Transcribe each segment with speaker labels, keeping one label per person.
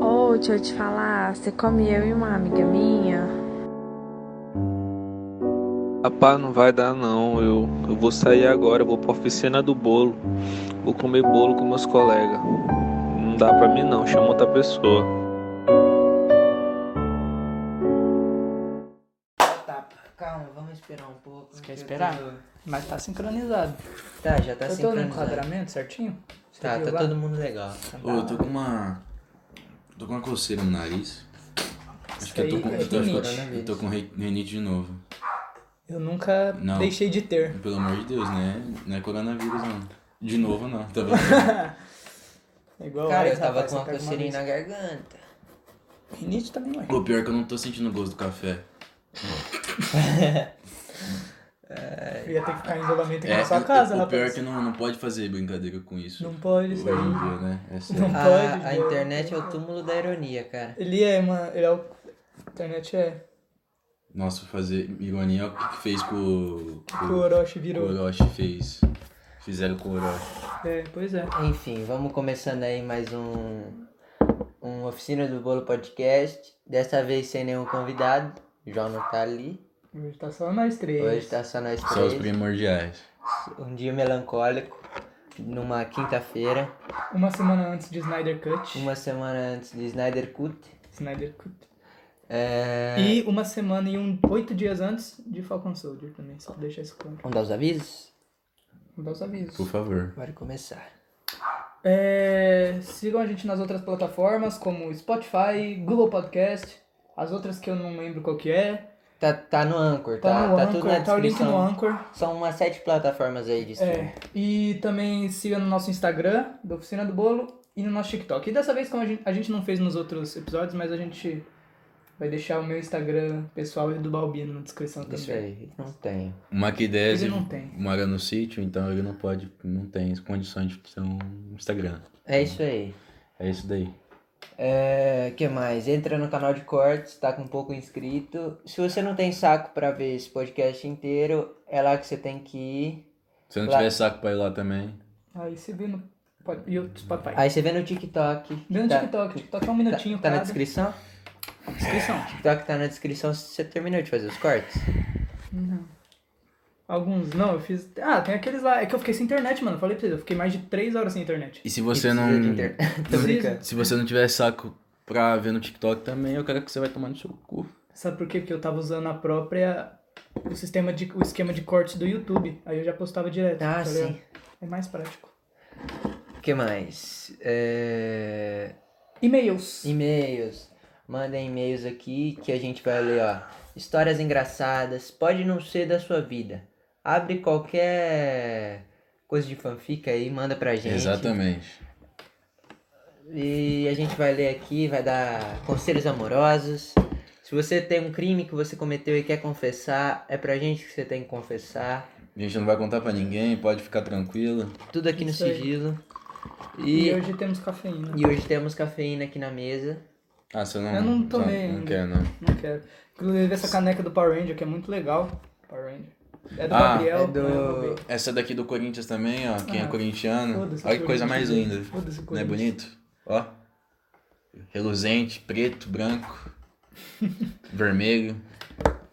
Speaker 1: Pô, deixa eu te falar, você come eu e uma amiga minha?
Speaker 2: Rapaz, não vai dar não. Eu, eu vou sair agora, eu vou pra oficina do bolo. Vou comer bolo com meus colegas. Não dá pra mim não, chama outra pessoa.
Speaker 3: Tá, calma, vamos esperar um pouco.
Speaker 4: Você
Speaker 3: que
Speaker 4: quer
Speaker 3: eu
Speaker 4: esperar?
Speaker 3: tô-
Speaker 4: Mas tá sincronizado.
Speaker 3: Tá, já tá
Speaker 4: eu tô no
Speaker 3: sincronizado.
Speaker 4: enquadramento certinho? Você
Speaker 3: Tá,
Speaker 4: viu
Speaker 3: tá
Speaker 4: lá?
Speaker 3: todo mundo legal.
Speaker 5: Ô, eu tô com uma. Tô com uma coceira no nariz. Acho
Speaker 4: Isso
Speaker 5: que eu tô
Speaker 4: aí
Speaker 5: com.
Speaker 4: é
Speaker 5: Eu tô, acho que eu-
Speaker 4: rinite.
Speaker 5: eu tô com re- rinite de novo.
Speaker 4: Eu nunca
Speaker 5: Não.
Speaker 4: deixei de ter.
Speaker 5: Pelo amor de Deus, né? Não é coronavírus, não. De novo, não. Tá bom.
Speaker 4: É Igual
Speaker 3: Cara, eu
Speaker 4: antes,
Speaker 3: tava assim, com
Speaker 4: rapaz, você
Speaker 3: uma
Speaker 4: pega
Speaker 3: coceirinha
Speaker 4: vez.
Speaker 3: na garganta.
Speaker 4: Rinite também, ué.
Speaker 5: Ô, pior é que eu não tô sentindo o gosto do café.
Speaker 4: Eu ia ter que ficar em isolamento aqui
Speaker 5: É,
Speaker 4: na sua
Speaker 5: o-
Speaker 4: casa,
Speaker 5: o, o pior é
Speaker 4: rapaz.
Speaker 5: que não, não pode fazer brincadeira com isso.
Speaker 4: Não pode,
Speaker 5: Hoje
Speaker 4: isso aí.
Speaker 5: em dia, né? É sério.
Speaker 4: Não pode,
Speaker 3: A, a
Speaker 4: Deus.
Speaker 3: internet é o túmulo da ironia, cara.
Speaker 4: Ele é, mano. Ele é o. A internet é.
Speaker 5: Nossa, fazer ironia é o que fez com o.
Speaker 4: que O Orochi
Speaker 5: o
Speaker 4: virou.
Speaker 5: Orochi fez. Fizeram com o Orochi.
Speaker 4: É, pois é.
Speaker 3: Enfim, vamos começando aí mais um, um Oficina do Bolo Podcast. Dessa vez sem nenhum convidado. O João não tá ali.
Speaker 4: Hoje tá só nós três.
Speaker 3: Hoje tá só nós
Speaker 5: Só os
Speaker 3: três.
Speaker 5: primordiais.
Speaker 3: Um dia melancólico. Numa quinta-feira.
Speaker 4: Uma semana antes de Snyder Cut.
Speaker 3: Uma semana antes de Snyder Cut.
Speaker 4: Snyder Cut.
Speaker 3: É...
Speaker 4: E uma semana e um, oito dias antes de Falcon Soldier também. Só deixar isso claro.
Speaker 3: Vamos dar os avisos?
Speaker 4: Vou dar os avisos.
Speaker 5: Por favor.
Speaker 3: Bora começar.
Speaker 4: É, sigam a gente nas outras plataformas, como Spotify, Google Podcast, as outras que eu não lembro qual que é.
Speaker 3: Tá, tá no Anchor,
Speaker 4: Tá
Speaker 3: tá?
Speaker 4: no
Speaker 3: tá
Speaker 4: Anchor,
Speaker 3: tudo na
Speaker 4: tá o link no
Speaker 3: descrição.
Speaker 4: Anchor.
Speaker 3: São umas sete plataformas aí de streaming.
Speaker 4: É, e também siga no nosso Instagram, da Oficina do Bolo, e no nosso TikTok. E dessa vez, como a gente, a gente não fez nos outros episódios, mas a gente vai deixar o meu Instagram pessoal e o do Balbino na descrição
Speaker 3: Isso
Speaker 4: também.
Speaker 3: aí, não tenho.
Speaker 5: O Maquidese
Speaker 4: Ele não tem.
Speaker 5: mora no sítio, então ele não pode, não tem condições de ter um Instagram.
Speaker 3: É isso aí.
Speaker 5: É isso daí.
Speaker 3: É, que mais? Entra no canal de cortes, tá com pouco inscrito. Se você não tem saco pra ver esse podcast inteiro, é lá que você tem que ir.
Speaker 5: Se não
Speaker 3: Lá-
Speaker 5: tiver saco pra ir lá também,
Speaker 4: Aí se vê no pod- e o Spotify.
Speaker 3: Aí você vê no TikTok.
Speaker 4: Vê no
Speaker 3: tá,
Speaker 4: TikTok, TikTok é um
Speaker 3: Tá,
Speaker 4: minutinho,
Speaker 3: tá na
Speaker 4: cada.
Speaker 3: descrição?
Speaker 4: descrição.
Speaker 3: TikTok tá na descrição se você terminou de fazer os cortes.
Speaker 4: Não. Alguns não, eu fiz. Ah, tem aqueles lá. É que eu fiquei sem internet, mano. Falei pra vocês, eu fiquei mais de 3 horas sem internet.
Speaker 5: E se você
Speaker 3: E
Speaker 5: não.
Speaker 3: precisa de inter- Tô
Speaker 4: Precisa.
Speaker 3: brincando.
Speaker 5: Se você não tiver saco pra ver no TikTok também, eu quero que você vai tomar no seu cu.
Speaker 4: Sabe por quê? Porque eu tava usando a própria. O sistema de. O esquema de corte do YouTube. Aí eu já postava direto.
Speaker 3: Ah,
Speaker 4: tá ligado?
Speaker 3: sim.
Speaker 4: É mais prático.
Speaker 3: O que mais? É...
Speaker 4: E-mails.
Speaker 3: E-mails. Mandem e-mails aqui que a gente vai ler, ó. Histórias engraçadas, pode não ser da sua vida. Abre qualquer coisa de fanfic aí, manda pra gente.
Speaker 5: Exatamente.
Speaker 3: E a gente vai ler aqui, vai dar conselhos amorosos. Se você tem um crime que você cometeu e quer confessar, é pra gente que você tem que confessar.
Speaker 5: A gente não vai contar pra ninguém, pode ficar tranquilo.
Speaker 3: Tudo aqui
Speaker 4: Isso
Speaker 3: no
Speaker 4: aí.
Speaker 3: sigilo.
Speaker 4: E,
Speaker 3: E,
Speaker 4: hoje temos cafeína.
Speaker 3: e hoje temos cafeína aqui na mesa.
Speaker 5: Ah, você não.
Speaker 4: Eu não
Speaker 5: só-
Speaker 4: tomei
Speaker 5: Não
Speaker 4: ainda.
Speaker 5: quer, não.
Speaker 4: Não quero. Inclusive essa caneca do Power Ranger, que é muito legal. Power Ranger. É do
Speaker 5: Ah,
Speaker 4: Gabriel.
Speaker 3: é do-
Speaker 4: não, eu roubei.
Speaker 5: Essa daqui do Corinthians também, ó. Quem
Speaker 4: Ah,
Speaker 5: é corintiano.
Speaker 4: foda-se,
Speaker 5: Olha que coisa
Speaker 4: Corinthians.
Speaker 5: mais linda.
Speaker 4: Foda-se,
Speaker 5: Não é
Speaker 4: Corinthians.
Speaker 5: bonito? Ó. Reluzente, preto, branco, vermelho.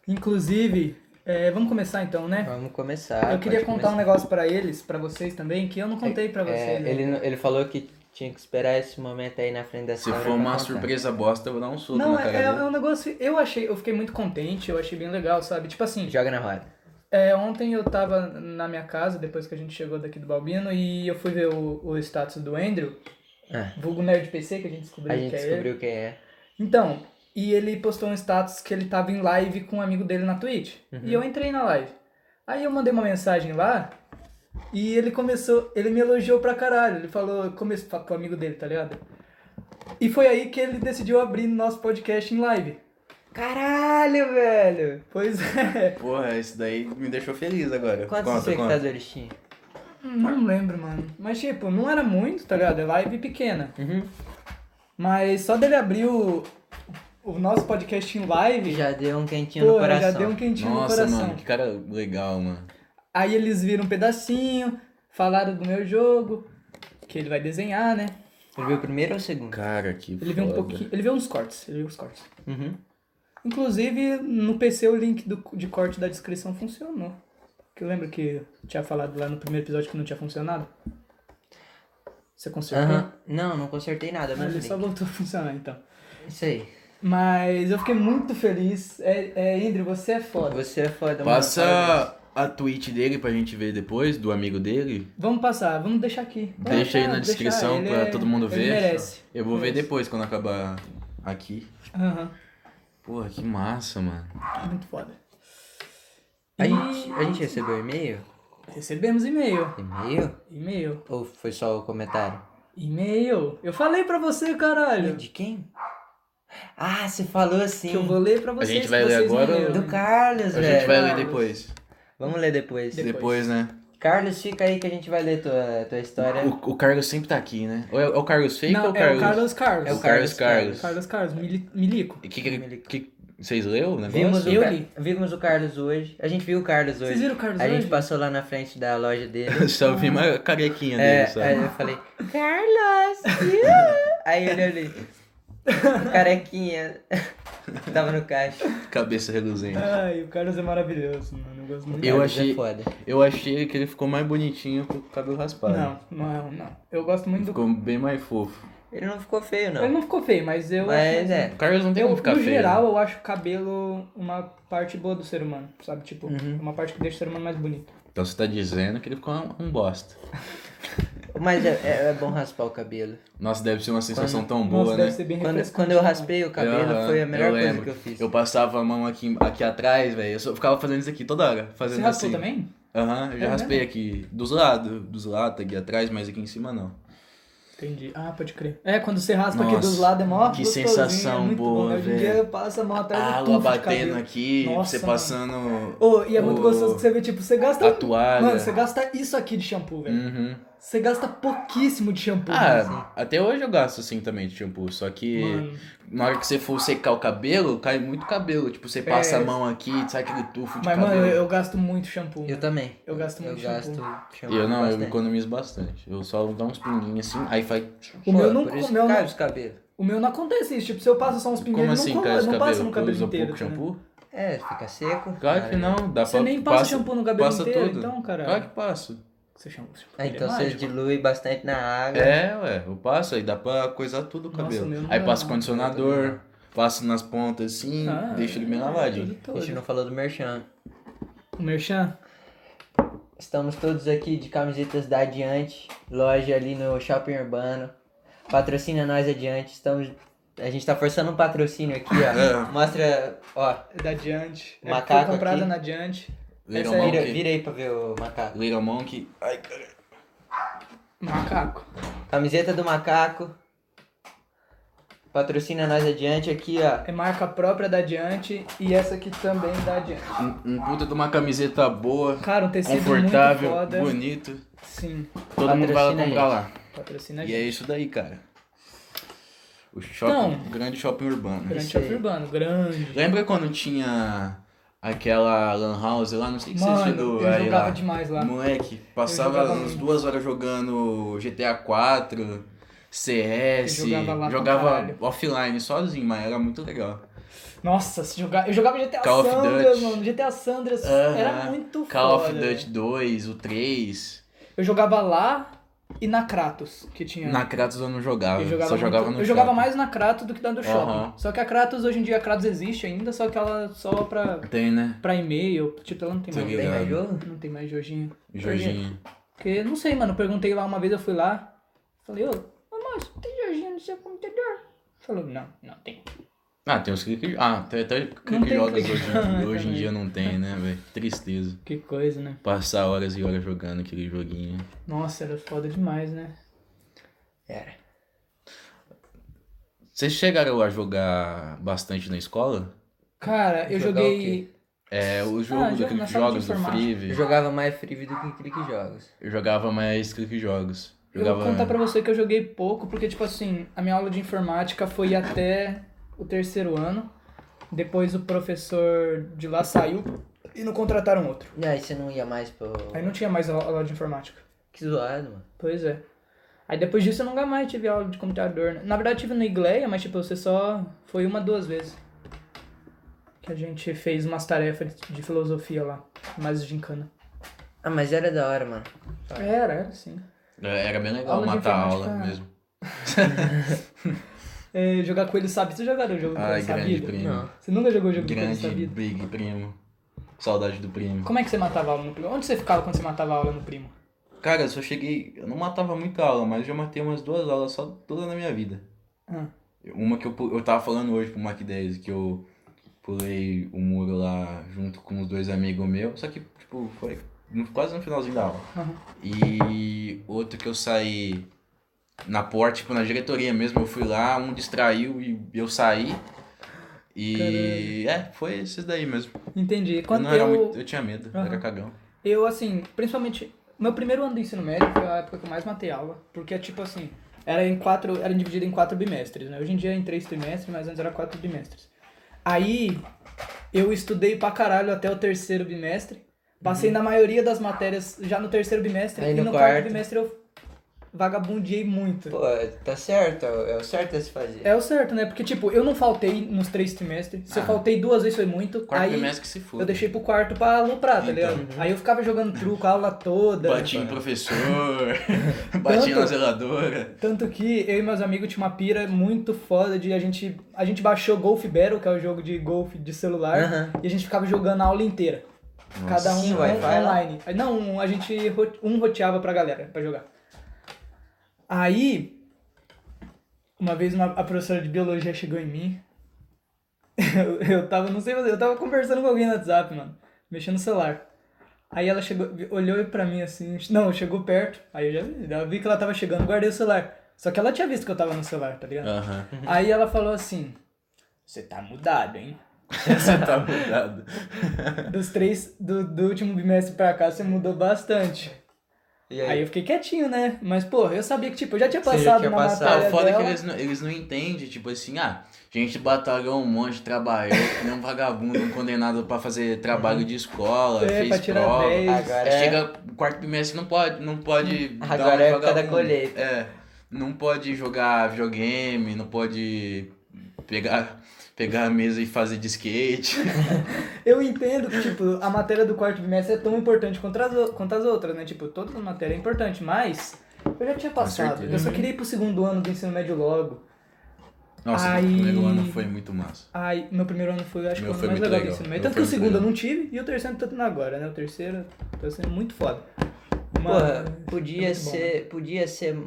Speaker 4: Inclusive, é, vamos começar então, né?
Speaker 3: Vamos começar.
Speaker 4: eu queria
Speaker 3: pode
Speaker 4: contar
Speaker 3: começar.
Speaker 4: um negócio pra eles, pra vocês também, que eu não contei pra vocês. né?
Speaker 3: É, ele, ele falou que tinha que esperar esse momento aí na frente da
Speaker 5: Se
Speaker 3: câmera
Speaker 5: for
Speaker 3: pra
Speaker 5: uma
Speaker 3: contar.
Speaker 5: surpresa bosta, eu vou dar um soco
Speaker 4: Não,
Speaker 5: na
Speaker 4: é,
Speaker 5: cara
Speaker 4: é
Speaker 5: dele.
Speaker 4: um negócio. Eu achei, eu fiquei muito contente, eu achei bem legal, sabe? Tipo assim,
Speaker 3: Joga na roda.
Speaker 4: é, ontem eu tava na minha casa, depois que a gente chegou daqui do Balbino, e eu fui ver o, o status do Andrew,
Speaker 3: Ah.
Speaker 4: vulgo Nerd PC, que a gente descobriu
Speaker 3: A gente
Speaker 4: que é ele.
Speaker 3: descobriu quem é.
Speaker 4: Então, e ele postou um status que ele tava em live com um amigo dele na Twitch.
Speaker 3: Uhum.
Speaker 4: E eu entrei na live. Aí eu mandei uma mensagem lá e ele começou, ele me elogiou pra caralho. Ele falou, começou com o amigo dele, tá ligado? E foi aí que ele decidiu abrir nosso podcast em live.
Speaker 3: Caralho, velho!
Speaker 4: Pois é.
Speaker 5: Porra, isso daí me deixou feliz agora.
Speaker 3: Quantos
Speaker 5: Conta,
Speaker 4: tá
Speaker 5: conta.
Speaker 3: espectadores tinha?
Speaker 4: Hum, Não lembro, mano. Mas tipo, não era muito, tá ligado? É live pequena.
Speaker 3: Uhum.
Speaker 4: Mas só dele abrir o, o nosso podcast em live,
Speaker 3: Já deu um quentinho no
Speaker 4: pô, já
Speaker 3: coração.
Speaker 4: deu um quentinho no
Speaker 5: Nossa,
Speaker 4: coração.
Speaker 5: mano, que cara legal, mano.
Speaker 4: Aí eles viram um pedacinho, falaram do meu jogo, que ele vai desenhar, né?
Speaker 3: Ele viu o primeiro ou o segundo?
Speaker 5: Cara, que
Speaker 4: Ele viu um
Speaker 5: foda.
Speaker 4: pouquinho. Ele viu uns cortes. Ele viu uns cortes.
Speaker 3: Uhum.
Speaker 4: Inclusive, no PC o link do- de corte da descrição funcionou. Porque eu lembro que eu tinha falado lá no primeiro episódio que não tinha funcionado. Você consertou?
Speaker 3: Aham. Não, não consertei nada,
Speaker 4: Mas
Speaker 3: mas.
Speaker 4: ele só voltou a funcionar então.
Speaker 3: Isso aí.
Speaker 4: Mas eu fiquei muito feliz. É, é Andrew, você é foda.
Speaker 3: Você é foda, mano. Parabéns.
Speaker 5: Passa a tweet dele pra gente ver depois, do amigo dele.
Speaker 4: Vamos passar, vamos deixar aqui. Vamos
Speaker 5: Deixa aí
Speaker 4: deixar,
Speaker 5: na
Speaker 4: deixar,
Speaker 5: descrição
Speaker 4: Ah, tá, ele
Speaker 5: pra
Speaker 4: é-
Speaker 5: todo mundo ver.
Speaker 4: Ele merece.
Speaker 5: Eu vou ver
Speaker 4: Merece.
Speaker 5: depois, quando acabar aqui.
Speaker 4: Aham,
Speaker 5: Porra, que massa, mano.
Speaker 4: muito foda.
Speaker 3: A gente, a gente recebeu e-mail?
Speaker 4: Recebemos e-mail.
Speaker 3: E-mail?
Speaker 4: E-mail.
Speaker 3: Ou foi só o comentário?
Speaker 4: E-mail. Eu falei pra você, caralho.
Speaker 3: De quem? Ah, você falou assim.
Speaker 4: Que eu vou ler pra vocês.
Speaker 5: gente
Speaker 4: que
Speaker 5: vai ler
Speaker 4: vocês não
Speaker 5: agora
Speaker 4: leram.
Speaker 5: ou-
Speaker 3: Do Carlos,
Speaker 5: A
Speaker 3: velho.
Speaker 5: gente vai ler
Speaker 4: Carlos.
Speaker 5: depois.
Speaker 3: Vamos ler depois.
Speaker 4: É, Depois.
Speaker 5: Depois, né?
Speaker 3: Carlos, fica aí que a gente vai ler tua, tua história.
Speaker 5: O, o Carlos sempre tá aqui, né? Ou é, é o Carlos fake
Speaker 4: Tá, né? Não,
Speaker 5: ou o
Speaker 4: é
Speaker 5: Carlos?
Speaker 4: o Carlos Carlos.
Speaker 5: É o Carlos Carlos.
Speaker 4: Carlos Carlos, mili- Milico.
Speaker 5: E que, que, ele- que- vocês leu o negócio?
Speaker 3: Vimos, o
Speaker 4: Eu
Speaker 3: Ca-
Speaker 4: li.
Speaker 3: vimos o Carlos hoje. A gente viu o Carlos hoje.
Speaker 4: Vocês viram o Carlos
Speaker 3: A gente
Speaker 4: hoje?
Speaker 3: passou lá na frente da loja dele.
Speaker 5: Só vi uma carequinha
Speaker 3: É,
Speaker 5: dele, sabe?
Speaker 3: aí eu falei, Carlos! uh!" aí ele olhou carequinha. Tava no caixa.
Speaker 4: é.
Speaker 5: Cabeça reluzente.
Speaker 4: Ai, o Carlos é maravilhoso, mano. Eu gosto muito.
Speaker 5: Eu
Speaker 3: Carlos
Speaker 5: achei-
Speaker 3: É foda.
Speaker 5: Eu achei que ele ficou mais bonitinho com o cabelo raspado.
Speaker 4: Não, não, é, não. Eu gosto muito do.
Speaker 5: Ficou bem mais fofo.
Speaker 3: Ele não ficou feio,
Speaker 4: Ele
Speaker 3: não.
Speaker 4: não ficou feio, mas eu.
Speaker 3: Mas
Speaker 4: acho- assim.
Speaker 3: é.
Speaker 5: O Carlos não tem
Speaker 4: eu,
Speaker 5: como ficar
Speaker 4: no
Speaker 5: feio.
Speaker 4: geral,
Speaker 3: né?
Speaker 4: eu acho o cabelo uma parte boa do ser humano, sabe? Tipo,
Speaker 3: Uhum.
Speaker 4: uma parte que deixa o ser humano mais bonito.
Speaker 5: Então você tá dizendo que ele ficou um, um bosta.
Speaker 3: Mas é, é- é bom raspar o cabelo.
Speaker 5: Nossa, deve ser uma sensação tão boa,
Speaker 4: Nossa,
Speaker 5: né?
Speaker 4: deve ser bem
Speaker 3: Quando,
Speaker 4: refrescante,
Speaker 3: quando eu
Speaker 4: né?
Speaker 3: raspei o cabelo,
Speaker 5: Aham,
Speaker 3: foi a melhor coisa
Speaker 5: lembro.
Speaker 3: que eu fiz.
Speaker 5: Eu passava a mão aqui, aqui atrás, velho. Eu só ficava fazendo isso aqui toda hora.
Speaker 4: Você
Speaker 5: Fazendo
Speaker 4: raspou
Speaker 5: assim.
Speaker 4: também?
Speaker 5: Aham, eu já
Speaker 4: É
Speaker 5: raspei aqui. Dos lados. Dos lados, aqui atrás, mas aqui em cima não.
Speaker 4: Entendi. Ah, pode crer. É, quando você raspa aqui
Speaker 5: Nossa,
Speaker 4: dos lados é mó
Speaker 5: que
Speaker 4: gostosinho,
Speaker 5: sensação
Speaker 4: é muito bom,
Speaker 5: boa,
Speaker 4: né? Hoje em
Speaker 5: velho.
Speaker 4: dia passa a mão atrás
Speaker 5: A
Speaker 4: do
Speaker 5: água
Speaker 4: tufo de
Speaker 5: batendo
Speaker 4: cabelo.
Speaker 5: aqui,
Speaker 4: Nossa,
Speaker 5: você passando.
Speaker 4: Ô, e é muito
Speaker 5: o-
Speaker 4: gostoso que você vê, tipo, você gasta.
Speaker 5: A toalha.
Speaker 4: Mano, você gasta isso aqui de shampoo, velho.
Speaker 5: Uhum.
Speaker 4: Você gasta pouquíssimo de shampoo. né?
Speaker 5: Ah, até hoje eu gasto assim também de shampoo. Só que
Speaker 4: Mano,
Speaker 5: na hora que você for secar o cabelo, cai muito cabelo. Tipo, você passa a mão aqui, sai aquele tufo de
Speaker 4: É. mas,
Speaker 5: cabelo.
Speaker 4: mano, eu gasto muito shampoo.
Speaker 3: Eu também.
Speaker 4: Eu gasto muito
Speaker 3: Eu gasto
Speaker 4: shampoo.
Speaker 3: shampoo
Speaker 5: eu não, eu
Speaker 3: bastante.
Speaker 5: economizo bastante. Eu só dou uns pinguinhos assim, aí faz.
Speaker 4: O meu não- né?
Speaker 3: Por isso
Speaker 4: o meu
Speaker 3: que
Speaker 4: não-
Speaker 3: cai os cabelos.
Speaker 4: O meu não acontece isso. Tipo, se eu passo só uns
Speaker 5: Como
Speaker 4: pinguinhos,
Speaker 5: assim,
Speaker 4: não,
Speaker 5: cai
Speaker 4: cola,
Speaker 5: os
Speaker 4: não passa no
Speaker 5: cabelos?
Speaker 4: cabelo
Speaker 5: Usa
Speaker 4: inteiro.
Speaker 5: pouco
Speaker 4: tá ligado?
Speaker 5: shampoo?
Speaker 3: É, fica seco.
Speaker 5: Claro que
Speaker 3: Aí-
Speaker 5: não, dá
Speaker 4: Você
Speaker 5: pra.
Speaker 4: nem passa, shampoo no cabelo
Speaker 5: passa
Speaker 4: inteiro,
Speaker 5: tudo.
Speaker 4: então, cara.
Speaker 5: Claro que passo.
Speaker 4: Você chama tipo, o shampoo
Speaker 3: Ah, então
Speaker 4: dele
Speaker 3: você
Speaker 4: é mágico?
Speaker 3: dilui bastante na água.
Speaker 5: É, ué, eu passo, aí dá pra coisar tudo o
Speaker 4: Nossa,
Speaker 5: cabelo.
Speaker 4: o meu não
Speaker 5: aí
Speaker 4: dá,
Speaker 5: passo
Speaker 4: não.
Speaker 5: condicionador, passo nas pontas assim,
Speaker 4: Ah,
Speaker 5: deixo ele bem
Speaker 4: é,
Speaker 5: lavadinho.
Speaker 4: tudo
Speaker 3: A
Speaker 4: todo.
Speaker 3: gente não falou do merchan.
Speaker 4: O Merchan?
Speaker 3: Estamos todos aqui de camisetas da Adiante, loja ali no Shopping Urbano. Patrocina nós, Adiante. Estamos... A gente tá forçando um patrocínio aqui, ó. Mostra, ó.
Speaker 4: É da Diante. É
Speaker 3: Macaco
Speaker 4: foi comprada
Speaker 3: aqui.
Speaker 4: na Diante.
Speaker 5: Little
Speaker 4: Essa é aí,
Speaker 3: Vira,
Speaker 5: Monkey.
Speaker 3: vira aí pra ver o macaco.
Speaker 5: Little Monkey. Ai, cara.
Speaker 4: Macaco.
Speaker 3: Camiseta do macaco. Patrocina nós, Adiante, aqui, ó.
Speaker 4: É marca própria da Diante e essa aqui também da Diante.
Speaker 5: Um, um puta de uma camiseta boa,
Speaker 4: Cara, um tecido
Speaker 5: confortável,
Speaker 4: muito foda.
Speaker 5: bonito.
Speaker 4: Sim,
Speaker 5: Todo mundo vai lá
Speaker 3: Patrocina
Speaker 5: comprar
Speaker 3: a
Speaker 5: lá.
Speaker 4: patrocina a
Speaker 5: E
Speaker 4: gente.
Speaker 5: é isso daí, cara. O shopping, grande shopping urbano.
Speaker 4: Grande
Speaker 3: Isso
Speaker 4: shopping
Speaker 3: aí.
Speaker 4: urbano, grande.
Speaker 5: Lembra quando tinha aquela lan house lá? Não sei se vocês
Speaker 4: Mano,
Speaker 5: viram
Speaker 4: eu
Speaker 5: aí
Speaker 4: jogava
Speaker 5: lá.
Speaker 4: demais lá.
Speaker 5: Moleque,
Speaker 4: Eu
Speaker 5: passava
Speaker 4: jogava
Speaker 5: umas
Speaker 4: muito.
Speaker 5: duas horas jogando GTA 4, CS,
Speaker 4: Eu jogava lá pra
Speaker 5: jogava
Speaker 4: caralho.
Speaker 5: offline sozinho, mas era muito legal.
Speaker 4: Nossa, se jogar, eu jogava GTA
Speaker 5: Call of
Speaker 4: Sandras,
Speaker 5: Duty.
Speaker 4: mano. GTA Sandras
Speaker 5: Aham.
Speaker 4: era muito
Speaker 5: Call
Speaker 4: foda. né?
Speaker 5: of Duty 2, o 3.
Speaker 4: Eu jogava lá e na Kratos, que tinha.
Speaker 5: Na Kratos eu não jogava,
Speaker 4: eu jogava,
Speaker 5: só
Speaker 4: muito-
Speaker 5: jogava no
Speaker 4: Eu jogava
Speaker 5: shopping.
Speaker 4: mais na Kratos do que na do
Speaker 5: Aham.
Speaker 4: shopping. Só que a Kratos, hoje em dia, a Kratos existe ainda, só que ela só pra,
Speaker 5: Tem, né?
Speaker 4: pra e-mail. Tipo, ela não tem
Speaker 5: Tô
Speaker 4: mais.
Speaker 5: ligado.
Speaker 3: Tem mais jogo?
Speaker 4: Não tem mais Jorginho.
Speaker 5: Jorginho.
Speaker 4: Porque, não sei, mano, eu perguntei lá uma vez, eu fui lá, falei, ô, ô moço, tem Jorginho no seu computador? Falou, não, não tem.
Speaker 5: Ah, tem uns cliques. Ah, tem até
Speaker 4: Não tem
Speaker 5: clique jogos
Speaker 4: clique.
Speaker 5: hoje, em dia. hoje em
Speaker 4: Também.
Speaker 5: dia não tem, né, velho? Tristeza.
Speaker 4: Que coisa, né?
Speaker 5: Passar horas e horas jogando aquele joguinho.
Speaker 4: Nossa, era foda demais, né?
Speaker 3: Era.
Speaker 5: Vocês chegaram a jogar bastante na escola?
Speaker 4: Cara, eu
Speaker 3: Jogar
Speaker 4: joguei.
Speaker 3: o
Speaker 5: É, o jogo
Speaker 4: Ah, jogo
Speaker 5: do
Speaker 4: na
Speaker 5: Clique
Speaker 4: sala de
Speaker 5: Jogos, do
Speaker 4: informática.
Speaker 5: Free.
Speaker 3: Eu jogava mais Free do que Clique Jogos.
Speaker 5: Eu jogava mais Clique Jogos.
Speaker 4: Eu
Speaker 5: Jogava...
Speaker 4: vou contar pra você que eu joguei pouco, porque, tipo assim, a minha aula de informática foi até o terceiro ano. Depois o professor de lá saiu e não contrataram outro.
Speaker 3: E aí você não ia mais pro...
Speaker 4: Aí não tinha mais a- aula de informática.
Speaker 3: Que zoado, mano.
Speaker 4: Pois é. Aí depois disso eu nunca mais tive aula de computador. né? Na verdade tive no Igleia, mas tipo, você só foi uma, duas vezes. Que a gente fez umas tarefas de filosofia lá, mais gincana.
Speaker 3: Ah, mas era da hora, mano.
Speaker 5: Tá.
Speaker 4: Era, era sim.
Speaker 5: É, Era bem legal
Speaker 4: Aula de
Speaker 5: matar a aula
Speaker 4: informática.
Speaker 5: mesmo.
Speaker 4: É, jogar coelho sabe, você jogaram o jogo coelho
Speaker 5: Ai, grande
Speaker 4: sabido?
Speaker 5: primo.
Speaker 3: Não.
Speaker 4: Você nunca jogou o jogo coelho
Speaker 5: Grande,
Speaker 4: sabido?
Speaker 5: big primo. Saudade do primo.
Speaker 4: Como é que você matava aula no primo? Onde você ficava quando você matava aula no primo?
Speaker 5: Cara, eu só cheguei. Eu não matava muita aula, mas eu já matei umas duas aulas só toda na minha vida.
Speaker 4: Ah.
Speaker 5: Uma que eu, pu- eu tava falando hoje pro Mac 10, que eu pulei o muro lá junto com os dois amigos meus, só que, tipo, foi no- quase no finalzinho da aula.
Speaker 4: Aham.
Speaker 5: E outro que eu saí na porta, tipo, na diretoria mesmo, eu fui lá, um distraiu e eu saí. E é, foi esses daí mesmo.
Speaker 4: Entendi.
Speaker 5: Eu,
Speaker 4: Quando
Speaker 5: não era
Speaker 4: eu,
Speaker 5: muito, eu tinha medo,
Speaker 4: Aham.
Speaker 5: era cagão.
Speaker 4: eu, assim, principalmente, meu primeiro ano do ensino médio foi a época que eu mais matei aula, porque, tipo assim, era em quatro, era dividido em quatro bimestres, né? Hoje em dia é em três trimestres, mas antes era quatro bimestres. Aí, eu estudei pra caralho até o terceiro bimestre,
Speaker 5: Uhum.
Speaker 4: passei na maioria das matérias já no terceiro bimestre,
Speaker 3: Aí
Speaker 4: e
Speaker 3: no
Speaker 4: no, quarto.
Speaker 3: quarto.
Speaker 4: bimestre eu vagabundiei muito.
Speaker 3: Pô, tá certo, é o certo a se fazer.
Speaker 4: É o certo, né? Porque, tipo, eu não faltei nos três trimestres. Se eu
Speaker 5: Ah.
Speaker 4: faltei duas vezes foi muito.
Speaker 5: Quarto
Speaker 4: aí
Speaker 5: trimestre que se foda.
Speaker 4: eu deixei pro quarto pra lucrar, tá
Speaker 5: Então.
Speaker 4: ligado? Aí eu ficava jogando truco a aula toda.
Speaker 5: Bati em professor, bati na
Speaker 4: Tanto-
Speaker 5: zeladora.
Speaker 4: Tanto que eu e meus amigos tinha uma pira muito foda de a gente. A gente baixou Golf Battle, que é o jogo de golfe de celular,
Speaker 3: Aham.
Speaker 4: e a gente ficava jogando a aula inteira. Cada um
Speaker 3: Sim,
Speaker 4: on-
Speaker 3: Wi-Fi lá.
Speaker 4: online. Não, a gente ro- um roteava pra galera pra jogar. Aí, uma vez uma, a professora de biologia chegou em mim. Eu, eu tava, não sei fazer, eu tava conversando com alguém no WhatsApp, mano. Mexendo no celular. Aí ela chegou, olhou pra mim assim, não, chegou perto. Aí eu já vi, eu vi que ela tava chegando, guardei o celular. Só que ela tinha visto que eu tava no celular, tá ligado?
Speaker 5: Aham.
Speaker 4: Aí ela falou assim: Você tá mudado, hein?
Speaker 5: Você tá mudado.
Speaker 4: Dos três, do, do último bimestre pra cá, você mudou bastante.
Speaker 3: E
Speaker 4: Aí eu fiquei quietinho, né? Mas, pô, eu sabia que, tipo, eu já tinha
Speaker 3: Você já
Speaker 4: passado
Speaker 3: tinha
Speaker 4: na
Speaker 3: passado.
Speaker 5: Ah,
Speaker 4: batalha
Speaker 5: o foda é que
Speaker 4: dela.
Speaker 5: eles não, eles não entendem, tipo assim, ah, gente batalhou um monte, trabalhou, que nem um vagabundo, um condenado pra fazer trabalho de escola,
Speaker 4: É,
Speaker 5: fez
Speaker 4: pra tirar
Speaker 5: prova.
Speaker 4: dez.
Speaker 3: Agora
Speaker 5: Aí
Speaker 3: é-
Speaker 5: Chega o quarto bimestre, não pode, não pode dar
Speaker 3: Agora
Speaker 5: uma de
Speaker 3: é a época da
Speaker 5: vagabundo.
Speaker 3: colheita.
Speaker 5: É, não pode jogar videogame, não pode pegar, pegar a mesa e fazer de skate.
Speaker 4: Eu entendo que, tipo, a matéria do quarto bimestre é tão importante quanto as, o- quanto as outras, né? Tipo, toda a matéria é importante, mas eu já tinha passado.
Speaker 5: certeza. Uhum.
Speaker 4: Eu só queria ir pro segundo ano do ensino médio logo.
Speaker 5: Nossa,
Speaker 4: Aí-
Speaker 5: o primeiro ano foi muito massa.
Speaker 4: Aí, meu primeiro ano foi, acho
Speaker 5: Meu
Speaker 4: que o
Speaker 5: foi
Speaker 4: ano mais
Speaker 5: muito
Speaker 4: legal do
Speaker 5: legal.
Speaker 4: ensino médio.
Speaker 5: Meu
Speaker 4: Tanto que
Speaker 5: foi
Speaker 4: o
Speaker 5: muito
Speaker 4: segundo eu
Speaker 5: legal.
Speaker 4: não tive e o terceiro tá tendo agora, né? O terceiro tá sendo muito foda.
Speaker 3: Porra,
Speaker 4: Mano,
Speaker 3: podia
Speaker 4: muito bom, né?
Speaker 3: ser, podia ser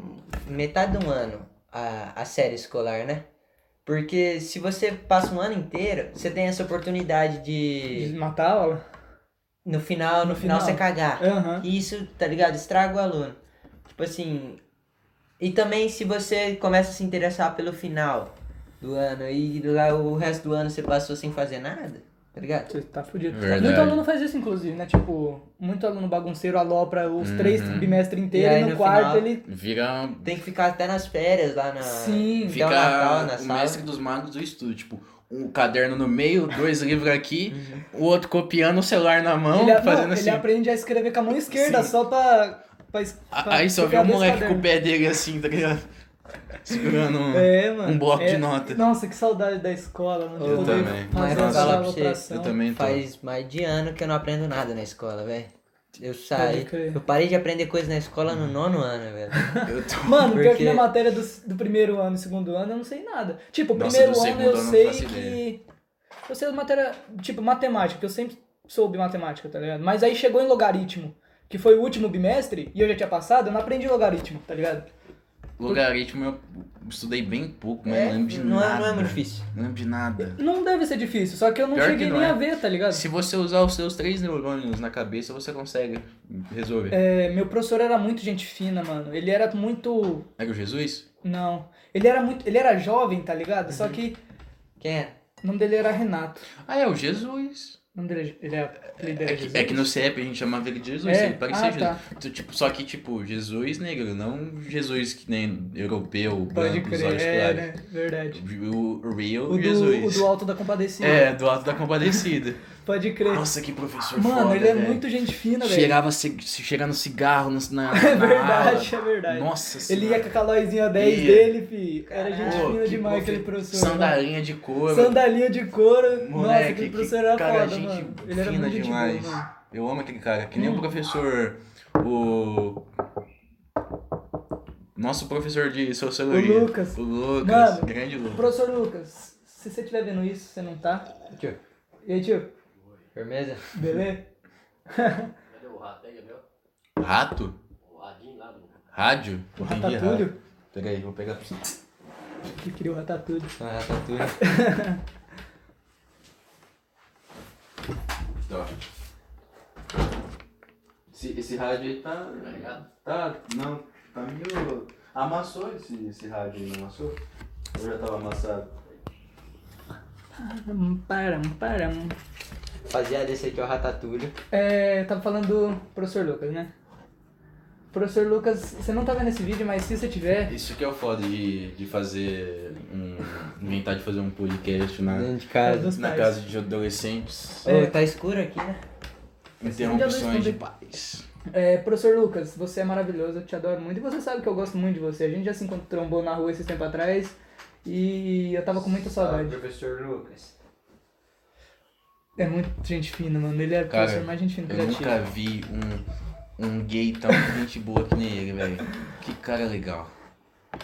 Speaker 3: metade do ano a, a série escolar, né? Porque se você passa um ano inteiro, você tem essa oportunidade de
Speaker 4: Desmatar a aula?
Speaker 3: no final, no,
Speaker 4: No
Speaker 3: final,
Speaker 4: final. É.
Speaker 3: você cagar.
Speaker 4: Aham.
Speaker 3: E Isso, tá ligado? Estraga o aluno. Tipo assim, e também se você começa a se interessar pelo final do ano e lá o resto do ano você passou sem fazer nada, tá ligado?
Speaker 4: Você tá fudido.
Speaker 5: Verdade.
Speaker 4: Muito aluno faz isso, inclusive, né? Tipo, muito aluno bagunceiro alopra os três
Speaker 5: Uhum.
Speaker 4: bimestres inteiros
Speaker 3: E
Speaker 4: e,
Speaker 3: aí,
Speaker 4: no,
Speaker 3: no
Speaker 4: quarto
Speaker 3: final-
Speaker 4: ele.
Speaker 5: Vira um
Speaker 3: Tem que ficar até nas férias lá
Speaker 5: Ah.
Speaker 3: na
Speaker 4: Sim.
Speaker 3: até
Speaker 5: Fica
Speaker 3: o Então, Natal, na
Speaker 5: o
Speaker 3: sala.
Speaker 5: mestre dos magos do estudo, tipo, um caderno no meio, dois livros aqui,
Speaker 3: Uhum.
Speaker 5: o outro copiando o celular na mão,
Speaker 4: ele,
Speaker 5: fazendo
Speaker 4: não,
Speaker 5: assim.
Speaker 4: ele aprende a escrever com a mão esquerda
Speaker 5: Sim.
Speaker 4: só pra. pra es-
Speaker 5: A-
Speaker 4: pra
Speaker 5: Aí só vê
Speaker 4: copiar
Speaker 5: o
Speaker 4: desse
Speaker 5: moleque com o
Speaker 4: caderno.
Speaker 5: pé dele assim, tá ligado? Segurando um.
Speaker 4: É, mano.
Speaker 5: um bloco de
Speaker 4: É.
Speaker 5: nota.
Speaker 4: Nossa, que saudade da escola, mano. de
Speaker 3: Eu
Speaker 4: poder
Speaker 5: também.
Speaker 4: fazer
Speaker 3: Mas
Speaker 4: essa
Speaker 3: fala pra você,
Speaker 4: alopração.
Speaker 5: Eu também tô.
Speaker 3: então, Faz mais de ano que eu não aprendo nada na escola, velho. Eu
Speaker 4: Pode
Speaker 3: saí.
Speaker 4: crer.
Speaker 3: Eu parei de aprender coisa na escola no nono ano, velho.
Speaker 5: Eu tô...
Speaker 4: Mano, pior que
Speaker 3: Porque-
Speaker 4: na matéria do, do primeiro ano e segundo ano eu não sei nada. Tipo, o
Speaker 5: Nossa,
Speaker 4: primeiro
Speaker 5: do
Speaker 4: ano
Speaker 5: segundo
Speaker 4: eu
Speaker 5: eu não
Speaker 4: sei
Speaker 5: faço
Speaker 4: que. Eu sei da matéria. Tipo, matemática, que eu sempre soube matemática, tá ligado? Mas aí chegou em logaritmo, que foi o último bimestre, e eu já tinha passado, eu não aprendi logaritmo, tá ligado?
Speaker 5: Logaritmo eu estudei bem pouco, mas não lembro de
Speaker 3: não,
Speaker 5: nada.
Speaker 3: é, não é muito difícil.
Speaker 5: Não lembro de nada.
Speaker 4: Não deve ser difícil, só que eu não
Speaker 5: Pior que
Speaker 4: cheguei
Speaker 5: não
Speaker 4: nem
Speaker 5: é.
Speaker 4: a ver, tá ligado?
Speaker 5: Se você usar os seus três neurônios na cabeça, você consegue resolver.
Speaker 4: É, meu professor era muito gente fina, mano. Ele era muito.
Speaker 5: Era É o Jesus?
Speaker 4: Não. Ele era muito. Ele era
Speaker 5: Uhum.
Speaker 4: jovem, tá ligado? Só que
Speaker 3: Quem é?
Speaker 4: o nome dele era Renato.
Speaker 5: Ah, é o Jesus.
Speaker 4: O nome dele, ele é apelido dele
Speaker 5: É que, é que no CEP a gente chamava ele de Jesus,
Speaker 4: É?
Speaker 5: ele parecia
Speaker 4: Ah,
Speaker 5: Jesus.
Speaker 4: tá.
Speaker 5: Tu, tipo, só que, tipo, Jesus negro, não Jesus que nem europeu,
Speaker 4: Pode
Speaker 5: branco, os
Speaker 4: crer,
Speaker 5: olhos
Speaker 4: é,
Speaker 5: claros.
Speaker 4: né? Verdade.
Speaker 5: O real
Speaker 4: O do, o
Speaker 5: Jesus.
Speaker 4: do Alto da Compadecida.
Speaker 5: É, do Alto da Compadecida.
Speaker 4: Pode crer.
Speaker 5: Nossa, que professor
Speaker 4: Mano,
Speaker 5: foda,
Speaker 4: ele é
Speaker 5: velho.
Speaker 4: muito gente fina, velho.
Speaker 5: Cheirava ci- se cheirando cigarro no- na, na
Speaker 4: É verdade,
Speaker 5: aula.
Speaker 4: é verdade.
Speaker 5: Nossa
Speaker 4: Ele
Speaker 5: senhora.
Speaker 4: ia com a calóizinha 10
Speaker 5: Ia.
Speaker 4: dele, fi. Era gente
Speaker 5: Pô,
Speaker 4: fina
Speaker 5: que
Speaker 4: demais
Speaker 5: profe-
Speaker 4: aquele professor. né? mano.
Speaker 5: Sandalinha de couro.
Speaker 4: Sandalinha de couro. Nossa,
Speaker 5: Moleque,
Speaker 4: aquele
Speaker 5: que
Speaker 4: professor era
Speaker 5: cara,
Speaker 4: foda, mano.
Speaker 5: gente
Speaker 4: Ele era
Speaker 5: fina
Speaker 4: muito gente boa,
Speaker 5: demais.
Speaker 4: mano. Hum.
Speaker 5: Eu amo aquele cara. Que nem o professor. O. Nosso professor de sociologia.
Speaker 4: O Lucas.
Speaker 5: O Lucas.
Speaker 4: Mano,
Speaker 5: grande Lucas.
Speaker 4: Professor Lucas, se você estiver vendo isso, você não tá.
Speaker 3: Tio,
Speaker 4: E aí, tio?
Speaker 3: firmeza?
Speaker 4: Beleza?
Speaker 5: Rato? Rádio?
Speaker 4: O
Speaker 5: Entendi, rádio.
Speaker 4: Ratatulho?
Speaker 5: Peraí, vou pegar pra você.
Speaker 4: Que queria o Ratatulho.
Speaker 3: é
Speaker 5: Ah, ratatouille. Tá. Esse, esse rádio aí tá. Tá. Não, tá meio. Amassou esse, esse rádio aí, não amassou? Ou já tava amassado?
Speaker 4: Hum, Param, param.
Speaker 3: Rapaziada, esse aqui é o Ratatouille.
Speaker 4: É, tava falando do professor Lucas, né? Professor Lucas, você não tá vendo esse vídeo, mas se você tiver,
Speaker 5: Isso que é o foda de, de fazer um. inventar de fazer um podcast na,
Speaker 3: Dentro de casa.
Speaker 4: dos
Speaker 5: na
Speaker 4: pais.
Speaker 5: casa de adolescentes.
Speaker 4: É.
Speaker 3: Ô, tá escuro aqui, né?
Speaker 5: Interrupções de paz.
Speaker 4: É, professor Lucas, você é maravilhoso, eu te adoro muito. E você sabe que eu gosto muito de você. A gente já se encontrou na rua esses tempo atrás e eu tava com muita saudade.
Speaker 3: professor Lucas.
Speaker 4: É muito gente fina, mano. Ele é o
Speaker 5: Cara,
Speaker 4: professor mais gente fina que eu
Speaker 5: Eu
Speaker 4: já tive.
Speaker 5: nunca vi um, um gay tão gente boa que nem ele, velho. Que cara legal.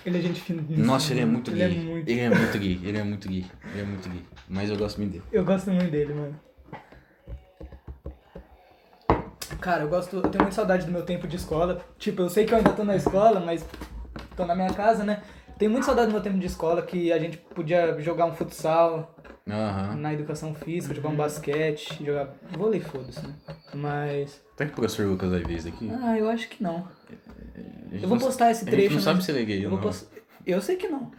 Speaker 4: Ele é gente fina.
Speaker 5: Nossa, ele é muito
Speaker 4: ele
Speaker 5: gay.
Speaker 4: É muito...
Speaker 5: Ele é muito gay, ele é muito gay, ele é muito gay. Mas eu gosto muito dele.
Speaker 4: Eu gosto muito dele, mano. Cara, eu gosto. Eu tenho muita saudade do meu tempo de escola. Tipo, eu sei que eu ainda tô na escola, mas tô na minha casa, né? Tenho muita saudade do meu tempo de escola que a gente podia jogar um futsal,
Speaker 5: Aham.
Speaker 4: na educação física, jogar um basquete, jogar vôlei, foda-se, né? Mas.
Speaker 5: Será que o professor Lucas vai ver isso aqui?
Speaker 4: Ah, eu acho que não.
Speaker 5: A gente
Speaker 4: Eu vou
Speaker 5: não-
Speaker 4: postar esse
Speaker 5: A
Speaker 4: trecho.
Speaker 5: gente não
Speaker 4: no-
Speaker 5: sabe se ele é gay
Speaker 4: eu,
Speaker 5: ou
Speaker 4: vou
Speaker 5: não.
Speaker 4: post... eu sei que não.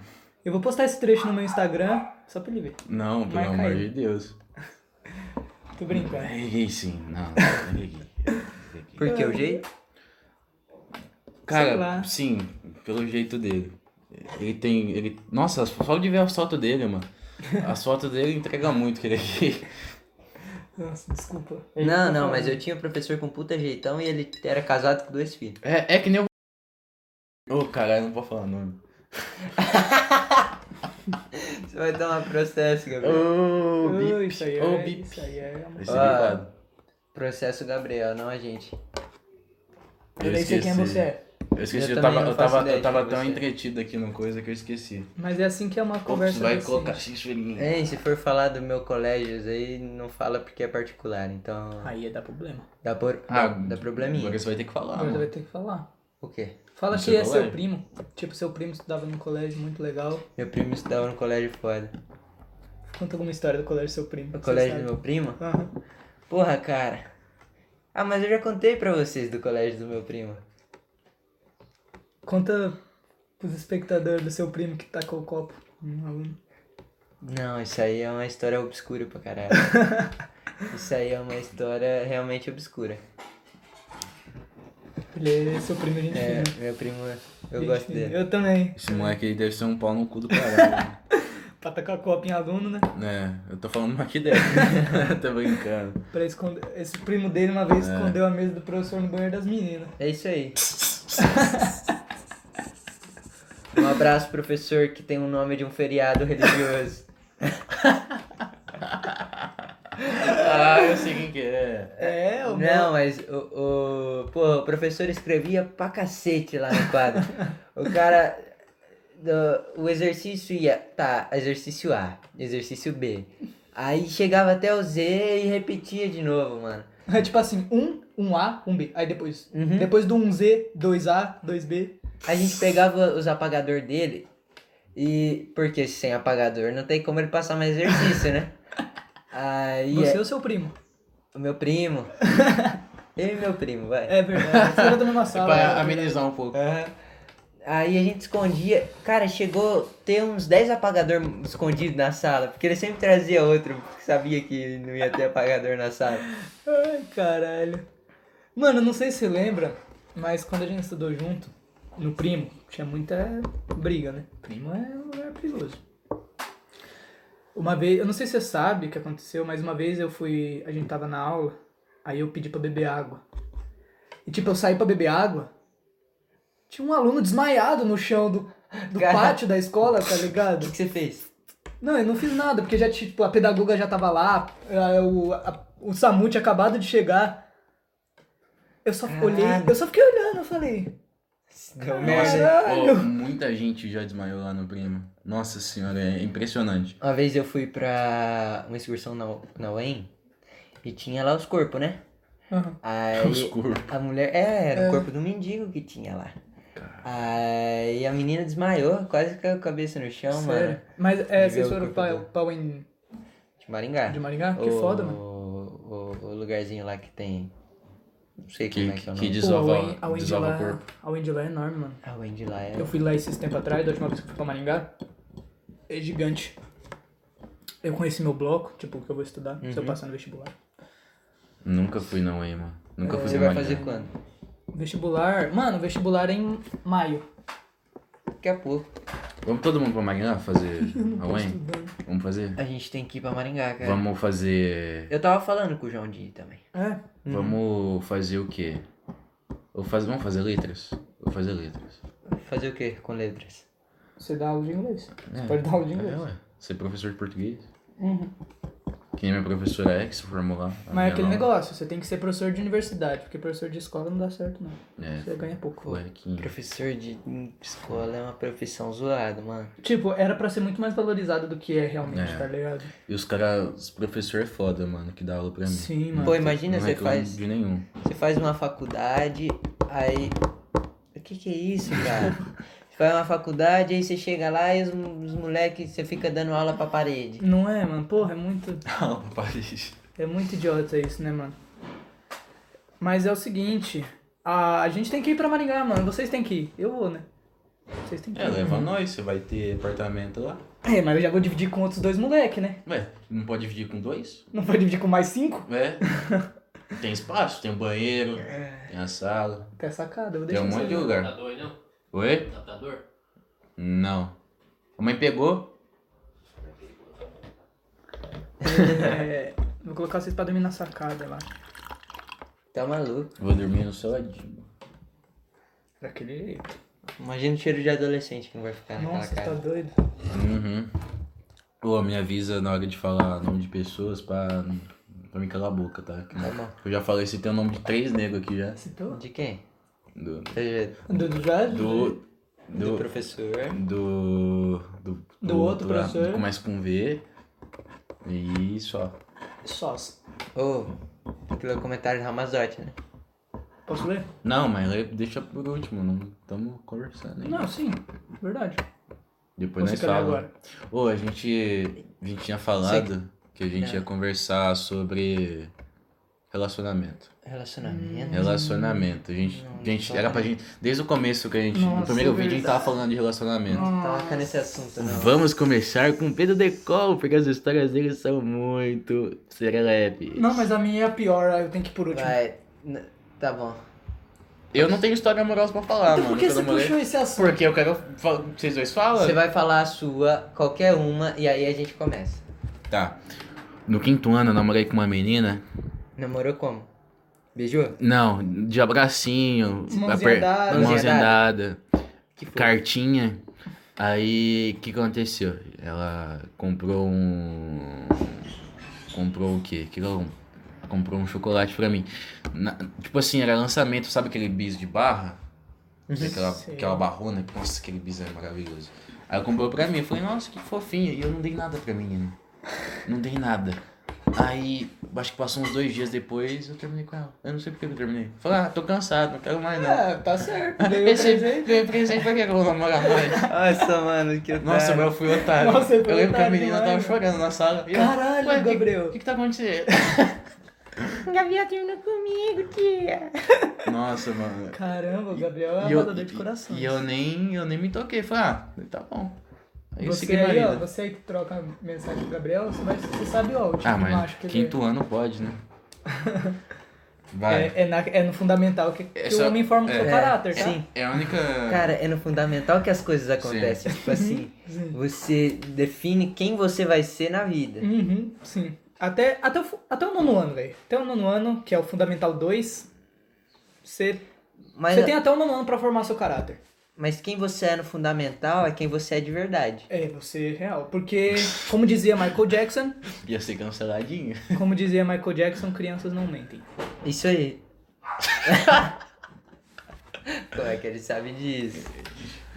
Speaker 4: Eu vou postar esse trecho no meu Instagram, só pra ele ver.
Speaker 5: Não, pelo
Speaker 4: Marca
Speaker 5: amor
Speaker 4: aí.
Speaker 5: de Deus.
Speaker 4: Tô brincando.
Speaker 5: Ele é gay sim. Não, não, ele é gay. Ele é gay.
Speaker 3: Porque o jeito?
Speaker 4: Sei lá.
Speaker 5: Cara, sim, pelo jeito dele. Ele tem. Ele... Nossa, só de ver as fotos dele, mano. As fotos dele entrega muito que ele é gay.
Speaker 4: Nossa, desculpa. É isso que
Speaker 3: Não,
Speaker 4: eu
Speaker 3: não,
Speaker 4: falo.
Speaker 3: mas eu tinha um professor com puta jeitão e ele era casado com dois filhos.
Speaker 5: É, é que nem o. Ô, caralho, não vou falar o nome.
Speaker 3: Você vai dar um processo, Gabriel.
Speaker 5: Ô,
Speaker 4: Oh,
Speaker 5: bip.
Speaker 4: isso aí é.
Speaker 5: Ô, bip.
Speaker 4: Isso aí é. amor.
Speaker 5: Esse é
Speaker 3: Ah.
Speaker 5: bipado.
Speaker 3: Processo Gabriel, não a gente.
Speaker 5: Eu
Speaker 4: Eu nem sei quem
Speaker 5: esqueci.
Speaker 4: você é.
Speaker 5: Eu esqueci,
Speaker 3: Eu
Speaker 5: eu,
Speaker 3: também
Speaker 5: tava,
Speaker 3: não
Speaker 5: eu
Speaker 3: faço
Speaker 5: tava,
Speaker 3: ideia
Speaker 5: eu tava
Speaker 3: de
Speaker 5: tão
Speaker 3: você.
Speaker 5: entretido aqui no coisa que eu esqueci.
Speaker 4: Mas é assim que é uma
Speaker 5: Ops,
Speaker 4: conversa. É,
Speaker 5: vai
Speaker 4: decente.
Speaker 5: colocar censurinha.
Speaker 3: Hein, se for falar do meu colégio aí, não fala porque é particular, então.
Speaker 4: Aí ia dar problema.
Speaker 3: Dá, por...
Speaker 5: Ah,
Speaker 3: dá, dá probleminha.
Speaker 5: Agora você vai ter que falar,
Speaker 4: Agora
Speaker 5: Ah, mano.
Speaker 4: vai ter que falar.
Speaker 3: O quê?
Speaker 4: Fala
Speaker 5: No
Speaker 4: que
Speaker 5: seu
Speaker 4: é seu
Speaker 5: colégio?
Speaker 4: primo. Tipo, seu primo estudava no colégio, muito legal.
Speaker 3: Meu primo estudava no colégio foda.
Speaker 4: Conta alguma história do colégio do seu primo.
Speaker 3: No
Speaker 4: que você
Speaker 3: colégio
Speaker 4: sabe.
Speaker 3: do meu primo?
Speaker 4: Aham.
Speaker 3: Porra, cara. Ah, mas eu já contei pra vocês do colégio do meu primo.
Speaker 4: Conta pros espectadores do seu primo que tacou o copo. Um aluno.
Speaker 3: Não, isso aí é uma história obscura pra caralho. isso aí é uma história realmente obscura.
Speaker 4: Ele é seu primo, gente
Speaker 3: É,
Speaker 4: fina.
Speaker 3: meu primo, eu
Speaker 4: Gente
Speaker 3: gosto
Speaker 4: fina.
Speaker 3: dele.
Speaker 4: Eu também.
Speaker 5: Esse moleque aí deve ser um pau no cu do caralho.
Speaker 4: Pra tacar copo em aluno, né?
Speaker 5: né? É, eu tô falando aqui dele. tô brincando.
Speaker 4: Pra esconder. Esse primo dele uma vez escondeu a mesa do professor no banheiro das meninas.
Speaker 3: É isso aí. Um abraço, professor, que tem o nome de um feriado religioso.
Speaker 5: Ah, eu sei quem que é.
Speaker 4: É, o
Speaker 3: Não, mas o, o, pô, o professor escrevia pra cacete lá no quadro. o cara. do- o exercício ia. Tá, exercício A, exercício B. Aí chegava até o Z e repetia de novo, mano.
Speaker 4: É tipo assim, um, um A, um B. Aí depois.
Speaker 3: Uhum.
Speaker 4: Depois do 1Z, 2A, 2B.
Speaker 3: A gente pegava os apagador dele e. Porque sem apagador não tem como ele passar mais exercício, né? Aí.
Speaker 4: Você é o seu primo.
Speaker 3: O meu primo. Eu e meu primo, vai.
Speaker 4: É verdade. Você era da mesma sala.
Speaker 5: Pra
Speaker 4: né?
Speaker 5: amenizar um pouco.
Speaker 3: Aham. Aí a gente escondia. Cara, chegou a ter uns 10 apagador escondidos na sala, porque ele sempre trazia outro, porque sabia que não ia ter apagador na sala.
Speaker 4: Ai, caralho. Mano, não sei se você lembra, mas quando a gente estudou junto, no primo, tinha muita briga, né? Primo é um lugar perigoso. Uma vez, eu não sei se você sabe o que aconteceu, mas uma vez eu fui, a gente tava na aula, aí eu pedi pra beber água. E tipo, eu saí pra beber água, tinha um aluno desmaiado no chão do, do
Speaker 3: Cara.
Speaker 4: pátio da escola, tá
Speaker 3: O
Speaker 4: ligado?
Speaker 3: que, que você fez?
Speaker 4: Não, eu não fiz nada, porque já, tipo, a pedagoga já tava lá, a- o, a- o Samu tinha acabado de chegar. Eu só
Speaker 3: Caralho.
Speaker 4: olhei, eu só fiquei olhando, eu falei.
Speaker 3: Deu
Speaker 5: Nossa,
Speaker 3: merda.
Speaker 4: Caralho.
Speaker 5: pô, muita gente já desmaiou lá no primo. Nossa senhora, é impressionante.
Speaker 3: Uma vez eu fui pra uma excursão na, na UEM e tinha lá os corpos, né?
Speaker 4: É,
Speaker 5: Os
Speaker 3: Aí
Speaker 5: corpos.
Speaker 3: a mulher. É, era o corpo do mendigo que tinha lá. Aí a menina desmaiou, quase caiu a cabeça no chão, mano.
Speaker 4: Sério. Mas
Speaker 3: De
Speaker 4: é,
Speaker 3: ver
Speaker 4: vocês
Speaker 3: o
Speaker 4: foram
Speaker 3: corpo
Speaker 4: pra,
Speaker 3: dela.
Speaker 4: pra Wen
Speaker 3: De Maringá.
Speaker 4: de Maringá? Que
Speaker 3: O-
Speaker 4: foda, mano.
Speaker 3: O, o lugarzinho lá que tem. Não sei
Speaker 5: Que,
Speaker 3: como é que é o
Speaker 5: que
Speaker 3: nome.
Speaker 5: desova,
Speaker 4: Pô, a Wen- a Wen de
Speaker 5: desova
Speaker 4: lá-
Speaker 5: o corpo.
Speaker 4: A Wendy lá é enorme, mano.
Speaker 3: A Wendy lá é.
Speaker 4: Eu fui lá esses tempos atrás, da última vez que eu fui pra Maringá. É gigante. Eu conheci meu bloco, tipo, que eu vou estudar, se eu
Speaker 3: Uhum.
Speaker 4: passar no vestibular.
Speaker 5: Nunca fui não, hein, mano.
Speaker 4: É,
Speaker 5: Nunca fui
Speaker 3: Você
Speaker 5: no
Speaker 3: vai
Speaker 5: Maringá.
Speaker 3: fazer quando?
Speaker 4: Vestibular, mano, vestibular é em maio.
Speaker 3: Daqui a pouco.
Speaker 5: Vamos todo mundo pra Maringá fazer a UEM?
Speaker 4: Estudando.
Speaker 5: Vamos fazer?
Speaker 3: A gente tem que ir pra Maringá, cara.
Speaker 5: Vamos fazer.
Speaker 3: Eu tava falando com o João Di também.
Speaker 4: É,
Speaker 5: Vamos fazer o quê? Ou faz... Vamos fazer letras? Vou fazer letras.
Speaker 3: Fazer o quê com letras?
Speaker 4: você dá aula de inglês.
Speaker 5: É.
Speaker 4: Pode dar aula de
Speaker 5: É,
Speaker 4: inglês. Uhum.
Speaker 5: ué. Ser professor de português. Que nem minha professora é, que se formou lá. a
Speaker 4: Mas é
Speaker 5: minha
Speaker 4: aquele
Speaker 5: lá.
Speaker 4: negócio, você tem que ser professor de universidade, porque professor de escola não dá certo, não. Você
Speaker 5: É,
Speaker 4: ganha pouco.
Speaker 5: molequinho.
Speaker 3: Professor de escola é uma profissão zoada, mano.
Speaker 4: Tipo, era pra ser muito mais valorizado do que é realmente,
Speaker 5: É.
Speaker 4: tá ligado?
Speaker 5: E os caras, os professor é foda, mano, que dá aula pra mim.
Speaker 4: Sim, mano.
Speaker 3: Pô, imagina
Speaker 5: Não é
Speaker 3: você
Speaker 5: reclamo
Speaker 3: faz.
Speaker 5: De nenhum.
Speaker 3: Você faz uma faculdade, aí. O que que é isso, cara? você faz uma faculdade, aí você chega lá e os, os moleques, você fica dando aula pra parede.
Speaker 4: Não é, mano? Porra, é muito.
Speaker 5: Aula pra Paris.
Speaker 4: É muito idiota isso, né, mano? Mas é o seguinte, a, a gente tem que ir pra Maringá, mano. Vocês têm que ir. Eu vou, né? Vocês têm que ir.
Speaker 5: É, leva nós, você vai ter apartamento lá.
Speaker 4: É, mas eu já vou dividir com outros dois moleque, né?
Speaker 5: Ué, não pode dividir com dois?
Speaker 4: Não vou dividir com mais cinco?
Speaker 5: É. tem espaço, tem um banheiro, tem a sala,
Speaker 4: Até sacada, eu vou
Speaker 5: tem
Speaker 4: deixar
Speaker 5: um monte de
Speaker 4: vocês.
Speaker 5: lugar.
Speaker 6: Adaptador, Tá não?
Speaker 5: Oi?
Speaker 6: Adaptador?
Speaker 5: Não. A mãe pegou?
Speaker 4: É, vou colocar vocês pra dormir na sacada lá.
Speaker 3: Tá maluco?
Speaker 5: Vou dormir no soladinho.
Speaker 4: Daquele jeito.
Speaker 3: Imagina o cheiro de adolescente que não vai ficar naquela
Speaker 4: Nossa, tá
Speaker 3: cara.
Speaker 4: doido.
Speaker 5: Uhum. Pô, me avisa na hora de falar nome de pessoas pra, pra me calar a boca, tá?
Speaker 3: Tá bom.
Speaker 5: Eu já falei, se tem o nome de três negros aqui já.
Speaker 4: Citou?
Speaker 3: De quem?
Speaker 5: Do.
Speaker 4: Do, do Jorge?
Speaker 5: Do.
Speaker 3: do
Speaker 5: Do.
Speaker 3: professor.
Speaker 5: Do. Do,
Speaker 4: Do outro
Speaker 5: lá,
Speaker 4: professor.
Speaker 5: do que Começa com V. E só.
Speaker 4: Sós.
Speaker 3: Ô, tem que ler o comentário do Ramazotti, né?
Speaker 4: Posso ler?
Speaker 5: Não, mas aí deixa por último, não estamos conversando ainda.
Speaker 4: Não, sim. Verdade.
Speaker 5: Depois
Speaker 4: Você
Speaker 5: nós
Speaker 4: quer ler
Speaker 5: falamos.
Speaker 4: agora?
Speaker 5: Ô, a gente. A gente tinha falado que a gente
Speaker 4: É.
Speaker 3: Não.
Speaker 5: ia conversar sobre relacionamento.
Speaker 3: Relacionamento.
Speaker 5: Hum. Relacionamento. A gente,
Speaker 3: Não,
Speaker 5: a gente
Speaker 3: só-
Speaker 5: era pra gente. Desde o começo que a gente.
Speaker 4: Nossa,
Speaker 5: no primeiro
Speaker 4: é
Speaker 5: vídeo a gente tava falando de relacionamento.
Speaker 3: Toca nesse assunto, não.
Speaker 5: Vamos começar com Pedro Decol, porque as histórias dele são muito serelepes.
Speaker 4: Não, mas a minha é a pior, aí eu tenho que ir por último.
Speaker 3: Vai. n- Tá bom.
Speaker 5: Eu não tenho história amorosa pra falar,
Speaker 4: Então
Speaker 5: mano.
Speaker 4: por que
Speaker 5: pelo
Speaker 4: você
Speaker 5: amor de-
Speaker 4: puxou esse assunto?
Speaker 5: Porque eu quero. fa- Vocês dois falam?
Speaker 3: Você vai falar a sua, qualquer uma, e aí a gente começa.
Speaker 5: Tá. No quinto ano eu namorei com uma menina.
Speaker 3: Namorou como? Beijou?
Speaker 5: Não, de abracinho.
Speaker 4: Mãozinha dada.
Speaker 5: mãozinha
Speaker 3: Mãozinha
Speaker 5: dada,
Speaker 3: Que foi?
Speaker 5: Cartinha. Aí, o que aconteceu? Ela comprou um. Comprou o quê? Que ela comprou um chocolate pra mim. Na- Tipo assim, era lançamento, sabe aquele bis de barra?
Speaker 4: Uhum.
Speaker 5: Aquela,
Speaker 4: Sei.
Speaker 5: aquela barrona, que- nossa, aquele bis é maravilhoso. Aí ela comprou pra mim, eu falei, nossa, que fofinho. E eu não dei nada pra menina. Não dei nada. Aí, acho que passou uns dois dias depois, eu terminei com ela. Eu não sei por que eu terminei. Falei, ah, tô cansado, não quero mais não.
Speaker 4: É, um tá certo. Ganhou o
Speaker 5: Pensei,
Speaker 4: presente.
Speaker 5: ganhei presente, pra que eu vou namorar mais?
Speaker 3: Nossa, mano, que
Speaker 5: Nossa, mas eu fui otário.
Speaker 4: Nossa, você
Speaker 5: eu
Speaker 4: foi
Speaker 5: lembro que a
Speaker 4: otário
Speaker 5: menina
Speaker 4: demais,
Speaker 5: tava chorando na sala. E eu,
Speaker 4: Caralho,
Speaker 5: "Ué, o que-
Speaker 4: Gabriel."
Speaker 5: O que, que tá acontecendo?
Speaker 1: Gabriel terminou comigo, tia.
Speaker 5: Nossa, mano.
Speaker 4: Caramba, o Gabriel é
Speaker 5: E eu-
Speaker 4: amador de coração.
Speaker 5: E eu nem, eu nem me toquei. Falei, ah, tá bom. Aí eu
Speaker 4: Você
Speaker 5: segui minha
Speaker 4: aí, ó,
Speaker 5: vida.
Speaker 4: você aí que troca mensagem pro Gabriel, você, vai, você sabe, ó, o tipo
Speaker 5: Ah,
Speaker 4: de
Speaker 5: mas
Speaker 4: macho que ele
Speaker 5: quinto ano pode, né? Vai.
Speaker 4: é. É, é, na- é no fundamental que, que
Speaker 5: só-
Speaker 4: o homem forma o seu
Speaker 5: é.
Speaker 4: caráter, tá?
Speaker 3: Sim.
Speaker 5: É a única.
Speaker 3: Cara, é no fundamental que as coisas acontecem. Tipo assim,
Speaker 4: Uhum.
Speaker 3: você define quem você vai ser na vida.
Speaker 4: Uhum, sim. Até, até, o, fu- até o nono ano, velho. Até o nono ano, que é o Fundamental 2, você,
Speaker 3: Mas, é-
Speaker 4: você tem até o nono ano pra formar seu caráter.
Speaker 3: mas quem você é no fundamental é quem você é de verdade.
Speaker 4: É, você é real. Porque, como dizia Michael Jackson,
Speaker 5: Ia ser canceladinho.
Speaker 4: como dizia Michael Jackson, crianças não mentem.
Speaker 3: Isso aí. Como é que ele sabe disso?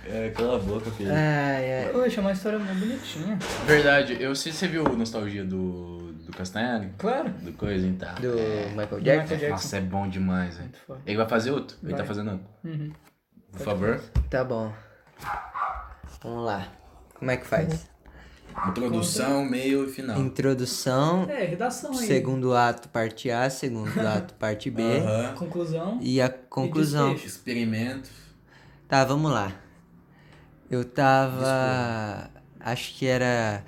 Speaker 5: É, cala a boca, filho.
Speaker 3: Ai, ai.
Speaker 4: Poxa, é uma história muito bonitinha.
Speaker 5: Verdade, eu sei você viu o nostalgia do. do Castanhari?
Speaker 4: Claro.
Speaker 5: Do coisa e tal.
Speaker 3: Do Michael
Speaker 4: Michael
Speaker 3: Jackson?
Speaker 4: Jackson.
Speaker 5: Nossa, é bom demais, velho.
Speaker 4: Muito foda.
Speaker 5: Ele vai fazer outro? Ele
Speaker 4: Vai.
Speaker 5: tá fazendo outro.
Speaker 4: Uhum.
Speaker 5: Por favor,
Speaker 3: Tá bom. Vamos lá. Como é que faz?
Speaker 5: introdução, meio e final.
Speaker 3: Introdução,
Speaker 4: É, redação aí.
Speaker 3: segundo ato, parte A, segundo ato, parte B.
Speaker 5: Aham.
Speaker 4: Conclusão.
Speaker 3: E a conclusão.
Speaker 4: desfecho.
Speaker 5: Experimento.
Speaker 3: Tá, vamos lá. Eu tava. Acho que era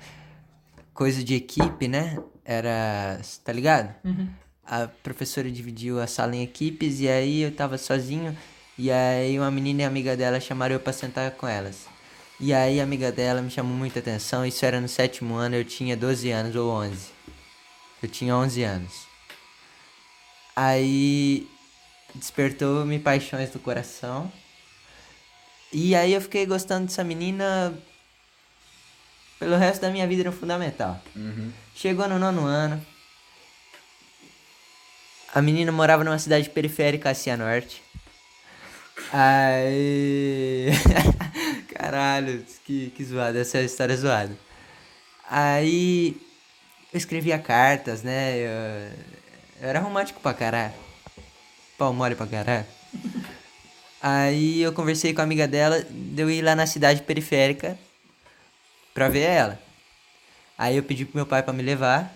Speaker 3: coisa de equipe, né? Era. Tá ligado? A professora dividiu a sala em equipes e aí eu tava sozinho. E aí uma menina e amiga dela chamaram eu pra sentar com elas. E aí a amiga dela me chamou muita atenção. Isso era no sétimo ano, eu tinha 12 anos ou 11. Eu tinha 11 anos. Aí despertou-me paixões do coração. E aí eu fiquei gostando dessa menina pelo resto da minha vida no fundamental. Chegou no nono ano. A menina morava numa cidade periférica assim à norte. Aí. Caralho, que, que zoado, essa é a história zoada. Aí. Eu escrevia cartas, né? Eu, eu era romântico pra caralho. Pau mole pra caralho. Aí eu conversei com a amiga dela, de eu ir lá na cidade periférica pra ver ela. Aí eu pedi pro meu pai pra me levar.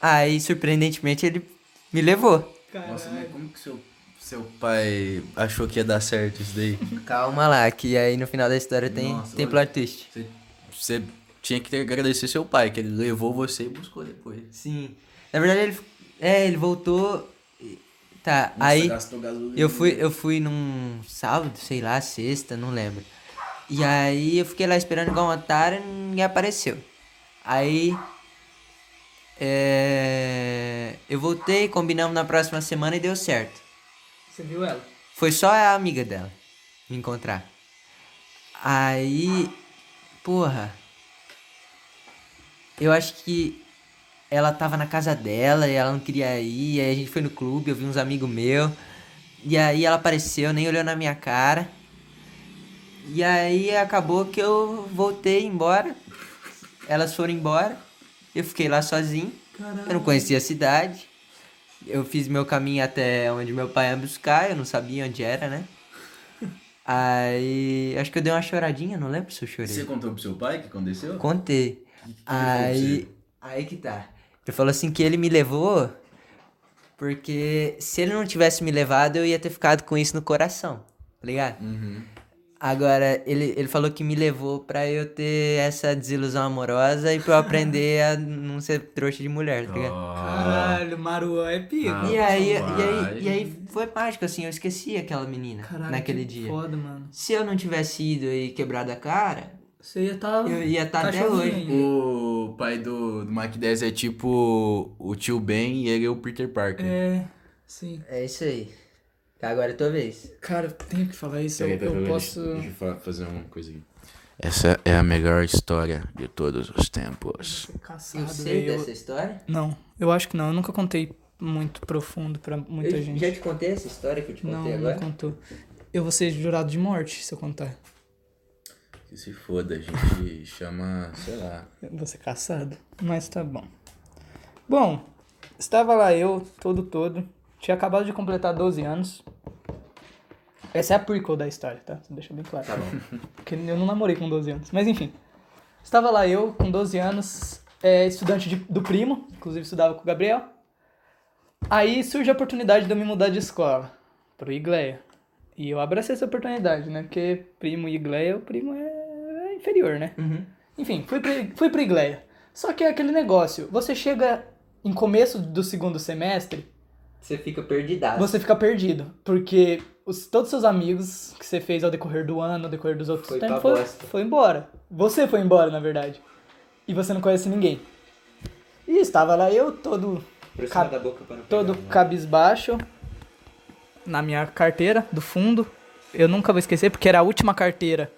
Speaker 3: Aí, surpreendentemente, ele me levou.
Speaker 5: Nossa,
Speaker 4: Caralho.
Speaker 5: mas como que seu, seu pai achou que ia dar certo isso daí?
Speaker 3: Calma lá, que aí no final da história tem,
Speaker 5: Nossa,
Speaker 3: tem
Speaker 5: olha.
Speaker 3: plot twist.
Speaker 5: Você, você tinha que ter- agradecer seu pai, que ele levou você e buscou depois.
Speaker 3: Sim. Na verdade, ele. É, ele voltou. e- Tá,
Speaker 5: Nossa,
Speaker 3: aí.
Speaker 5: gastou gasolina.
Speaker 3: Eu fui, eu fui num sábado, sei lá, sexta, não lembro. E aí eu fiquei lá esperando igual um otário e ninguém apareceu. Aí. é, eu voltei, combinamos na próxima semana e deu certo.
Speaker 4: Você viu ela?
Speaker 3: Foi só a amiga dela me encontrar. Aí. Porra. Eu acho que ela tava na casa dela e ela não queria ir. Aí a gente foi no clube, eu vi uns amigos meus. E aí ela apareceu, nem olhou na minha cara. E aí acabou que eu voltei embora. Elas foram embora. Eu fiquei lá sozinho. Eu não conhecia a cidade. Eu fiz meu caminho até onde meu pai ia buscar, eu não sabia onde era, né? Aí. Acho que eu dei uma choradinha, não lembro se eu chorei.
Speaker 5: Você contou pro seu pai o que aconteceu?
Speaker 3: Contei.
Speaker 5: aconteceu?
Speaker 3: Aí. Aí que tá. Ele falou assim que ele me levou. Porque se ele não tivesse me levado, eu ia ter ficado com isso no coração. Tá ligado?
Speaker 5: Uhum.
Speaker 3: Agora, ele, ele falou que me levou pra eu ter essa desilusão amorosa e pra eu aprender a não ser trouxa de mulher, tá ligado?
Speaker 4: Caralho, Maruã é pico.
Speaker 5: Ah.
Speaker 3: E aí, e
Speaker 5: Vai.
Speaker 3: aí, e aí foi mágico, assim, eu esqueci aquela menina
Speaker 4: Caralho,
Speaker 3: naquele
Speaker 4: que
Speaker 3: dia.
Speaker 4: foda, mano.
Speaker 3: Se eu não tivesse ido e quebrado a cara,
Speaker 4: Você ia tá estar.
Speaker 3: eu ia estar até hoje. Hum.
Speaker 5: O pai do, do Mike 10 é tipo o tio Ben e ele é o Peter Parker.
Speaker 4: É, sim.
Speaker 3: É isso aí. Tá, agora é tua vez.
Speaker 4: Cara, eu tenho que falar isso.
Speaker 5: Peraí,
Speaker 4: Eu,
Speaker 5: peraí,
Speaker 4: eu
Speaker 5: peraí,
Speaker 4: posso.
Speaker 5: deixa- Deixa eu fa- fazer uma coisa aqui. Essa é a melhor história de todos os tempos.
Speaker 4: ser caçado,
Speaker 3: Eu sei
Speaker 4: velho.
Speaker 3: dessa história.
Speaker 4: Não, eu acho que não. Eu nunca contei muito profundo pra muita
Speaker 3: Eu
Speaker 4: gente.
Speaker 3: já te contei essa história que eu te
Speaker 4: não,
Speaker 3: contei
Speaker 4: não
Speaker 3: agora?
Speaker 4: contou. Eu vou ser jurado de morte se eu contar.
Speaker 5: Que se foda, a gente chama, sei lá.
Speaker 4: Eu vou ser caçado. Mas tá bom. Bom, estava lá eu, todo todo. Tinha acabado de completar 12 anos. Essa é a prequel da história, tá? Só deixa bem claro. Tá bom. Porque eu não namorei com 12 anos. Mas enfim. Estava lá eu, com 12 anos, é, estudante de- do primo. Inclusive estudava com o Gabriel. Aí surge a oportunidade de eu me mudar de escola pro Igleia. E eu abracei essa oportunidade, né? Porque primo e Igleia, o primo é inferior, né?
Speaker 3: Uhum.
Speaker 4: Enfim, fui pra, fui pra Igleia. Só que é aquele negócio, você chega em começo do segundo semestre,
Speaker 3: Você fica perdidaço.
Speaker 4: você fica perdido. Porque os, todos os seus amigos que você fez ao decorrer do ano, ao decorrer dos outros
Speaker 3: Foi
Speaker 4: tempos,
Speaker 3: pra
Speaker 4: foi,
Speaker 3: bosta.
Speaker 4: foi embora. Você foi embora, na verdade. E você não conhece ninguém. E estava lá eu, todo
Speaker 3: Por cima
Speaker 4: Ca-
Speaker 3: da boca pra não pegar,
Speaker 4: todo
Speaker 3: né?
Speaker 4: cabisbaixo na minha carteira do fundo. Eu nunca vou esquecer porque era a última carteira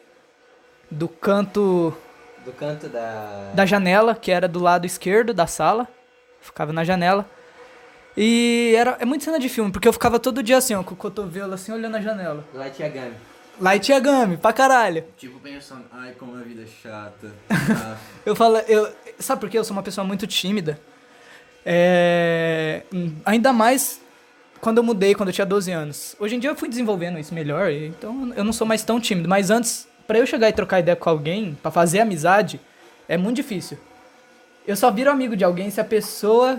Speaker 4: do canto
Speaker 3: Do canto da...
Speaker 4: da janela, que era do lado esquerdo da sala. Ficava na janela. E era é muito cena de filme, porque eu ficava todo dia assim, ó, com o cotovelo assim olhando a janela.
Speaker 3: Lá tinha Gami.
Speaker 4: Light Yagami, pra caralho.
Speaker 5: Tipo, pensando, ai, como a vida é chata.
Speaker 4: Eu falo, eu, sabe por quê? Eu sou uma pessoa muito tímida. É, hum, ainda mais quando eu mudei, quando eu tinha 12 anos. Hoje em dia eu fui desenvolvendo isso melhor, e então eu não sou mais tão tímido. Mas antes, pra eu chegar e trocar ideia com alguém, pra fazer amizade, é muito difícil. Eu só viro amigo de alguém se a pessoa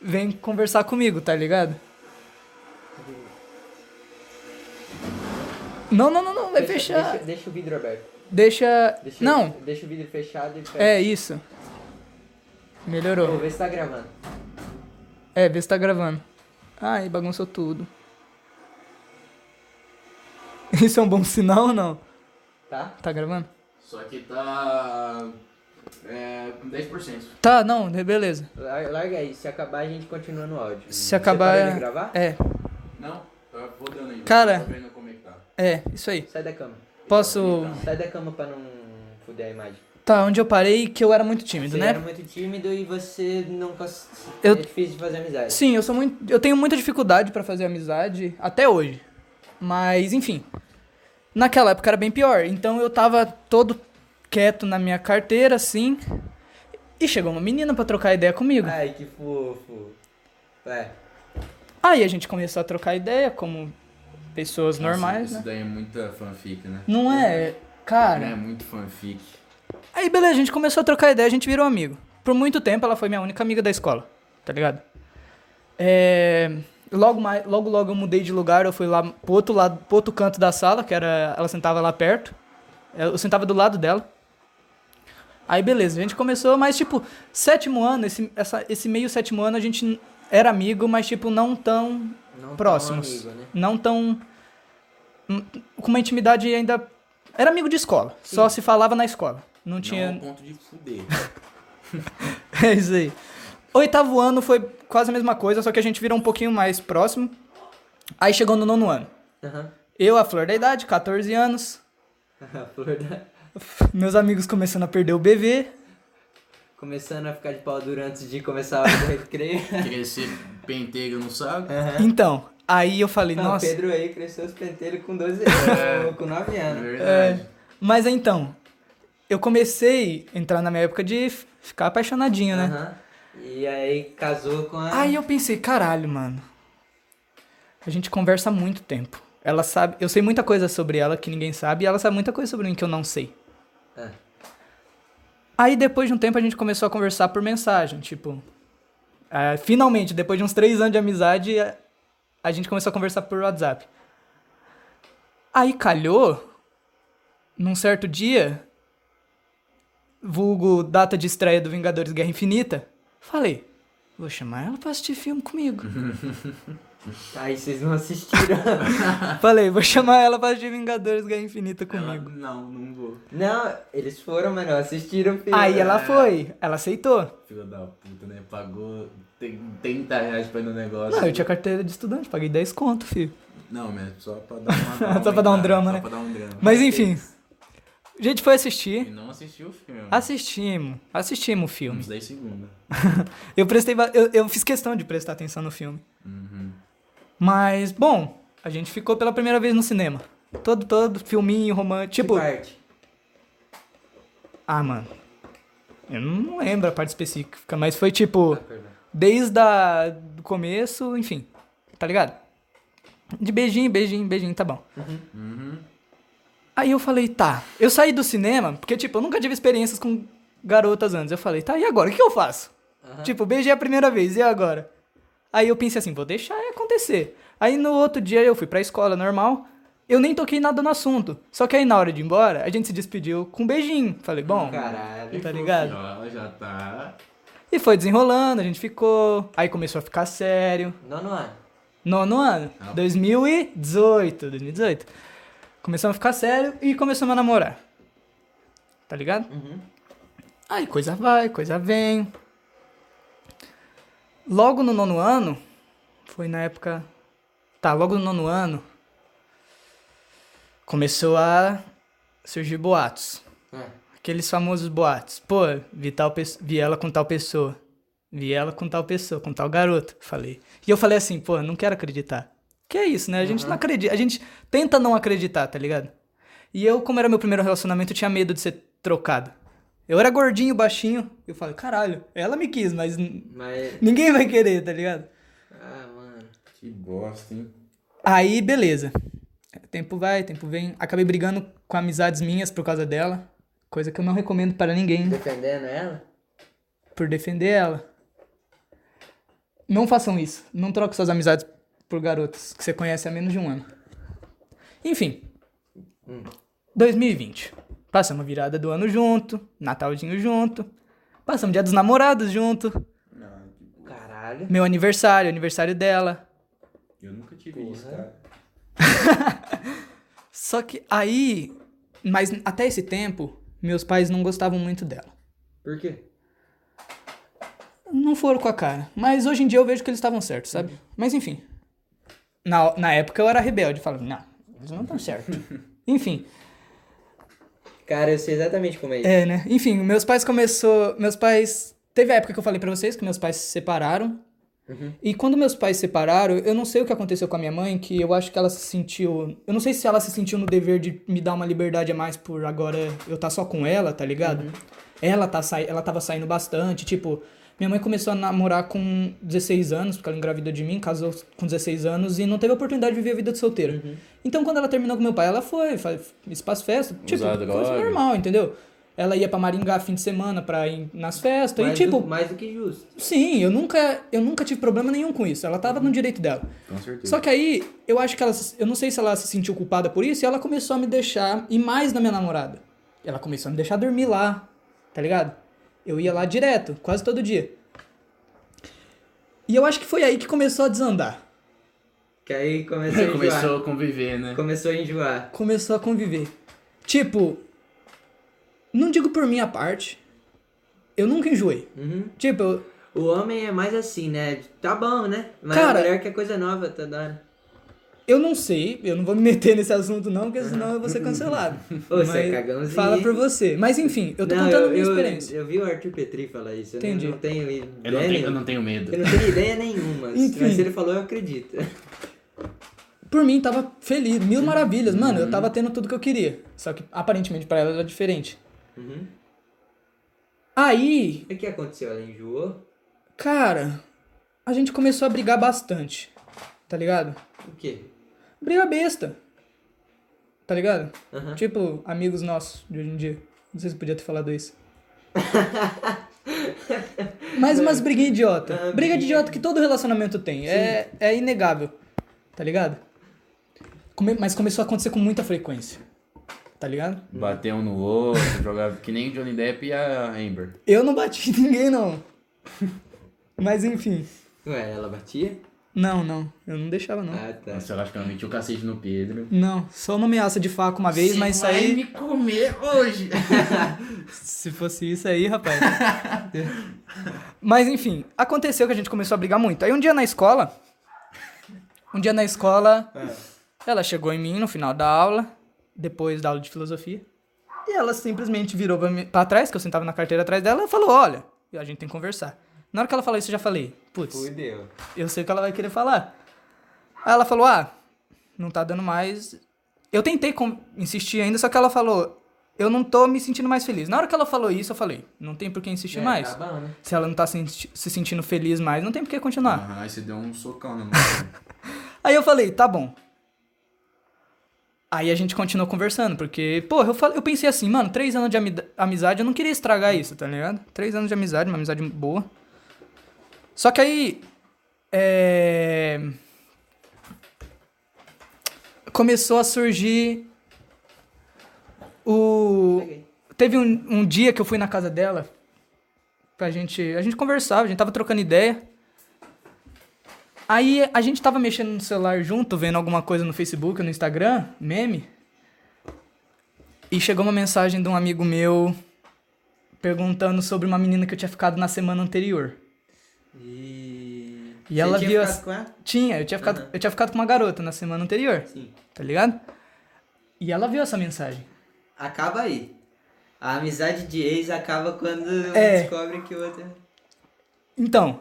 Speaker 4: vem conversar comigo, tá ligado? Não, não, não, não, vai fechar.
Speaker 3: Deixa, deixa o vidro aberto.
Speaker 4: Deixa.
Speaker 3: Deixa,
Speaker 4: Não,
Speaker 3: Deixa o vidro fechado e... fecha.
Speaker 4: é isso.
Speaker 3: Vou
Speaker 4: Melhorou.
Speaker 3: ver se tá gravando.
Speaker 4: É, vê se tá gravando. Ai, bagunçou tudo. Isso é um bom sinal ou não?
Speaker 3: Tá?
Speaker 4: Tá gravando?
Speaker 5: Só que tá. É. com 10%.
Speaker 4: Tá, não, né, beleza.
Speaker 3: Lar- Larga aí. Se acabar, a gente continua no áudio.
Speaker 4: Se acabar.
Speaker 3: Você parou de gravar?
Speaker 4: É,
Speaker 5: Não, tá rodando ainda.
Speaker 4: Cara.
Speaker 5: Tô vendo como é que tá.
Speaker 4: é, isso aí.
Speaker 3: Sai da cama.
Speaker 4: Posso.
Speaker 3: Sai da cama pra não fuder a imagem.
Speaker 4: Tá, onde eu parei que eu era muito tímido,
Speaker 3: Você
Speaker 4: né?
Speaker 3: era muito tímido e você não cons...
Speaker 4: Eu-
Speaker 3: É difícil de fazer amizade.
Speaker 4: Sim, eu sou muito. Eu tenho muita dificuldade pra fazer amizade até hoje. Mas, enfim. Naquela época era bem pior. Então eu tava todo quieto na minha carteira, assim. E chegou uma menina pra trocar ideia comigo.
Speaker 5: É.
Speaker 3: Ai, que fofo. É.
Speaker 4: Aí a gente começou a trocar ideia como pessoas normais,
Speaker 5: Nossa,
Speaker 4: né?
Speaker 5: Isso daí é muita fanfic, né?
Speaker 4: Não é,
Speaker 5: Não é
Speaker 4: cara.
Speaker 5: muito fanfic.
Speaker 4: Aí beleza, a gente começou a trocar ideia, a gente virou amigo. Por muito tempo ela foi minha única amiga da escola, tá ligado? É, logo mais, logo logo eu mudei de lugar, eu fui lá pro outro lado, pro outro canto da sala, que era ela sentava lá perto. É, Eu sentava do lado dela. Aí beleza, a gente começou, mas tipo, sétimo ano, esse, essa- esse meio sétimo ano a gente era amigo, mas tipo, não tão
Speaker 3: Não tão
Speaker 4: próximos.
Speaker 3: amigo, né?
Speaker 4: Não tão. hum, Com uma intimidade ainda. Era amigo de escola. Só se falava na escola. Não
Speaker 5: Não ao
Speaker 4: tinha.
Speaker 5: ponto de fuder.
Speaker 4: É isso aí. Oitavo ano foi quase a mesma coisa, só que a gente virou um pouquinho mais próximo. Aí chegou no nono ano.
Speaker 3: Aham.
Speaker 4: Eu, a flor da idade, 14 anos.
Speaker 3: A flor tá da...
Speaker 4: Meus amigos começando a perder o bebê.
Speaker 3: Começando a ficar de pau dura antes de começar a hora do recreio.
Speaker 5: Crescer penteiro no saco.
Speaker 4: Então, aí eu falei,
Speaker 3: É. Não, o
Speaker 4: nossa.
Speaker 3: Pedro aí cresceu os pentelhos com 12 anos, com 9
Speaker 5: É
Speaker 3: anos.
Speaker 5: verdade.
Speaker 4: Mas então, eu comecei a entrar na minha época de f- ficar apaixonadinho, né?
Speaker 3: Aham. E aí casou com a.
Speaker 4: Aí eu pensei, caralho, mano. A gente conversa há muito tempo. Ela sabe, eu sei muita coisa sobre ela que ninguém sabe e ela sabe muita coisa sobre mim que eu não sei.
Speaker 3: Ah,
Speaker 4: Aí depois de um tempo a gente começou a conversar por mensagem, tipo, ah, finalmente depois de uns três anos de amizade a- a gente começou a conversar por WhatsApp. Aí calhou, num certo dia, vulgo data de estreia do Vingadores Guerra Infinita, falei, vou chamar ela pra assistir filme comigo.
Speaker 5: Uhum.
Speaker 3: Aí vocês não assistiram.
Speaker 4: Falei, vou chamar ela pra assistir Vingadores Guerra Infinita
Speaker 5: Ela,
Speaker 4: comigo.
Speaker 5: não, não vou.
Speaker 3: não, eles foram, mas não assistiram o filme. É.
Speaker 4: Aí ela foi, ela aceitou.
Speaker 5: Filho da puta, né? Pagou 30 reais pra ir no negócio.
Speaker 4: Ah, eu tinha carteira de estudante, paguei 10 conto, filho.
Speaker 5: Não, mas só pra dar uma.
Speaker 4: Só pra dar um drama,
Speaker 5: só
Speaker 4: né?
Speaker 5: Pra dar um drama.
Speaker 4: Mas enfim, a gente foi
Speaker 5: E
Speaker 4: assistir.
Speaker 5: não assistiu o filme.
Speaker 4: Assistimos, assistimos o filme.
Speaker 5: Uns 10 segundos.
Speaker 4: Eu prestei, ba- eu, eu fiz questão de prestar atenção no filme.
Speaker 5: Uhum.
Speaker 4: Mas, bom, a gente ficou pela primeira vez no cinema. Todo, todo filminho romântico.
Speaker 3: Que
Speaker 4: Tipo,
Speaker 3: parte.
Speaker 4: ah, mano. Eu não lembro a parte específica, mas foi tipo.
Speaker 3: Ah, perdão.
Speaker 4: desde a, do começo, enfim, tá ligado? De beijinho, beijinho, beijinho, tá bom.
Speaker 3: Uhum.
Speaker 4: Aí eu falei, tá. Eu saí do cinema, porque, tipo, eu nunca tive experiências com garotas antes. Eu falei, tá, e agora? O que eu faço? Tipo, beijei a primeira vez, e agora? Aí eu pensei assim, vou deixar acontecer. Aí no outro dia eu fui pra escola normal, eu nem toquei nada no assunto. Só que aí na hora de ir embora, a gente se despediu com um beijinho. Falei, bom,
Speaker 3: Caralho.
Speaker 4: tá ligado?
Speaker 5: Ela já tá.
Speaker 4: E foi desenrolando, a gente ficou. Aí começou a ficar sério.
Speaker 3: Nono ano.
Speaker 4: Nono ano, 2018, 2018. Começamos a ficar sério e começamos a namorar. Tá ligado? Aí coisa vai, coisa vem. Logo no nono ano, foi na época. Tá, logo no nono ano, começou a surgir boatos.
Speaker 3: É.
Speaker 4: Aqueles famosos boatos. Pô, vi, tal pesso- vi ela com tal pessoa. Vi ela com tal pessoa, com tal garoto. Falei. E eu falei assim, pô, não quero acreditar. Que é isso, né? A gente não acredita. A gente tenta não acreditar, tá ligado? E eu, como era meu primeiro relacionamento, eu tinha medo de ser trocado. Eu era gordinho, baixinho. Eu falei, caralho, ela me quis, mas n-
Speaker 3: Mas.
Speaker 4: ninguém vai querer, tá ligado?
Speaker 3: Ah, mano.
Speaker 5: Que bosta, hein?
Speaker 4: Aí, beleza. Tempo vai, tempo vem. Acabei brigando com amizades minhas por causa dela. Coisa que eu não recomendo para ninguém.
Speaker 3: Defendendo ela?
Speaker 4: por defender ela. Não façam isso. Não troque suas amizades por garotas que você conhece há menos de um ano. Enfim. 2020. Passamos a virada do ano junto, Natalzinho junto, passamos dia dos namorados junto,
Speaker 3: Caralho.
Speaker 4: meu aniversário, aniversário dela.
Speaker 5: Eu nunca tive isso, cara.
Speaker 4: Só que aí, mas até esse tempo, meus pais não gostavam muito dela.
Speaker 3: Por quê?
Speaker 4: Não foram com a cara. Mas hoje em dia eu vejo que eles estavam certos, sabe? Mas enfim. Na, na época eu era rebelde, falava, não, eles não estão certos. enfim.
Speaker 3: Cara, eu sei exatamente como é isso.
Speaker 4: É, né? Enfim, meus pais começou. Meus pais. Teve a época que eu falei pra vocês que meus pais se separaram. E quando meus pais se separaram, eu não sei o que aconteceu com a minha mãe, que eu acho que ela se sentiu. Eu não sei se ela se sentiu no dever de me dar uma liberdade a mais por agora eu tá só com ela, tá ligado? Ela, tá sai... ela tava saindo bastante, tipo. Minha mãe começou a namorar com 16 anos, porque ela engravidou de mim, casou com 16 anos e não teve a oportunidade de viver a vida de solteira. Então, quando ela terminou com meu pai, ela foi, faz espaço festa, tipo,
Speaker 5: Usar
Speaker 4: coisa
Speaker 5: droga.
Speaker 4: normal normal, entendeu? Ela ia pra Maringá fim de semana pra ir nas festas.
Speaker 3: Mais
Speaker 4: e tipo,
Speaker 3: do, mais do que justo.
Speaker 4: sim, eu nunca, eu nunca tive problema nenhum com isso. Ela tava no direito dela.
Speaker 5: Com certeza.
Speaker 4: Só que aí, eu acho que ela. se- Eu não sei se ela se sentiu culpada por isso e ela começou a me deixar ir mais na minha namorada. Ela começou a me deixar dormir lá, tá ligado? Eu ia lá direto, quase todo dia. E eu acho que foi aí que começou a desandar.
Speaker 3: Que aí começou a enjoar.
Speaker 5: Começou a conviver, né?
Speaker 3: Começou a enjoar.
Speaker 4: começou a conviver. Tipo, não digo por minha parte, eu nunca enjoei. Tipo, eu-
Speaker 3: O homem é mais assim, né? Tá bom, né? Mas
Speaker 4: Cara-
Speaker 3: a mulher quer coisa nova toda hora.
Speaker 4: eu não sei, eu não vou me meter nesse assunto não, porque senão eu vou ser cancelado.
Speaker 3: Ô, você
Speaker 4: Mas
Speaker 3: é cagãozinho,
Speaker 4: Fala
Speaker 3: hein?
Speaker 4: por você. Mas enfim, eu tô
Speaker 3: Não,
Speaker 4: contando
Speaker 3: eu-
Speaker 4: minha
Speaker 3: eu-
Speaker 4: experiência.
Speaker 3: Eu, vi o Arthur Petri falar isso. Eu
Speaker 4: Entendi.
Speaker 3: não, não tenho
Speaker 5: Eu
Speaker 3: ideia
Speaker 5: não, tenho, eu
Speaker 4: é
Speaker 3: nenhuma.
Speaker 5: não tenho medo.
Speaker 3: Eu não tenho ideia nenhuma. assim.
Speaker 4: Enfim.
Speaker 3: Mas se ele falou, eu acredito.
Speaker 4: Por mim, tava feliz, mil maravilhas. Mano, eu tava tendo tudo que eu queria. Só que aparentemente pra ela era diferente.
Speaker 3: Uhum.
Speaker 4: Aí,
Speaker 3: O que aconteceu? Ela enjoou?
Speaker 4: cara, a gente começou a brigar bastante. Tá ligado?
Speaker 3: O quê?
Speaker 4: briga besta. Tá ligado?
Speaker 3: Aham.
Speaker 4: Tipo, amigos nossos de hoje em dia. Não sei se eu podia ter falado isso. Mais umas briguinhas idiota.
Speaker 3: Ah,
Speaker 4: Briga de
Speaker 3: briguinha.
Speaker 4: idiota que todo relacionamento tem. É, é inegável. Tá ligado? Come- mas começou a acontecer com muita frequência. Tá ligado?
Speaker 5: Bateu um no outro, jogava que nem Johnny Depp e a Amber.
Speaker 4: Eu não bati em ninguém, não. Mas enfim.
Speaker 3: Ué, ela batia?
Speaker 4: Não, não. Eu não deixava, não.
Speaker 3: Ah, tá.
Speaker 5: Nossa, ela acho que ela metiu o cacete no Pedro.
Speaker 4: Não, só uma ameaça de faca uma vez, mas isso aí.
Speaker 5: me comer hoje!
Speaker 4: Se fosse isso aí, rapaz. Mas enfim, aconteceu que a gente começou a brigar muito. Aí um dia na escola. Um dia na escola. Ela chegou em mim no final da aula, depois da aula de filosofia. E ela simplesmente virou pra, mim- pra trás, que eu sentava na carteira atrás dela, e falou: Olha, a gente tem que conversar. Na hora que ela falou isso, eu já falei: Putz,
Speaker 3: Fudeu.
Speaker 4: eu sei o que ela vai querer falar. Aí ela falou: Ah, não tá dando mais. Eu tentei com- insistir ainda, só que ela falou: Eu não tô me sentindo mais feliz. Na hora que ela falou isso, eu falei: Não tem por que insistir
Speaker 3: É,
Speaker 4: mais.
Speaker 3: Tá bom, né?
Speaker 4: Se ela não tá senti- se sentindo feliz mais, não tem por que continuar.
Speaker 5: Aham, aí você deu um socão na mão.
Speaker 4: Aí eu falei: Tá bom. Aí a gente continuou conversando, porque, porra, eu, fal- eu pensei assim, mano, três anos de amida- amizade, eu não queria estragar isso, tá ligado? Três anos de amizade, uma amizade boa. Só que aí, é, começou a surgir o teve um, um dia que eu fui na casa dela pra gente a gente conversava a gente tava trocando ideia aí a gente tava mexendo no celular junto vendo alguma coisa no Facebook no Instagram meme e chegou uma mensagem de um amigo meu perguntando sobre uma menina que eu tinha ficado na semana anterior
Speaker 3: E.
Speaker 4: E ela
Speaker 3: tinha
Speaker 4: viu
Speaker 3: ficado
Speaker 4: as-
Speaker 3: com ela?
Speaker 4: tinha eu tinha ficado
Speaker 3: Aham.
Speaker 4: eu tinha ficado com uma garota na semana anterior
Speaker 3: Sim.
Speaker 4: tá ligado? E ela viu essa mensagem.
Speaker 3: Acaba aí. A amizade de ex acaba quando um
Speaker 4: É.
Speaker 3: descobre que o outro.
Speaker 4: Então,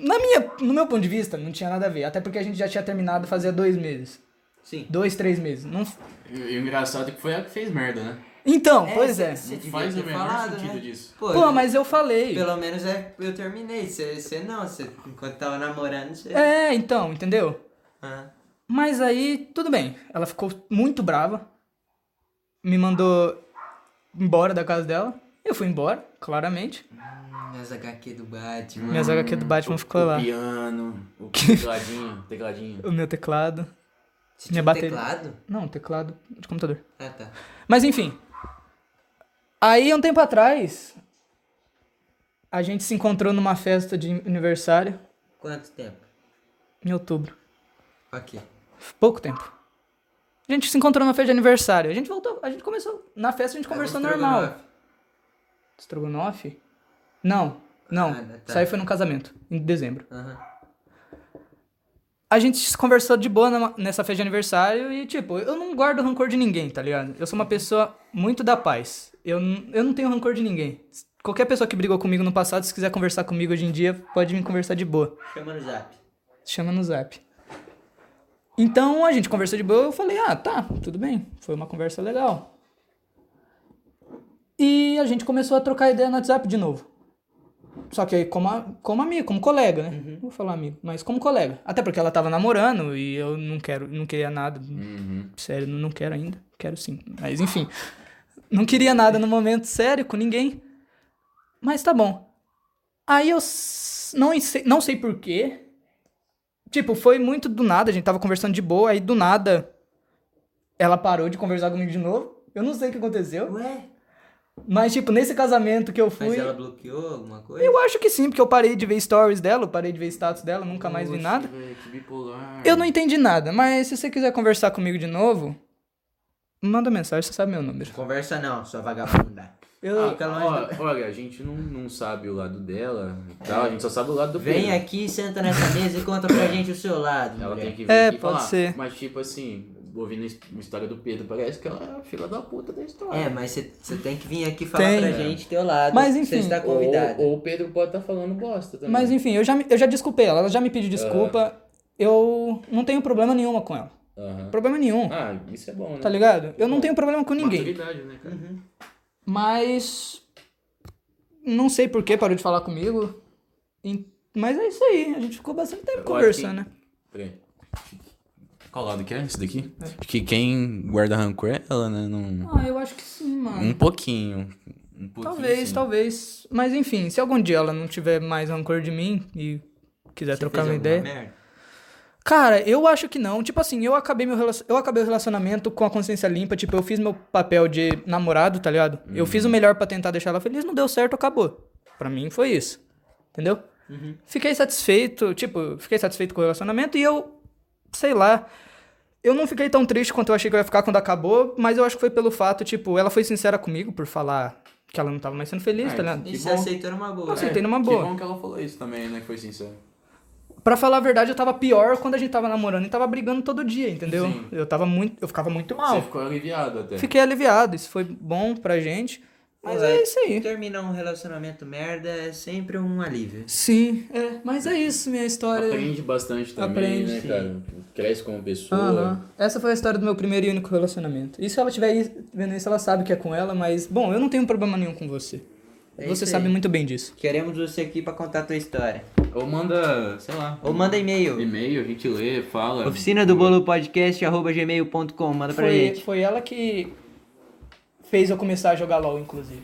Speaker 4: na minha, no meu ponto de vista, não tinha nada a ver. Até porque a gente já tinha terminado fazia dois meses.
Speaker 3: Sim.
Speaker 4: Dois, três meses. Não... f-
Speaker 5: E, e o engraçado é que foi ela que fez merda, né?
Speaker 4: Então, pois é.
Speaker 3: Você devia
Speaker 5: faz
Speaker 3: ter
Speaker 5: o menor
Speaker 3: falado,
Speaker 5: sentido
Speaker 3: né?
Speaker 5: disso.
Speaker 3: Pô,
Speaker 4: Pô, mas eu falei.
Speaker 3: Pelo menos é, eu terminei. Você não, você enquanto tava namorando, você.
Speaker 4: É, então, entendeu?
Speaker 3: Ah,
Speaker 4: Mas aí, tudo bem. Ela ficou muito brava. Me mandou embora da casa dela. Eu fui embora, claramente.
Speaker 3: minhas HQ do Batman.
Speaker 4: Minhas HQ do Batman ficou
Speaker 5: o
Speaker 4: lá.
Speaker 5: piano, o tecladinho, tecladinho.
Speaker 4: O meu teclado.
Speaker 3: Você
Speaker 4: minha
Speaker 3: tinha um
Speaker 4: bateria.
Speaker 3: teclado?
Speaker 4: Não, teclado de computador.
Speaker 3: Ah, tá.
Speaker 4: Mas enfim. Aí um tempo atrás, a gente se encontrou numa festa de aniversário
Speaker 3: Quanto tempo?
Speaker 4: em outubro. É
Speaker 3: Ok.
Speaker 4: Pouco tempo. A gente se encontrou numa festa de aniversário. A gente voltou, a gente começou. Na festa a gente conversou
Speaker 3: Era um
Speaker 4: normal.
Speaker 3: estrogonofe.
Speaker 4: Estrogonofe? Não, não.
Speaker 3: Ah, tá.
Speaker 4: Isso aí foi num casamento, em dezembro.
Speaker 3: Aham.
Speaker 4: A gente se conversou de boa numa- nessa festa de aniversário e, tipo, eu não guardo rancor de ninguém, tá ligado? Eu sou uma pessoa muito da paz. Eu, n- eu não tenho rancor de ninguém. Qualquer pessoa que brigou comigo no passado, se quiser conversar comigo hoje em dia, pode me conversar de boa.
Speaker 3: Chama no zap.
Speaker 4: Chama no zap. Então a gente conversou de boa, eu falei, ah, tá, tudo bem. Foi uma conversa legal. E a gente começou a trocar ideia no WhatsApp de novo. Só que aí como, a- como amigo, como colega, né? Não vou falar amigo, mas como colega. Até porque ela tava namorando e eu não quero, não queria nada. Sério, não quero ainda. Quero sim. Mas enfim. Não queria nada no momento sério com ninguém. Mas tá bom. Aí eu s- não sei, não sei porquê. Tipo, foi muito do nada, a gente tava conversando de boa, aí do nada ela parou de conversar comigo de novo. Eu não sei o que aconteceu.
Speaker 3: Ué?
Speaker 4: Mas, tipo, nesse casamento que eu fui.
Speaker 3: Mas ela bloqueou alguma coisa?
Speaker 4: Eu acho que sim, porque eu parei de ver stories dela, eu parei de ver status dela, nunca mais vi
Speaker 5: Poxa,
Speaker 4: nada.
Speaker 5: velho, que bipolar.
Speaker 4: Eu não entendi nada, mas se você quiser conversar comigo de novo, manda mensagem, você sabe meu número.
Speaker 3: Conversa não, sua vagabunda.
Speaker 4: Eu-
Speaker 3: Fica
Speaker 5: Ah,
Speaker 3: longe
Speaker 5: ó, olha, a gente não, não sabe o lado dela e tal, a gente só sabe o lado do
Speaker 3: Vem
Speaker 5: Pedro.
Speaker 3: aqui, senta nessa mesa e conta pra gente o seu lado.
Speaker 5: Ela tem
Speaker 3: mulher.
Speaker 5: que vir
Speaker 4: É,
Speaker 5: aqui e
Speaker 4: pode
Speaker 5: falar.
Speaker 4: ser.
Speaker 5: Mas tipo assim, ouvindo a his- a história do Pedro, parece que ela é a filha da puta da história.
Speaker 3: É, mas você tem que vir aqui falar
Speaker 4: Tem.
Speaker 3: pra gente teu lado.
Speaker 4: Mas
Speaker 3: Você
Speaker 4: enfim.
Speaker 3: está
Speaker 5: ou,
Speaker 3: convidado.
Speaker 5: ou o Pedro pode estar falando bosta também.
Speaker 4: Mas enfim, eu já, me- eu já desculpei ela, ela já me pediu desculpa. Eu não tenho problema nenhuma com ela.
Speaker 5: Aham.
Speaker 4: Problema nenhum,
Speaker 5: Ah, isso é bom, né?
Speaker 4: tá ligado? Eu não
Speaker 5: Bom,
Speaker 4: tenho problema com ninguém.
Speaker 5: Maturidade, né, cara?
Speaker 3: Uhum.
Speaker 4: Mas. Não sei por que parou de falar comigo. E- Mas é isso aí, a gente ficou bastante tempo
Speaker 5: acho
Speaker 4: conversando, né?
Speaker 5: Peraí. Qual lado que é esse daqui? Acho que quem guarda rancor é ela, né? Não-
Speaker 4: Ah, eu acho que sim, mano.
Speaker 5: Um pouquinho. Um pouquinho
Speaker 4: Talvez,
Speaker 5: sim.
Speaker 4: talvez. Mas enfim, se algum dia ela não tiver mais rancor de mim e quiser
Speaker 3: Você
Speaker 4: trocar
Speaker 3: fez
Speaker 4: uma
Speaker 3: alguma
Speaker 4: ideia.
Speaker 3: merda?
Speaker 4: Cara, eu acho que não. Tipo assim, eu acabei meu relacion... eu acabei o relacionamento com a consciência limpa, tipo, eu fiz meu papel de namorado, tá ligado? Eu
Speaker 5: Uhum.
Speaker 4: fiz o melhor pra tentar deixar ela feliz, não deu certo, acabou. Pra mim foi isso. Entendeu?
Speaker 5: Uhum.
Speaker 4: Fiquei satisfeito, tipo, fiquei satisfeito com o relacionamento e eu sei lá, eu não fiquei tão triste quanto eu achei que eu ia ficar quando acabou, mas eu acho que foi pelo fato, tipo, ela foi sincera comigo por falar que ela não tava mais sendo feliz,
Speaker 5: Ah,
Speaker 4: tá ligado?
Speaker 5: Que
Speaker 3: E você
Speaker 5: bom.
Speaker 3: aceitou numa boa.
Speaker 4: Eu aceitei numa
Speaker 5: É, Que
Speaker 4: boa.
Speaker 5: bom que ela falou isso também, né? Que foi sincero.
Speaker 4: Pra falar a verdade, eu tava pior quando a gente tava namorando e tava brigando todo dia, entendeu?
Speaker 5: Sim.
Speaker 4: Eu tava muito, eu ficava muito
Speaker 5: Você
Speaker 4: mal.
Speaker 5: ficou aliviado até.
Speaker 4: Fiquei aliviado, isso foi bom pra gente. Mas é isso aí.
Speaker 3: Terminar um relacionamento merda é sempre um alívio.
Speaker 4: Sim, é, mas é isso, minha história.
Speaker 5: Aprende bastante também,
Speaker 4: Aprende,
Speaker 5: né,
Speaker 4: sim.
Speaker 5: cara? Cresce como pessoa.
Speaker 4: Aham. Essa foi a história do meu primeiro e único relacionamento. E se ela estiver aí vendo isso, ela sabe que é com ela, mas, bom, eu não tenho problema nenhum com você.
Speaker 3: É
Speaker 4: você
Speaker 3: isso
Speaker 4: sabe
Speaker 3: aí.
Speaker 4: muito bem disso.
Speaker 3: Queremos você aqui pra contar a tua história.
Speaker 5: Ou manda, sei lá.
Speaker 3: Ou manda e-mail.
Speaker 5: e-mail, a gente lê, fala.
Speaker 3: Oficina do Bolo Podcast, arroba gmail.com, manda pra
Speaker 4: Foi,
Speaker 3: gente.
Speaker 4: foi ela que fez eu começar a jogar LOL, inclusive.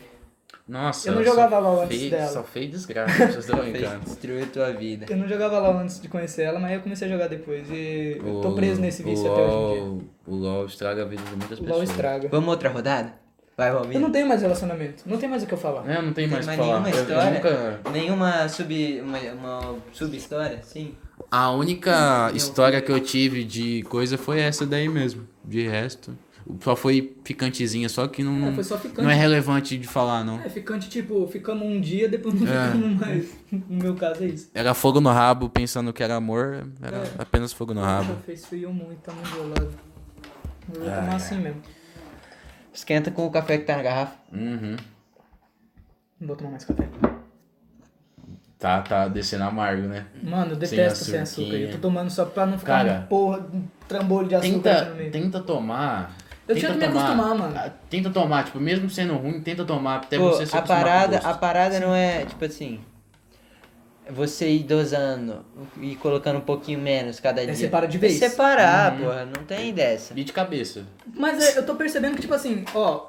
Speaker 5: Nossa,
Speaker 4: Eu não
Speaker 5: só
Speaker 4: jogava LOL antes
Speaker 5: fez-
Speaker 4: dela.
Speaker 5: Só fez desgraça, vocês estão brincando.
Speaker 3: Destruiu tua vida.
Speaker 4: Eu não jogava LOL antes de conhecer ela, mas eu comecei a jogar depois. E eu tô
Speaker 5: O-
Speaker 4: preso nesse vício até hoje em dia.
Speaker 5: o LOL O LOL estraga a vida de muitas
Speaker 4: O
Speaker 5: pessoas.
Speaker 4: LOL estraga.
Speaker 3: Vamos outra rodada? Vai,
Speaker 4: Eu
Speaker 3: Valmir.
Speaker 4: não tenho mais relacionamento. Não tem mais o que eu falar.
Speaker 5: É, não tem mais o que
Speaker 3: mais
Speaker 5: falar.
Speaker 3: nenhuma
Speaker 5: Eu- eu
Speaker 3: história?
Speaker 5: nunca-
Speaker 3: Nenhuma sub. Uma, uma sub-história? Sim.
Speaker 5: A única história que eu tive de coisa foi essa daí mesmo. De resto. Só foi picantezinha, só que não,
Speaker 4: É, foi só ficante.
Speaker 5: não é relevante de falar, não.
Speaker 4: É, ficante, tipo, ficamos um dia, depois não
Speaker 5: É.
Speaker 4: ficamos mais. No meu caso é isso.
Speaker 5: Era fogo no rabo, pensando que era amor, era
Speaker 4: É.
Speaker 5: apenas fogo no
Speaker 4: Já
Speaker 5: rabo.
Speaker 4: fez frio muito, tá muito gelado. Eu vou tomar assim mesmo.
Speaker 3: Esquenta com o café que tá na garrafa.
Speaker 5: Uhum.
Speaker 4: Não vou tomar mais café.
Speaker 5: Tá, tá descendo amargo, né?
Speaker 4: Mano, eu
Speaker 5: Sem
Speaker 4: detesto sem açúcar.
Speaker 5: açuquinha.
Speaker 4: Eu tô tomando só pra não ficar
Speaker 5: Cara,
Speaker 4: um porra, um trambolho de açúcar aqui
Speaker 5: Tenta,
Speaker 4: no meio.
Speaker 5: tenta tomar.
Speaker 4: Eu
Speaker 5: tenta
Speaker 4: tinha que me acostumar, mano.
Speaker 5: ah, Tenta tomar, tipo, mesmo sendo ruim, tenta tomar até
Speaker 3: Pô,
Speaker 5: você se
Speaker 3: a
Speaker 5: acostumar com o
Speaker 3: parada,
Speaker 5: gosto.
Speaker 3: a parada não é, tipo assim. Você ir dosando e colocando um pouquinho menos cada dia.
Speaker 4: separa de vez.
Speaker 3: É separar, porra. Não tem dessa.
Speaker 5: E de cabeça.
Speaker 4: Mas é, eu tô percebendo que, tipo assim, ó,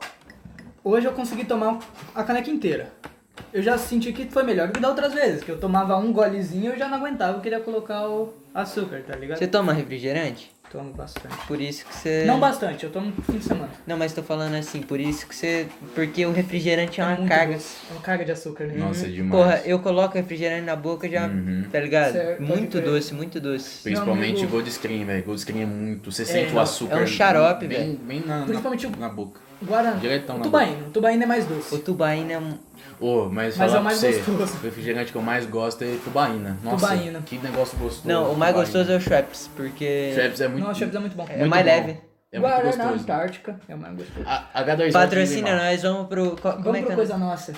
Speaker 4: hoje eu consegui tomar a caneca inteira. Eu já senti que foi melhor que da outras vezes, que eu tomava um golezinho e eu já não aguentava, eu queria colocar o açúcar, tá ligado?
Speaker 3: Você toma refrigerante?
Speaker 4: Tomo bastante.
Speaker 3: Por isso que você.
Speaker 4: Não bastante, eu tomo no fim de semana.
Speaker 3: Não, mas tô falando assim, por isso que você. Porque o refrigerante é uma
Speaker 4: muito
Speaker 3: carga.
Speaker 4: doce, É uma carga de açúcar, né?
Speaker 5: Nossa, é demais.
Speaker 3: Porra, eu coloco refrigerante na boca já,
Speaker 5: Uhum.
Speaker 3: tá ligado?
Speaker 4: Certo,
Speaker 3: muito
Speaker 4: pode crer.
Speaker 3: doce, muito doce.
Speaker 5: Principalmente
Speaker 4: amigo-
Speaker 5: Gold Screen, velho. Gold Screen é muito. Você sente o
Speaker 4: não,
Speaker 5: açúcar.
Speaker 3: é um xarope,
Speaker 5: bem-
Speaker 3: velho.
Speaker 5: Bem na, na-
Speaker 4: Principalmente o-
Speaker 5: na boca.
Speaker 4: Guaraná.
Speaker 5: Diretão
Speaker 4: O
Speaker 5: na
Speaker 4: tubaína. O tubaína é mais
Speaker 3: O
Speaker 4: doce.
Speaker 3: tubaína é um.
Speaker 5: Ô,
Speaker 4: Mas
Speaker 5: mas, falar
Speaker 4: é o mais
Speaker 5: pra você,
Speaker 4: gostoso.
Speaker 5: O refrigerante que eu mais gosto é tubaína. Nossa,
Speaker 4: Tubaína.
Speaker 5: que negócio gostoso.
Speaker 3: Não, o mais
Speaker 5: tubaína.
Speaker 3: gostoso é o Schweppes, porque.
Speaker 5: Schweppes é muito...
Speaker 4: Nossa, o Chaves é muito bom.
Speaker 3: É
Speaker 5: muito
Speaker 3: mais
Speaker 5: bom.
Speaker 3: leve.
Speaker 5: É muito
Speaker 4: Guaraná
Speaker 5: gostoso.
Speaker 4: Antártica é o mais gostoso.
Speaker 5: A, é H2O de
Speaker 3: Patrocina
Speaker 5: limão.
Speaker 3: nós, vamos pro. co- Como
Speaker 4: Vamos
Speaker 3: é que
Speaker 4: pro
Speaker 3: é?
Speaker 4: Coisa Nossa.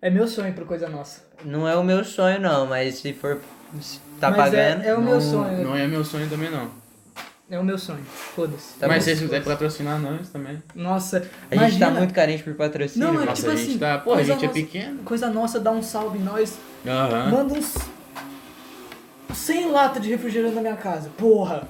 Speaker 4: É meu sonho pro Coisa Nossa.
Speaker 3: Não é o meu sonho, não, mas se for. se Tá
Speaker 4: Mas
Speaker 3: pagando.
Speaker 4: É, é o meu
Speaker 5: Não-
Speaker 4: sonho.
Speaker 5: Não é meu sonho também, não.
Speaker 4: É o meu sonho. Foda-se.
Speaker 3: Tá
Speaker 5: mas
Speaker 3: bom.
Speaker 5: se vocês quiserem patrocinar nós também.
Speaker 4: Nossa,
Speaker 3: A gente
Speaker 4: imagina.
Speaker 3: tá muito carente por patrocínio.
Speaker 4: Não,
Speaker 3: mano.
Speaker 4: mas
Speaker 5: Nossa,
Speaker 4: tipo
Speaker 5: a gente
Speaker 4: assim,
Speaker 5: tá- pô, a
Speaker 4: coisa
Speaker 5: gente é
Speaker 4: nossa-
Speaker 5: pequeno.
Speaker 4: Coisa nossa, dá um salve em nós.
Speaker 5: Aham.
Speaker 4: Manda uns 100 lata de refrigerante na minha casa. Porra.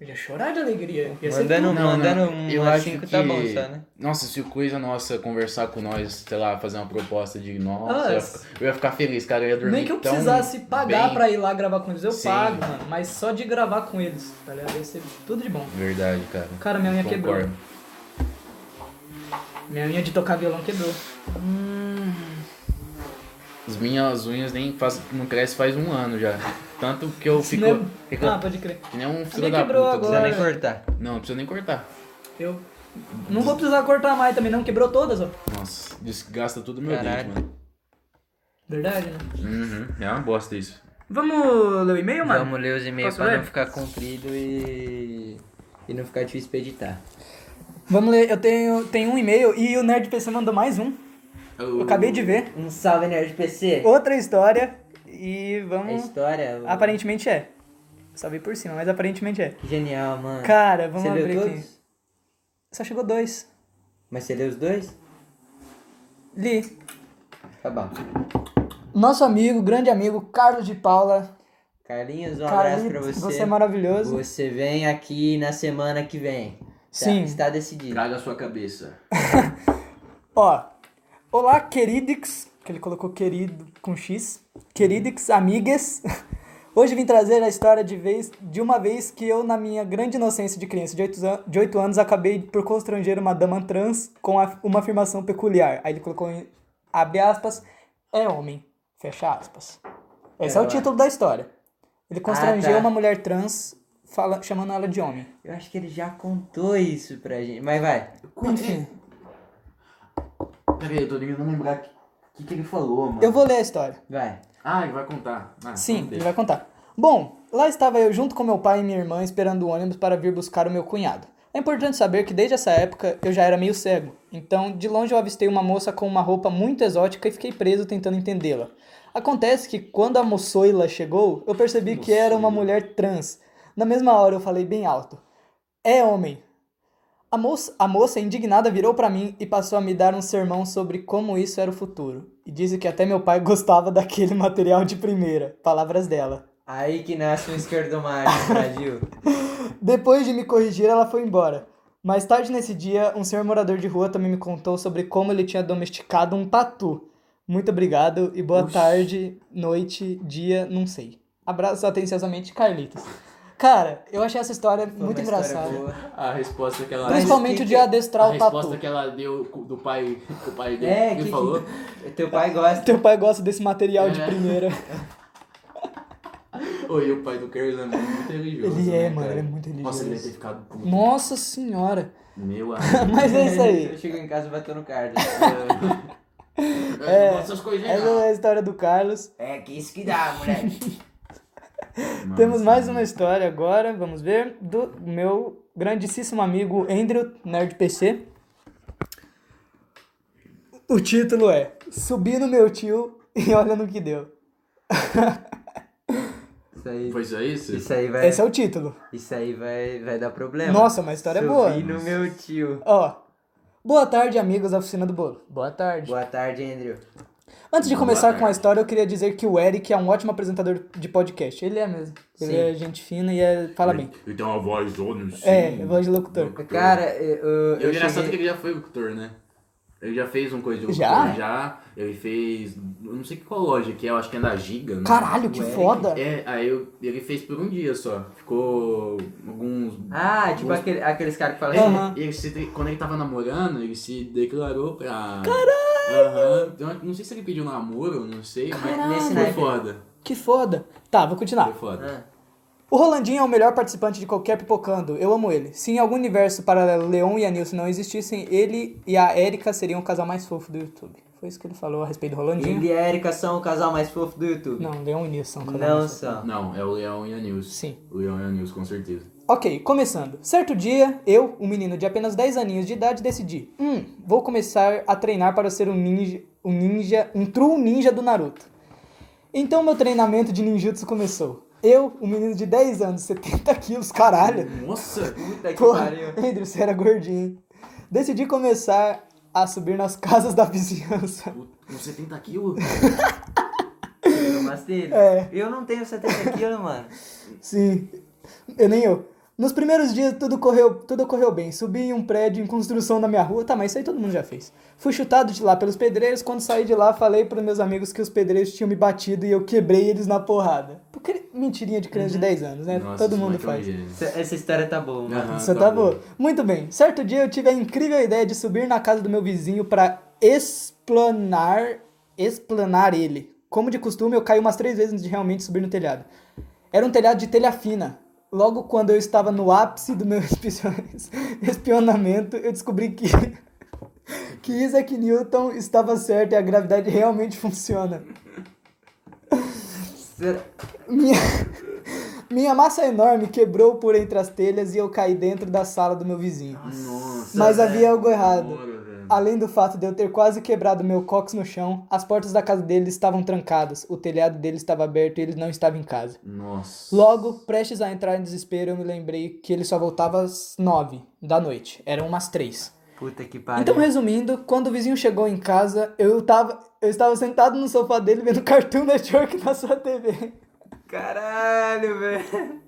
Speaker 4: Eu ia chorar de alegria. Ia ser
Speaker 3: Mandando,
Speaker 5: Não, não.
Speaker 3: mandando um
Speaker 5: Eu acho
Speaker 3: lacinho que tá bom só, né?
Speaker 5: Nossa, se o coisa nossa conversar com nós, sei lá, fazer uma proposta de nossa,
Speaker 4: Ah,
Speaker 5: eu, ia
Speaker 4: s-
Speaker 5: ficar, eu ia ficar feliz, cara. Eu ia
Speaker 4: tudo.
Speaker 5: dormir
Speaker 4: Nem que eu
Speaker 5: tão
Speaker 4: precisasse pagar
Speaker 5: um bem.
Speaker 4: pra ir lá gravar com eles. Eu
Speaker 5: Sim.
Speaker 4: pago, mano. Mas só de gravar com eles, tá ligado? Ia ser tudo de bom.
Speaker 5: Verdade, cara.
Speaker 4: Cara, minha unha quebrou.
Speaker 5: Concordo.
Speaker 4: Minha unha de tocar violão quebrou.
Speaker 5: As minhas unhas nem faz, não cresce faz um ano já. Tanto que eu fico.
Speaker 4: Mesmo?
Speaker 5: fico
Speaker 4: Ah, pode crer.
Speaker 5: que nem um filho
Speaker 4: minha
Speaker 5: da
Speaker 4: quebrou
Speaker 5: puta.
Speaker 3: Não precisa
Speaker 4: agora.
Speaker 5: sabe?
Speaker 3: nem cortar.
Speaker 5: Não, não precisa nem cortar.
Speaker 4: Eu não vou precisar cortar mais também, não. Quebrou todas, ó.
Speaker 5: Nossa, desgasta tudo meu
Speaker 3: Caralho.
Speaker 5: dente, mano.
Speaker 4: Verdade, né?
Speaker 5: Uhum, é uma bosta isso.
Speaker 4: Vamos ler o e-mail, mano?
Speaker 3: Vamos ler os e-mails
Speaker 4: Posso
Speaker 3: pra
Speaker 4: ler?
Speaker 3: não ficar comprido e. E não ficar difícil pra editar.
Speaker 4: Vamos ler, eu tenho, tenho um e-mail e o Nerd PC mandou mais um. Eu acabei de ver.
Speaker 3: Um salve, Nerd PC.
Speaker 4: Outra história e
Speaker 3: A
Speaker 4: vamos.
Speaker 3: É história. o-
Speaker 4: Aparentemente é. Só vi por cima, mas aparentemente é.
Speaker 3: Que genial, mano.
Speaker 4: Cara, vamos
Speaker 3: Ah, Você
Speaker 4: abrir
Speaker 3: leu
Speaker 4: aqui.
Speaker 3: todos?
Speaker 4: Só chegou dois.
Speaker 3: Mas você leu os dois?
Speaker 4: Li.
Speaker 3: Tá bom.
Speaker 4: Nosso amigo, grande amigo, Carlos de Paula.
Speaker 3: Carlinhos, um
Speaker 4: Carlos,
Speaker 3: abraço pra você.
Speaker 4: você é maravilhoso.
Speaker 3: Você vem aqui na semana que vem. Tá-
Speaker 4: Sim.
Speaker 3: Está decidido.
Speaker 5: Traga a sua cabeça.
Speaker 4: Ó, olá queridix, que ele colocou querido com X, queridix, amigas. Hoje vim trazer a história de, vez, de uma vez que eu, na minha grande inocência de criança de 8, an de oito anos, acabei por constranger uma dama trans com a- uma afirmação peculiar. Aí ele colocou em abre aspas, é homem, fecha aspas. Esse é o
Speaker 3: Agora.
Speaker 4: título da história. Ele constrangeu
Speaker 3: Ah, tá.
Speaker 4: uma mulher trans fala, chamando ela de homem.
Speaker 3: Eu acho que ele já contou isso pra gente. Mas vai.
Speaker 4: Enfim,
Speaker 5: Peraí, eu tô tentando lembrar o que, que, que ele falou, mano.
Speaker 4: eu vou ler a história.
Speaker 3: Vai.
Speaker 5: Ah, ele vai contar. Ah,
Speaker 4: Sim, ele
Speaker 5: deixa.
Speaker 4: vai contar. Bom, lá estava eu junto com meu pai e minha irmã esperando o ônibus para vir buscar o meu cunhado. É importante saber que desde essa época eu já era meio cego, então de longe eu avistei uma moça com uma roupa muito exótica e fiquei preso tentando entendê-la. Acontece que quando a moçoila chegou, eu percebi que era uma mulher trans. Na mesma hora eu falei bem alto: É homem! A moça, a moça indignada virou pra mim e passou a me dar um sermão sobre como isso era o futuro. E disse que até meu pai gostava daquele material de primeira. Palavras dela.
Speaker 3: Aí que nasce um esquerdomário no Brasil.
Speaker 4: Depois de me corrigir, ela foi embora. Mais tarde nesse dia, um senhor morador de rua também me contou sobre como ele tinha domesticado um tatu. Muito obrigado e boa tarde, noite, dia, não sei. Abraço atenciosamente, Carlitos. Cara, eu achei essa história
Speaker 3: Foi
Speaker 4: muito
Speaker 3: uma história
Speaker 4: engraçada.
Speaker 3: boa.
Speaker 5: A resposta que ela
Speaker 4: Principalmente
Speaker 3: que
Speaker 4: o
Speaker 3: que-
Speaker 4: de adestrar
Speaker 5: a
Speaker 4: o tatu.
Speaker 5: resposta que ela deu co- do pai, que o pai dele
Speaker 3: É,
Speaker 5: ele
Speaker 3: que-
Speaker 5: falou.
Speaker 3: Teu pai gosta.
Speaker 4: Teu pai gosta desse material de
Speaker 5: É.
Speaker 4: primeira.
Speaker 5: Oi, o pai do Carlos é muito religioso.
Speaker 4: Ele
Speaker 5: né,
Speaker 4: é, mano,
Speaker 5: cara?
Speaker 4: ele é muito
Speaker 5: Nossa, ele deve ter
Speaker 4: religioso.
Speaker 5: ficado puto.
Speaker 4: Nossa senhora.
Speaker 5: Meu amigo.
Speaker 4: Mas é isso aí.
Speaker 3: Eu chego em casa e bato no card.
Speaker 5: É, não essas coisas
Speaker 4: Essa é a história do Carlos.
Speaker 3: é que isso que dá, moleque.
Speaker 4: Temos mais uma história agora, vamos ver, do meu grandíssimo amigo Andrew Nerd PC. O título é Subi no meu tio e olha no que deu.
Speaker 3: Isso aí,
Speaker 5: Foi só isso?
Speaker 3: isso aí vai,
Speaker 4: Esse é o título.
Speaker 3: isso aí vai, vai dar problema.
Speaker 4: Nossa, uma história é
Speaker 3: Subi
Speaker 4: boa.
Speaker 3: no meu tio.
Speaker 4: Ó. Boa tarde, amigos da oficina do bolo. Boa tarde.
Speaker 3: Boa tarde, Andrew.
Speaker 4: Antes de
Speaker 5: Boa
Speaker 4: começar
Speaker 5: tarde.
Speaker 4: com a história, eu queria dizer que o Eric é um ótimo apresentador de podcast. Ele é mesmo. Ele
Speaker 3: Sim.
Speaker 4: é gente fina e é- fala bem.
Speaker 5: Ele tem uma voz zona,
Speaker 4: É, voz de locutor.
Speaker 3: Cara, eu, eu,
Speaker 5: E o engraçado é que
Speaker 3: cheguei-
Speaker 5: ele já foi locutor, né? Ele já fez um coisa de locutor.
Speaker 4: Já?
Speaker 5: Já. Ele fez. Eu não sei qual loja que é, eu acho que é da Giga. né?
Speaker 4: Caralho, que
Speaker 3: O Eric
Speaker 4: foda!
Speaker 5: É, aí eu- ele fez por um dia só. Ficou alguns.
Speaker 3: Ah, tipo aquele- aqueles caras que falam
Speaker 5: É,
Speaker 3: assim...
Speaker 4: Aham.
Speaker 5: ele se de- quando ele tava namorando, ele se declarou pra. Caralho! Não sei se ele pediu namoro, não sei,
Speaker 3: Caralho!
Speaker 5: mas
Speaker 3: Nesse
Speaker 5: foi
Speaker 3: naipe.
Speaker 5: foda.
Speaker 4: Que foda. Tá, vou
Speaker 5: Foi
Speaker 4: continuar.
Speaker 5: foda.
Speaker 3: Ah,
Speaker 4: O Rolandinho é o melhor participante de qualquer pipocando. Eu amo ele. Se em algum universo paralelo Leon e a Nilce não existissem, ele e a Erika seriam o casal mais fofo do YouTube. Foi isso que ele falou a respeito do Rolandinho.
Speaker 3: Ele e a Erika são o casal mais fofo do YouTube.
Speaker 4: Não, assim? Leon e Nilce são o casal
Speaker 3: Não
Speaker 4: mais fofo.
Speaker 3: são.
Speaker 5: Não, é o Leão e a Nilce.
Speaker 4: Sim.
Speaker 5: O Leão e a Nilce, com certeza.
Speaker 4: Ok, começando. Certo dia, eu, um menino de apenas 10 aninhos de idade, decidi: Hum, vou começar a treinar para ser um ninja, um ninja, um true ninja do Naruto. Então meu treinamento de ninjutsu começou. Eu, um menino de 10 anos, 70 quilos, caralho.
Speaker 5: Nossa!
Speaker 3: Puta Hum, que
Speaker 4: Porra,
Speaker 3: pariu.
Speaker 4: Pedro, você era gordinho. Decidi começar a subir nas casas da vizinhança.
Speaker 5: puta, Com 70 quilos?
Speaker 3: Eu mastilho.
Speaker 4: É.
Speaker 3: Eu não tenho 70 quilos, mano.
Speaker 4: Sim, eu nem eu. Nos primeiros dias tudo correu, tudo correu bem. Subi em um prédio em construção na minha rua. Tá, mas isso aí todo mundo já fez. Fui chutado de lá pelos pedreiros. Quando saí de lá, falei pros meus amigos que os pedreiros tinham me batido e eu quebrei eles na porrada. Porque mentirinha de criança de 10 anos, né?
Speaker 5: Nossa,
Speaker 4: todo
Speaker 5: esse
Speaker 4: mundo
Speaker 5: moleque é um
Speaker 4: faz.
Speaker 5: gênio.
Speaker 3: Essa, essa história tá boa, mano.
Speaker 5: Aham,
Speaker 4: Você tá
Speaker 5: bom.
Speaker 4: boa. Muito bem. Certo dia eu tive a incrível ideia de subir na casa do meu vizinho pra explanar, explanar ele. Como de costume, eu caí umas três vezes antes de realmente subir no telhado. Era um telhado de telha fina. Logo quando eu estava no ápice do meu espio- espionamento, eu descobri que que Isaac Newton estava certo e a gravidade realmente funciona.
Speaker 3: Será-
Speaker 4: Minha, minha massa enorme quebrou por entre as telhas e eu caí dentro da sala do meu vizinho.
Speaker 5: Nossa.
Speaker 4: Mas
Speaker 3: velho,
Speaker 4: havia algo errado.
Speaker 5: Demora, velho.
Speaker 4: Além do fato de eu ter quase quebrado meu cox no chão, as portas da casa dele estavam trancadas, o telhado dele estava aberto e ele não estava em casa.
Speaker 5: Nossa.
Speaker 4: Logo, prestes a entrar em desespero, eu me lembrei que ele só voltava às nove da noite. Eram umas três.
Speaker 3: Puta que pariu.
Speaker 4: Então, resumindo, quando o vizinho chegou em casa, eu, tava, eu estava sentado no sofá dele vendo Cartoon Network na sua TV.
Speaker 3: Caralho, velho.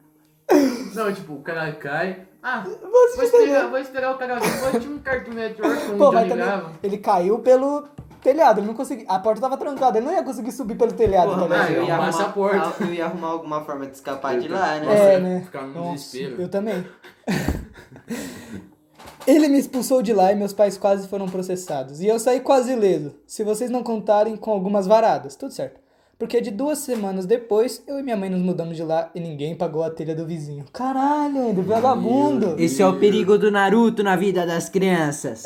Speaker 5: Não, tipo, o cara cai. Ah,
Speaker 4: Você
Speaker 5: vou esperar, vou esperar o cara vir. Vou assistir um Cartoon Network com
Speaker 4: é. Pô,
Speaker 5: o
Speaker 4: mas
Speaker 5: Johnny
Speaker 4: também,
Speaker 5: Bravo.
Speaker 4: ele caiu pelo telhado, ele não conseguia. A porta estava trancada, ele não ia conseguir subir pelo telhado.
Speaker 3: Porra,
Speaker 4: tá ligado?
Speaker 5: mas
Speaker 3: mano, eu ia,
Speaker 5: Arrumar essa
Speaker 3: arrumar,
Speaker 5: porta.
Speaker 3: eu ia arrumar alguma forma de escapar de lá, né?
Speaker 5: Nossa,
Speaker 4: É,
Speaker 5: eu
Speaker 4: né?
Speaker 5: ficava num
Speaker 4: Nossa,
Speaker 5: desespero.
Speaker 4: Eu também. Ele me expulsou de lá e meus pais quase foram processados. E eu saí quase ileso, se vocês não contarem com algumas varadas. Tudo certo. Porque de duas semanas depois, eu e minha mãe nos mudamos de lá e ninguém pagou a telha do vizinho. Caralho, ainda vagabundo!
Speaker 3: Esse é o perigo do Naruto na vida das crianças.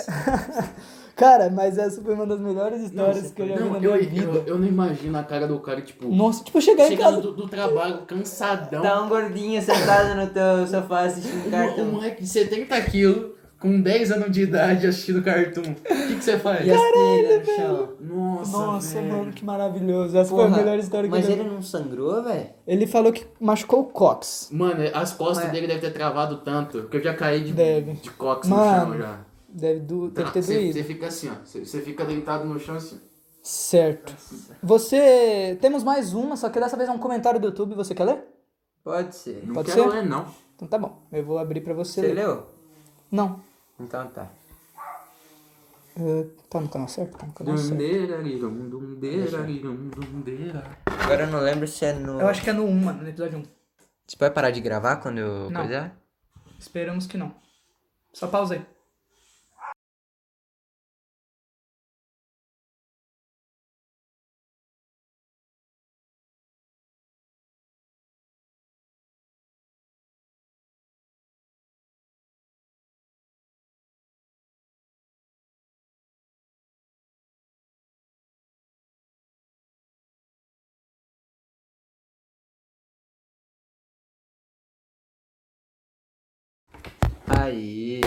Speaker 4: Cara, mas essa foi uma das melhores histórias
Speaker 5: Nossa,
Speaker 4: que eu já vi
Speaker 5: não,
Speaker 4: na
Speaker 5: eu,
Speaker 4: minha
Speaker 5: eu,
Speaker 4: vida.
Speaker 5: eu não imagino a cara do cara, tipo,
Speaker 4: Nossa, tipo, chegar em
Speaker 5: chegando
Speaker 4: casa.
Speaker 5: do, do trabalho, cansadão.
Speaker 3: Tá
Speaker 4: Então?
Speaker 3: um gordinho sentado no teu sofá
Speaker 4: um
Speaker 3: assistindo
Speaker 5: O, o
Speaker 3: cartão.
Speaker 5: moleque de 70 quilos, com 10 anos de idade, assistindo Cartoon. O que que você faz?
Speaker 3: E as telhas no chão.
Speaker 5: Nossa,
Speaker 4: Nossa,
Speaker 5: velho.
Speaker 4: mano, que maravilhoso. Essa foi
Speaker 3: Porra,
Speaker 4: a melhor história que eu
Speaker 3: mas
Speaker 4: já vi.
Speaker 3: ele não sangrou, velho?
Speaker 4: Ele falou que machucou o Cox.
Speaker 5: Mano, as costas
Speaker 3: Ué.
Speaker 5: dele devem ter travado tanto, que eu já caí de,
Speaker 4: Deve.
Speaker 5: de cox
Speaker 4: Mano.
Speaker 5: no chão já.
Speaker 4: Deve, do, deve ter
Speaker 5: Você
Speaker 4: doído.
Speaker 5: você fica assim, ó. Você você fica deitado no chão assim.
Speaker 4: Certo. Você. Temos mais uma, só que dessa vez é um comentário do YouTube. Você quer ler?
Speaker 3: Pode ser.
Speaker 5: Não
Speaker 4: Pode
Speaker 5: quero
Speaker 4: ser?
Speaker 5: ler, não.
Speaker 4: Então tá bom. Eu vou abrir pra
Speaker 3: Você
Speaker 4: você ler.
Speaker 3: leu?
Speaker 4: Não.
Speaker 3: Então tá.
Speaker 4: É, tá no canal certo? Tá no canal certo.
Speaker 5: Dundeira, lirum, dundeira, lirum, dundeira.
Speaker 3: Agora eu não lembro se é no.
Speaker 4: Eu acho que é no 1, mano, no episódio 1.
Speaker 3: Você vai parar de gravar quando eu
Speaker 4: Não.
Speaker 3: coisar?
Speaker 4: Esperamos que não. Só pausei.
Speaker 3: Aí.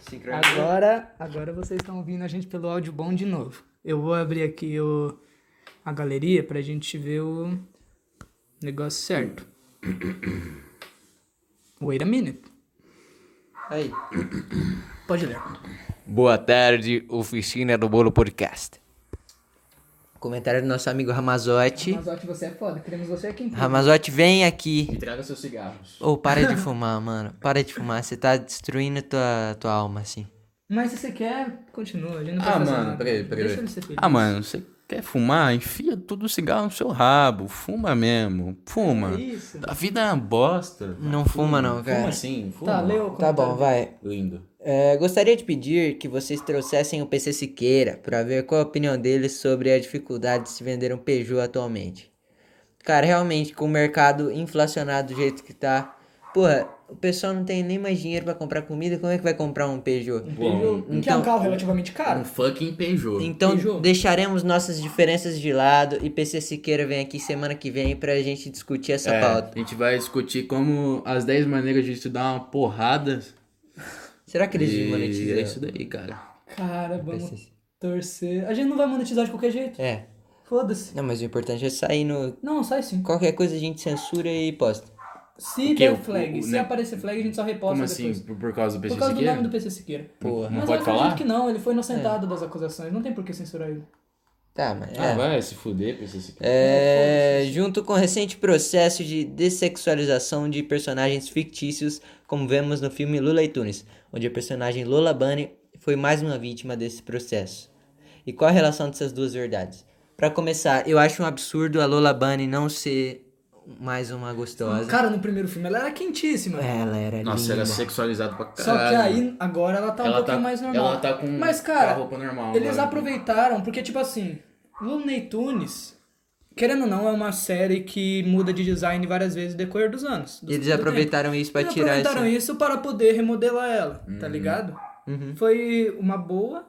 Speaker 3: Sincronizou.
Speaker 4: Agora, agora vocês estão ouvindo a gente pelo áudio bom de novo. Eu vou abrir aqui o, a galeria pra gente ver o negócio certo. Wait a minute.
Speaker 3: Aí.
Speaker 4: Pode ler.
Speaker 7: Boa tarde, oficina do Bolo Podcast.
Speaker 3: Comentário do nosso amigo Ramazotti.
Speaker 4: Mazotti, você é foda. Queremos você aqui.
Speaker 5: Ah,
Speaker 3: Ramazotti, vem aqui.
Speaker 5: E traga seus cigarros.
Speaker 3: Ou para de fumar, mano. Para de fumar. Você tá destruindo tua, tua alma, assim.
Speaker 4: Mas se você quer, continua. A gente não
Speaker 5: Ah,
Speaker 4: pode fazer
Speaker 5: mano,
Speaker 4: nada.
Speaker 5: peraí, peraí.
Speaker 4: Deixa ele ser feliz.
Speaker 5: Ah, mano, você quer fumar? Enfia todo o cigarro no seu rabo. Fuma mesmo. Fuma.
Speaker 4: Isso.
Speaker 5: A vida é uma bosta.
Speaker 3: Não fuma, não, cara.
Speaker 5: Fuma sim, fuma.
Speaker 4: Tá, leu. o
Speaker 3: Tá
Speaker 4: comentário.
Speaker 3: bom, vai.
Speaker 5: Lindo.
Speaker 3: É, gostaria de pedir que vocês trouxessem o PC Siqueira para ver qual a opinião dele sobre a dificuldade de se vender um Peugeot atualmente. Cara, realmente, com o mercado inflacionado do jeito que tá, porra, o pessoal não tem nem mais dinheiro para comprar comida, como é que vai comprar um Peugeot?
Speaker 5: Bom, então-
Speaker 4: Peugeot, que é um carro relativamente caro.
Speaker 5: um fucking Peugeot.
Speaker 3: Então
Speaker 4: Peugeot.
Speaker 3: deixaremos nossas diferenças de lado e PC Siqueira vem aqui semana que vem pra gente discutir essa
Speaker 5: É,
Speaker 3: pauta.
Speaker 5: a gente vai discutir como as 10 maneiras de estudar uma porrada.
Speaker 3: Será que eles
Speaker 5: E
Speaker 3: desmonetizam?
Speaker 5: é isso daí, cara.
Speaker 4: Cara, vamos
Speaker 3: PC.
Speaker 4: torcer. A gente não vai monetizar de qualquer jeito.
Speaker 3: É.
Speaker 4: Foda-se.
Speaker 3: Não, mas o importante é sair no.
Speaker 4: Não, sai sim.
Speaker 3: Qualquer coisa a gente censura e posta.
Speaker 4: Se
Speaker 5: O quê?
Speaker 4: der
Speaker 5: O-
Speaker 4: flag,
Speaker 5: o-
Speaker 4: se
Speaker 5: né?
Speaker 4: aparecer flag, a gente só reposta
Speaker 5: Como
Speaker 4: depois.
Speaker 5: assim? Por, por causa do PC
Speaker 4: Por causa do
Speaker 5: Siqueira?
Speaker 4: nome do PC Siqueira.
Speaker 3: Porra.
Speaker 5: Não
Speaker 4: Mas
Speaker 5: pode
Speaker 4: eu acredito
Speaker 5: falar? É.
Speaker 4: que não, ele foi inocentado das acusações. Não tem por que censurar ele.
Speaker 3: Tá, mas.
Speaker 5: Ah,
Speaker 3: é.
Speaker 5: vai se fuder, PC Siqueira.
Speaker 3: É, junto com o recente processo de dessexualização de personagens fictícios, como vemos no filme Lula e Tunes, onde a personagem Lola Bunny foi mais uma vítima desse processo. E qual a relação dessas duas verdades? Pra começar, eu acho um absurdo a Lola Bunny não ser mais uma gostosa.
Speaker 4: Cara, no primeiro filme ela era quentíssima.
Speaker 3: Ela era
Speaker 5: Nossa,
Speaker 3: linda.
Speaker 5: ela é sexualizada pra caralho.
Speaker 4: Só que aí, agora ela tá um
Speaker 5: ela
Speaker 4: pouquinho
Speaker 5: tá,
Speaker 4: mais normal.
Speaker 5: Ela tá com
Speaker 4: Mas, cara,
Speaker 5: a roupa normal.
Speaker 4: Eles
Speaker 5: agora.
Speaker 4: aproveitaram, porque, tipo assim, Looney Tunes, querendo ou não, é uma série que muda de design várias vezes no decorrer dos anos. do-
Speaker 3: Eles
Speaker 4: do
Speaker 3: aproveitaram isso
Speaker 4: tempo.
Speaker 3: pra
Speaker 4: Eles
Speaker 3: tirar isso.
Speaker 4: aproveitaram isso para poder remodelar ela, tá ligado? Foi uma boa,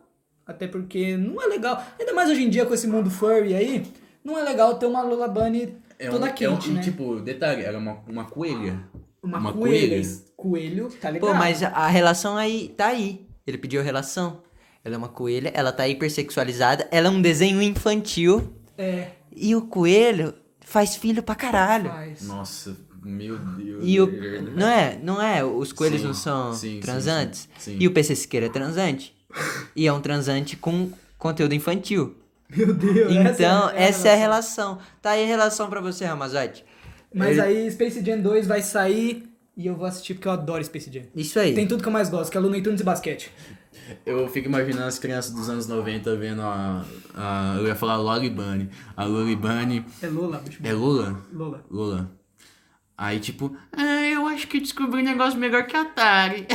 Speaker 4: até porque não é legal. Ainda mais hoje em dia com esse mundo furry aí, não é legal ter uma Lola Bunny
Speaker 5: É um-
Speaker 4: toda
Speaker 5: é um-
Speaker 4: quente,
Speaker 5: e,
Speaker 4: né?
Speaker 5: Tipo, detalhe, era uma, uma coelha.
Speaker 4: uma,
Speaker 5: uma
Speaker 4: coelha.
Speaker 5: coelha.
Speaker 4: Coelho, tá ligado?
Speaker 3: Pô, mas a- a relação aí tá aí. Ele pediu relação. Ela é uma coelha, ela tá hipersexualizada, ela é um desenho infantil.
Speaker 4: É,
Speaker 3: E o coelho faz filho pra caralho.
Speaker 5: Uhum.
Speaker 4: mas...
Speaker 5: Nossa, meu Deus.
Speaker 3: E o.
Speaker 5: é verdade.
Speaker 3: Não é? Não é? Os coelhos
Speaker 5: Sim,
Speaker 3: não são
Speaker 5: sim, sim,
Speaker 3: transantes?
Speaker 5: sim, sim.
Speaker 3: E o PC Siqueira é transante. e é um transante com conteúdo infantil.
Speaker 4: Meu Deus, essa é
Speaker 3: Então,
Speaker 4: a-
Speaker 3: essa é a relação. Tá aí a relação pra você, Ramazotti.
Speaker 4: Mas
Speaker 3: É.
Speaker 4: aí Space Jam 2 vai sair e eu vou assistir porque eu adoro Space Jam.
Speaker 3: Isso aí.
Speaker 4: Tem tudo que eu mais gosto, que é Looney Tunes e basquete.
Speaker 5: Eu fico imaginando as crianças dos anos 90 vendo a. a- eu ia falar Loli Bunny. A Loli Bunny.
Speaker 4: É Lola, bicho.
Speaker 5: É Lula?
Speaker 4: Lola.
Speaker 5: Lula. Aí, tipo, ah, eu acho que descobri um negócio melhor que a Atari.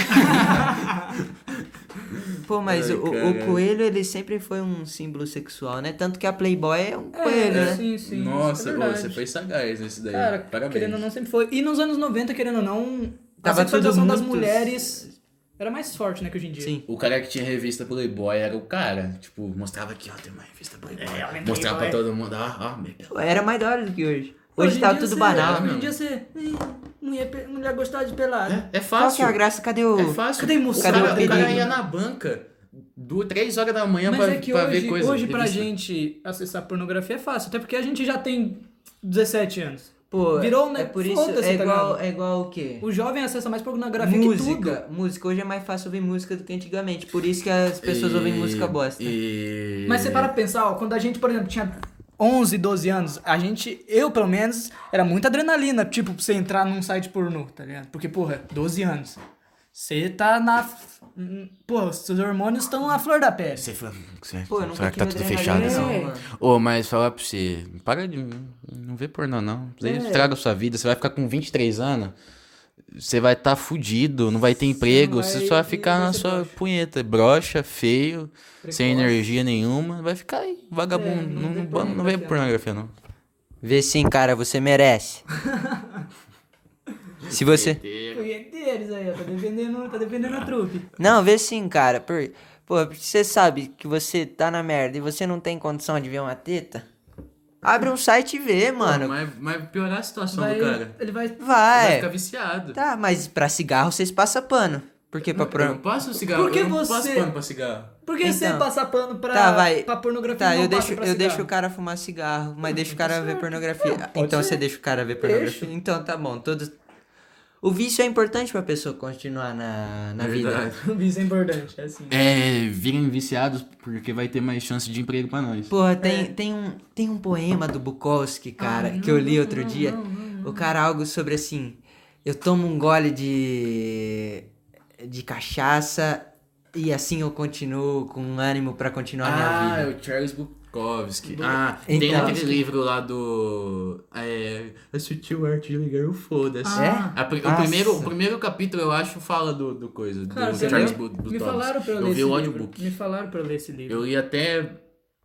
Speaker 3: Pô, mas
Speaker 5: Ai,
Speaker 3: o, o
Speaker 5: caralho.
Speaker 3: coelho, ele sempre foi um símbolo sexual, né? Tanto que a Playboy é um coelho, né?
Speaker 4: sim, sim.
Speaker 5: Nossa,
Speaker 4: isso é
Speaker 5: ô,
Speaker 4: verdade.
Speaker 5: você foi sagaz nesse daí.
Speaker 4: Cara,
Speaker 5: Parabéns.
Speaker 4: querendo ou não, sempre foi. E nos anos 90, querendo ou não,
Speaker 3: Tava
Speaker 4: a sexualização
Speaker 3: tudo
Speaker 4: das
Speaker 3: muito-
Speaker 4: mulheres era mais forte, né, que hoje em dia.
Speaker 3: Sim.
Speaker 5: O cara que tinha revista Playboy era o cara. Tipo, mostrava aqui, ó, tem uma revista Playboy.
Speaker 4: É,
Speaker 5: mostrava pra todo mundo, ó, ó, meu Deus.
Speaker 3: Era mais da hora do que hoje.
Speaker 4: Hoje
Speaker 3: Hoje,
Speaker 4: em
Speaker 3: tá
Speaker 4: dia
Speaker 3: tudo
Speaker 4: você- é
Speaker 3: banal.
Speaker 4: Hoje em dia você... "Ih, Mulher, pe- mulher gostar de pelada.
Speaker 5: É, é
Speaker 3: Qual que
Speaker 5: fácil.
Speaker 3: é a graça? Cadê o...
Speaker 5: É fácil.
Speaker 4: Cadê moço?
Speaker 5: o cara,
Speaker 3: Cadê o
Speaker 5: o cara
Speaker 3: perigo?
Speaker 5: ia na banca, duas, três horas da manhã
Speaker 4: Mas
Speaker 5: pra,
Speaker 4: é que
Speaker 5: pra
Speaker 4: hoje,
Speaker 5: ver coisa.
Speaker 4: hoje pra
Speaker 5: revista.
Speaker 4: gente acessar pornografia é fácil. Até porque a gente já tem 17 anos.
Speaker 3: Pô,
Speaker 4: Virou um
Speaker 3: é
Speaker 4: ne-
Speaker 3: por isso,
Speaker 4: foda-se,
Speaker 3: é
Speaker 4: tá
Speaker 3: igual,
Speaker 4: ligado?
Speaker 3: é igual o quê?
Speaker 4: O jovem acessa mais pornografia que tudo.
Speaker 3: Música, música. Hoje é mais fácil ouvir música do que antigamente. Por isso que as pessoas ouvem
Speaker 5: E-
Speaker 3: música bosta.
Speaker 5: E...
Speaker 4: Mas você para pra pensar, ó, quando a gente, por exemplo, tinha 11, 12 anos, a gente, eu pelo menos, era muita adrenalina, tipo, pra você entrar num site pornô, tá ligado? Porque, porra, 12 anos. Você tá na. hum, Pô, os seus hormônios estão à flor da pele.
Speaker 5: Você fala,
Speaker 3: Pô, eu nunca
Speaker 5: será que tá
Speaker 3: tive
Speaker 5: tudo fechado
Speaker 3: adrenalina,
Speaker 5: assim?
Speaker 3: não, mano.
Speaker 5: Ô, mas falar pra você, para de. Não vê pornô, não. Você estraga a sua vida, você vai ficar com 23 anos, você vai estar tá fudido, não vai ter emprego,
Speaker 4: não
Speaker 5: você
Speaker 4: vai-
Speaker 5: só vai
Speaker 4: e
Speaker 5: ficar
Speaker 4: vai
Speaker 5: na
Speaker 4: ser
Speaker 5: sua
Speaker 4: broxa.
Speaker 5: punheta, broxa, feio, sem
Speaker 4: Precoce.
Speaker 5: energia nenhuma, vai ficar aí, vagabundo.
Speaker 4: É, não
Speaker 5: não,
Speaker 4: vê
Speaker 5: não, não, vê pornografia, não.
Speaker 3: Vê sim, cara, você merece. Se você.
Speaker 4: Tipo, Punheteiros aí, ó. Tá defendendo, tá defendendo
Speaker 3: Ah,
Speaker 4: a trupe.
Speaker 3: Não, vê sim, cara. Por... Pô, você sabe que você tá na merda e você não tem condição de ver uma teta? Abre um site e vê, mano.
Speaker 5: Mas vai piorar a
Speaker 3: um
Speaker 5: situação
Speaker 4: Vai- ele vai.
Speaker 3: Vai.
Speaker 5: viciado.
Speaker 3: Tá, mas pra cigarro vocês passam pano. Por que pra
Speaker 4: é,
Speaker 3: pro...
Speaker 5: passo cigarro,
Speaker 4: Por que eu não passo você- pano
Speaker 5: pra cigarro.
Speaker 4: Por que você
Speaker 3: Então.
Speaker 4: passa pano pra,
Speaker 3: Tá, vai.
Speaker 4: pra pornografia?
Speaker 3: Tá,
Speaker 4: não
Speaker 3: eu
Speaker 4: passa
Speaker 3: deixo,
Speaker 4: pra
Speaker 3: eu deixo o
Speaker 4: cigarro? Hum,
Speaker 3: cara fumar cigarro, mas deixo o cara ver pornografia. então você deixa o cara ver pornografia. Então tá bom, todos. O vício é importante pra pessoa continuar na, na vida.
Speaker 4: Isso é importante, é assim.
Speaker 5: É, virem viciados porque vai ter mais chance de emprego pra nós.
Speaker 4: É.
Speaker 3: Porra, tem, tem, um, tem um poema do Bukowski, cara,
Speaker 4: Ah,
Speaker 3: que eu li outro dia. O cara, algo sobre assim: eu tomo um gole de. de cachaça e assim eu continuo com ânimo pra continuar a minha
Speaker 5: Ah, é
Speaker 3: vida.
Speaker 5: o Charles Bukowski. Ah, tem
Speaker 3: Então-
Speaker 5: aquele livro lá do. É. A Sutil Arte de Ligar o Foda-se.
Speaker 3: Ah,
Speaker 5: A pri- o,
Speaker 3: nossa.
Speaker 5: primeiro, o primeiro capítulo, eu acho, fala do, do coisa.
Speaker 4: Cara,
Speaker 5: do
Speaker 4: você
Speaker 5: Charles
Speaker 4: leu?
Speaker 5: Bu- Bukowski.
Speaker 4: Me falaram pra eu, ler
Speaker 5: vi
Speaker 4: esse
Speaker 5: o
Speaker 4: livro.
Speaker 5: audiobook.
Speaker 4: Me falaram pra eu ler esse livro.
Speaker 5: Eu li até